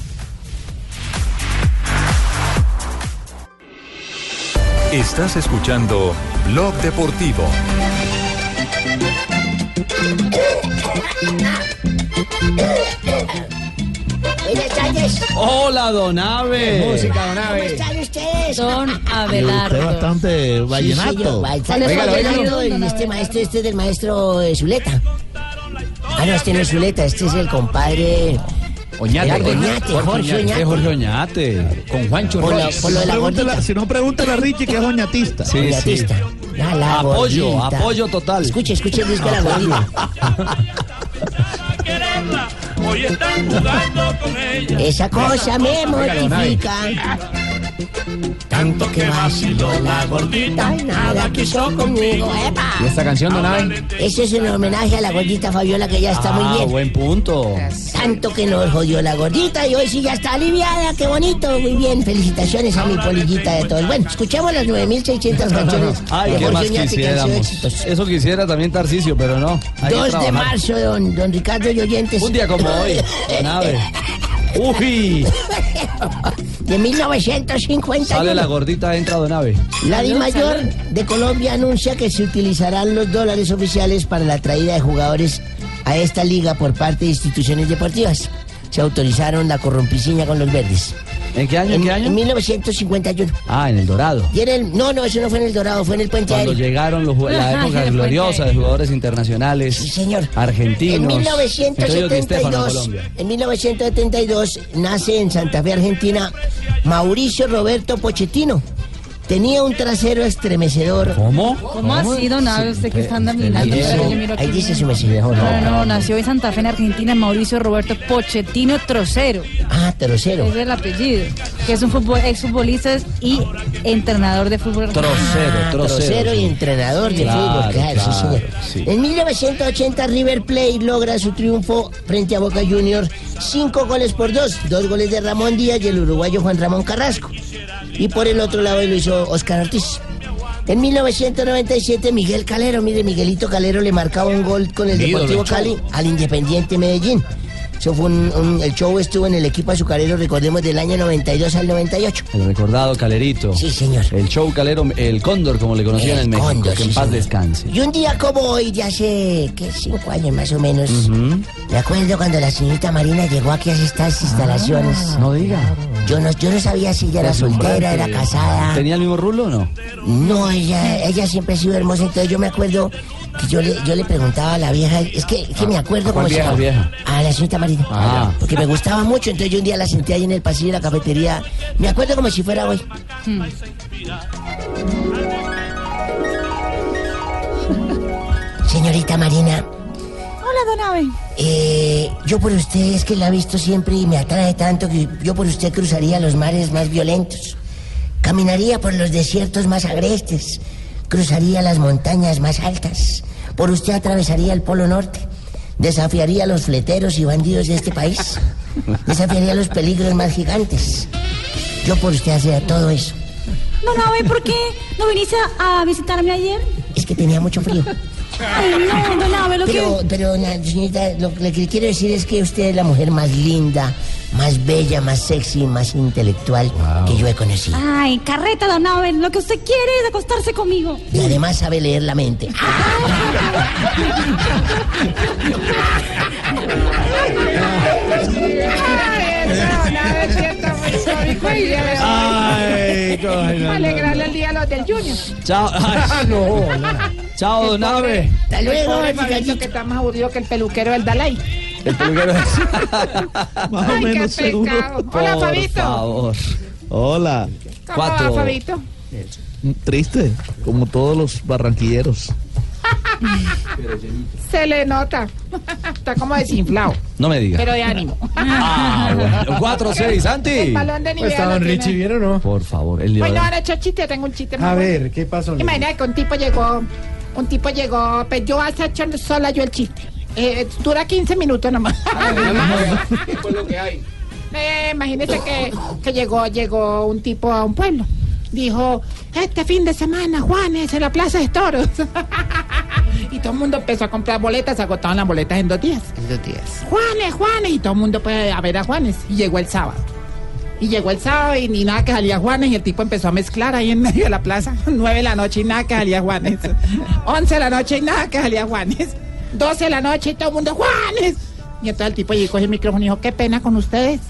Speaker 27: Estás escuchando Blog Deportivo.
Speaker 5: Buenas tardes.
Speaker 2: Hola, don Abe.
Speaker 5: Qué música,
Speaker 2: don
Speaker 5: ¿Cómo están ustedes?
Speaker 13: Don
Speaker 5: Abelardo.
Speaker 21: Fue bastante vallenato.
Speaker 5: Sí, señor, vallenato.
Speaker 8: Oígalo,
Speaker 5: Vallenato
Speaker 8: oígalo.
Speaker 5: del- Este maestro, este es del maestro eh, Zuleta.
Speaker 8: Ah, no, este no es Zuleta, este es el compadre.
Speaker 5: Oñate.
Speaker 8: Gerardo Oñate, Jorge Oñate.
Speaker 2: Jorge Oñate. Con Juancho
Speaker 8: Por la-
Speaker 2: Rojas.
Speaker 8: por lo de la
Speaker 21: Pregúntale- si no, pregúntale a Richie que es oñatista.
Speaker 2: Sí, sí. Oñatista.
Speaker 8: Ah, la
Speaker 2: Apoyo,
Speaker 8: gordita.
Speaker 2: apoyo total.
Speaker 8: Escuche, escuche el disco de la
Speaker 2: Apoyo.
Speaker 8: gordita.
Speaker 5: Hoy están jugando con ella.
Speaker 8: Esa cosa me
Speaker 5: mortifica. Tanto que vaciló la gordita.
Speaker 8: Nada quiso conmigo, epa.
Speaker 26: ¿Y esta canción, don Abe?
Speaker 8: Eso es un homenaje a la gordita Fabiola que ya está
Speaker 2: Ah,
Speaker 8: muy bien.
Speaker 2: buen punto.
Speaker 8: Tanto que nos jodió la gordita y hoy sí ya está aliviada, qué bonito, muy bien. Felicitaciones a mi polillita de todo. Bueno, escuchemos las 9.600 canciones.
Speaker 2: Ay,
Speaker 8: de
Speaker 2: qué
Speaker 8: Jorge
Speaker 2: más
Speaker 8: Oñate que han sido éxitos.
Speaker 2: quisiéramos. Eso quisiera también Tarcicio, pero no. hay que
Speaker 8: 2 de
Speaker 2: trabajar.
Speaker 8: marzo, don, don Ricardo y oyentes.
Speaker 2: Un día como hoy, don Abe. Uy,
Speaker 8: De 1951.
Speaker 2: sale la gordita, entra don Abe.
Speaker 8: La Di Mayor de Colombia anuncia que se utilizarán los dólares oficiales para la traída de jugadores a esta liga por parte de instituciones deportivas. Se autorizaron la corrompiciña con los verdes.
Speaker 2: ¿En qué año?
Speaker 8: En, 1951.
Speaker 2: Ah, en el Dorado.
Speaker 8: Y en el, no, no, eso no fue en el Dorado, fue en el Puente
Speaker 2: Cuando
Speaker 8: Aéreo.
Speaker 2: llegaron los, ju- la
Speaker 8: Ajá,
Speaker 2: época
Speaker 8: sí,
Speaker 2: gloriosa de jugadores internacionales. Argentinos.
Speaker 8: En
Speaker 2: entre ellos Di Stefano, Colombia.
Speaker 8: 1972, en 1972 nace en Santa Fe, Argentina, Mauricio Roberto Pochettino. Tenía un trasero estremecedor.
Speaker 2: ¿Cómo?
Speaker 13: ¿Cómo ha sido, Nave? Usted que está andando
Speaker 8: Ahí
Speaker 13: mirando,
Speaker 8: dice-
Speaker 13: pero yo miro aquí.
Speaker 8: ahí dice su mesilla.
Speaker 13: No, no, no, nació en Santa Fe, en Argentina, Mauricio Roberto Pochettino Trocero.
Speaker 8: Ah, trocero.
Speaker 13: Es el apellido. Que es un futbol, exfutbolista y entrenador de fútbol.
Speaker 8: Ah, trocero y entrenador de
Speaker 13: Claro,
Speaker 8: fútbol, claro, sí,
Speaker 13: claro,
Speaker 8: señor. En 1980 River Plate logra su triunfo frente a Boca Juniors, cinco goles por dos, dos goles de Ramón Díaz y el uruguayo Juan Ramón Carrasco. Y por el otro lado lo hizo Oscar Ortiz. En 1997 Miguel Calero, mire, Miguelito Calero le marcaba un gol con el
Speaker 19: Mi ídolo,
Speaker 8: Deportivo
Speaker 19: el Chavo.
Speaker 8: Cali al Independiente Medellín. Eso fue un- un- el show estuvo en el equipo azucarero, recordemos, del año 92 al 98.
Speaker 2: El recordado Calerito. Sí,
Speaker 8: señor.
Speaker 2: El show Calero, el Cóndor, como le conocían
Speaker 8: El
Speaker 2: en México.
Speaker 8: Cóndor,
Speaker 2: que
Speaker 8: sí,
Speaker 2: en paz
Speaker 8: señor.
Speaker 2: descanse.
Speaker 8: Y un día como hoy, de hace, ¿qué? Cinco años más o menos. Me acuerdo cuando la señorita Marina llegó aquí a estas instalaciones. no diga. Yo no, yo no sabía si ella era soltera, era casada.
Speaker 2: ¿Tenía el mismo rulo o no?
Speaker 8: No, ella, ella siempre ha sido hermosa, entonces yo me acuerdo que yo le, yo le preguntaba a la vieja, es que, que me acuerdo
Speaker 45: ¿a cuál
Speaker 8: cómo se
Speaker 45: vieja,
Speaker 8: llama.
Speaker 45: vieja?
Speaker 8: A la señorita Marina.
Speaker 45: Ah, ya.
Speaker 8: Porque me gustaba mucho, entonces yo un día la senté ahí en el pasillo de la cafetería. Me acuerdo como si fuera hoy. Señorita Marina,
Speaker 13: Hola, don Abe.
Speaker 8: eh, yo por usted es que la he visto siempre y me atrae tanto que yo por usted cruzaría los mares más violentos, caminaría por los desiertos más agrestes, cruzaría las montañas más altas, por usted atravesaría el Polo Norte, desafiaría a los fleteros y bandidos de este país, desafiaría los peligros más gigantes. Yo por usted hacía todo eso.
Speaker 13: Don Abe, ¿por qué no viniste a visitarme ayer?
Speaker 8: Es que tenía mucho frío.
Speaker 13: Ay, no, don Abe, lo
Speaker 8: pero,
Speaker 13: que...
Speaker 8: pero, na- señorita, lo que le quiero decir es que usted es la mujer más linda, más bella, más sexy, más intelectual que yo he conocido.
Speaker 13: Ay, carreta, don Abe, lo que usted quiere es acostarse conmigo.
Speaker 8: Y además sabe leer la mente.
Speaker 2: Ay, ay, no, no,
Speaker 16: Alegrarle el día a los del Junior. Ah,
Speaker 2: Chao. Ay, Chao, don Abe.
Speaker 16: Hasta luego,
Speaker 2: Pobre
Speaker 16: Fabito, que está más aburrido que el peluquero del Dalai.
Speaker 2: El peluquero.
Speaker 16: Más Ay, qué pecado. Hola,
Speaker 2: Por
Speaker 16: Fabito.
Speaker 2: favor.
Speaker 10: Hola.
Speaker 16: ¿Cómo va, Fabito?
Speaker 10: Triste, como todos los barranquilleros.
Speaker 16: Se le nota. Está como desinflado.
Speaker 2: No me diga.
Speaker 16: Pero de ánimo.
Speaker 2: Ah, bueno. 4-6, Santi.
Speaker 16: El balón de nivel.
Speaker 2: Está don
Speaker 16: lo tiene.
Speaker 2: Richie,
Speaker 45: Pues, ¿Vieron o no?
Speaker 2: Por favor, el
Speaker 16: Bueno,
Speaker 2: día
Speaker 16: ahora hecho chiste, tengo un chiste. muy
Speaker 45: A
Speaker 16: bueno.
Speaker 45: ver, ¿qué pasó? Lili?
Speaker 16: Imagina que un tipo llegó, un tipo llegó, pues yo hasta echando sola yo el chiste. Eh, dura 15 minutos nomás.
Speaker 43: Pues lo que hay.
Speaker 16: Eh, imagínese que, que llegó, llegó un tipo a un pueblo. Dijo, este fin de semana, Juanes, en la Plaza de Toros. y todo el mundo empezó a comprar boletas, se agotaban las boletas en dos días. En dos días. Juanes, Juanes, y todo el mundo fue a ver a Juanes. Y llegó el sábado. Y llegó el sábado y ni nada que salía Juanes y el tipo empezó a mezclar ahí en medio de la plaza. Nueve de la noche y nada que salía Juanes. Once de la noche y nada que salía Juanes. Doce de la noche y todo el mundo Juanes. Y entonces el tipo llegó el micrófono y dijo, qué pena con ustedes.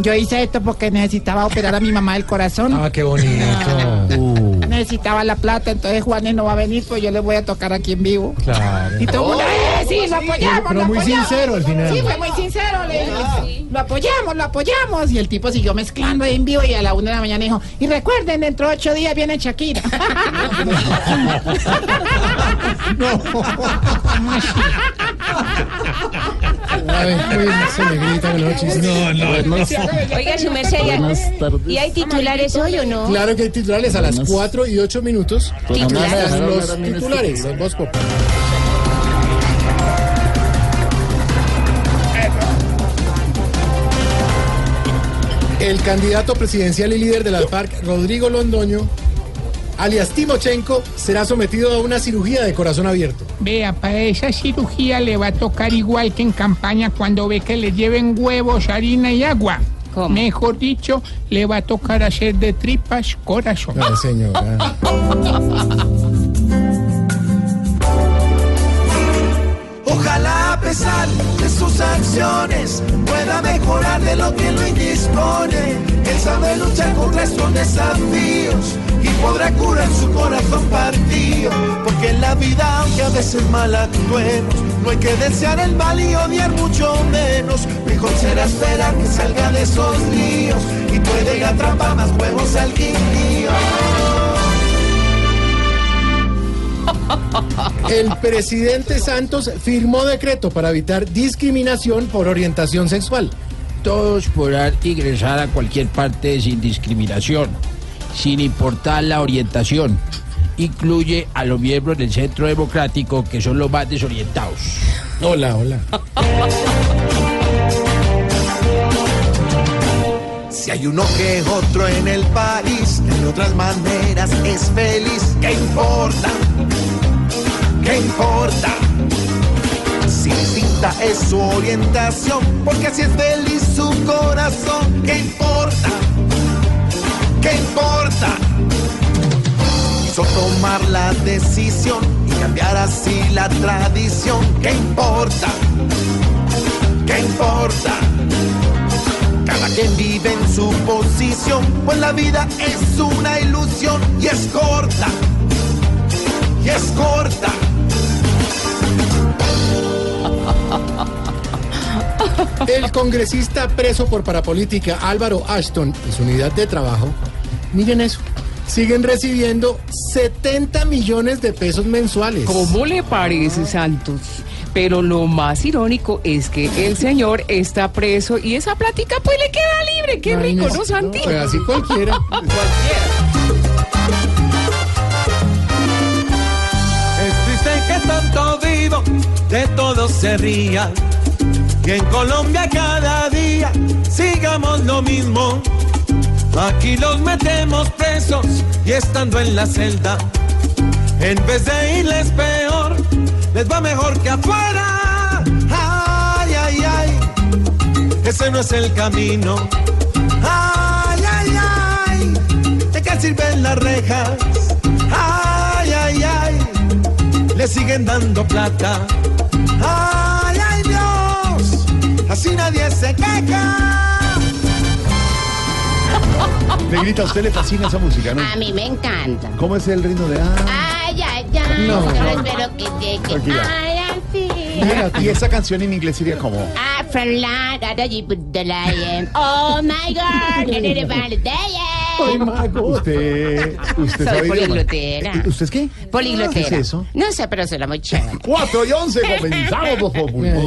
Speaker 16: Yo hice esto porque necesitaba operar a mi mamá del corazón.
Speaker 45: Ah, qué bonito.
Speaker 46: Uh.
Speaker 16: Necesitaba la plata, entonces Juanes no va a venir, pues yo le voy a tocar aquí en vivo.
Speaker 45: Claro.
Speaker 16: Y todo el mundo, ¡eh, sí, lo apoyamos!
Speaker 45: Pero
Speaker 16: lo
Speaker 45: muy
Speaker 16: apoyamos".
Speaker 45: sincero al final.
Speaker 16: Sí, fue muy sincero. Le dije, Lo apoyamos, lo apoyamos. Y el tipo siguió mezclando ahí en vivo y a la una de la mañana dijo, y recuerden, dentro de ocho días viene Shakira.
Speaker 46: se me gritan los chistes. No, no,
Speaker 12: Oiga, su merced, ¿y hay- ¿y hay titulares hoy o no?
Speaker 46: Claro que hay titulares a las
Speaker 12: Buenas.
Speaker 46: 4 y 8 minutos.
Speaker 12: Titulares.
Speaker 46: Vamos a
Speaker 12: Claro,
Speaker 46: Los
Speaker 12: claro,
Speaker 46: titulares en Voz Populi. El candidato presidencial y líder de la FARC, Rodrigo Londoño, alias Timochenko, será sometido a una cirugía de corazón abierto.
Speaker 43: Vea, para esa cirugía le va a tocar igual que en campaña cuando ve que le lleven huevos, harina y agua. Mejor dicho, le va a tocar hacer de tripas corazón.
Speaker 46: No, señora.
Speaker 15: Ojalá a pesar de sus acciones pueda mejorar de lo que lo indispone. Él sabe luchar contra estos desafíos y podrá curar su corazón partido. Porque en la vida, aunque a veces mal actuemos, no hay que desear el mal y odiar mucho menos. Mejor será esperar que salga de esos líos y puede la trampa más huevos al guindío.
Speaker 46: El presidente Santos firmó decreto para evitar discriminación por orientación sexual.
Speaker 5: Todos podrán ingresar a cualquier parte sin discriminación, sin importar la orientación. Incluye a los miembros del Centro Democrático que son los más desorientados.
Speaker 46: Hola, hola.
Speaker 15: Si hay uno que otro en el país, que de otras maneras es feliz, ¿qué importa? ¿Qué importa? Si distinta es su orientación, porque así es feliz su corazón, ¿qué importa? ¿Qué importa? Hizo tomar la decisión y cambiar así la tradición, ¿qué importa? ¿Qué importa? Cada quien vive en su posición, pues la vida es una ilusión y es corta. Y es corta.
Speaker 46: El congresista preso por parapolítica Álvaro Ashton y su unidad de trabajo, miren eso, siguen recibiendo 70 millones de pesos mensuales.
Speaker 16: ¿Cómo le parece, Santos? Pero lo más irónico es que el señor está preso y esa plática pues le queda libre. Qué
Speaker 46: Ay,
Speaker 16: rico,
Speaker 46: no,
Speaker 16: ¿no, Santi?
Speaker 46: Pues así cualquiera.
Speaker 15: Es triste que tanto vivo de todo se ría. Que en Colombia cada día sigamos lo mismo. Aquí los metemos presos y estando en la celda. En vez de irles peor, les va mejor que afuera. Ay, ay, ay, ese no es el camino. Ay, ay, ay, ¿de qué sirven las rejas? Ay, ay, ay le siguen dando plata. ¡Ay, ay Dios! Así nadie se queja.
Speaker 5: Negrita, a usted le fascina esa música, ¿no?
Speaker 45: A mí me encanta.
Speaker 5: ¿Cómo es el ritmo de.? Ah,
Speaker 45: Ay, ay, ay.
Speaker 5: No.
Speaker 45: Solo espero que llegue.
Speaker 5: Tranquila.
Speaker 45: Ay, Ah, al fin.
Speaker 5: mira, y esa canción en inglés sería como.
Speaker 45: I fell out of the Jeep that I am. Oh my God, everybody there.
Speaker 5: Usted. Usted
Speaker 45: Soy
Speaker 5: sabe idioma.
Speaker 45: poliglotera.
Speaker 5: Eh, ¿Usted es qué?
Speaker 45: Poliglotera.
Speaker 5: ¿Qué es eso?
Speaker 45: No sé, pero suena muy chévere.
Speaker 5: 4 y 11, comenzamos, los populares.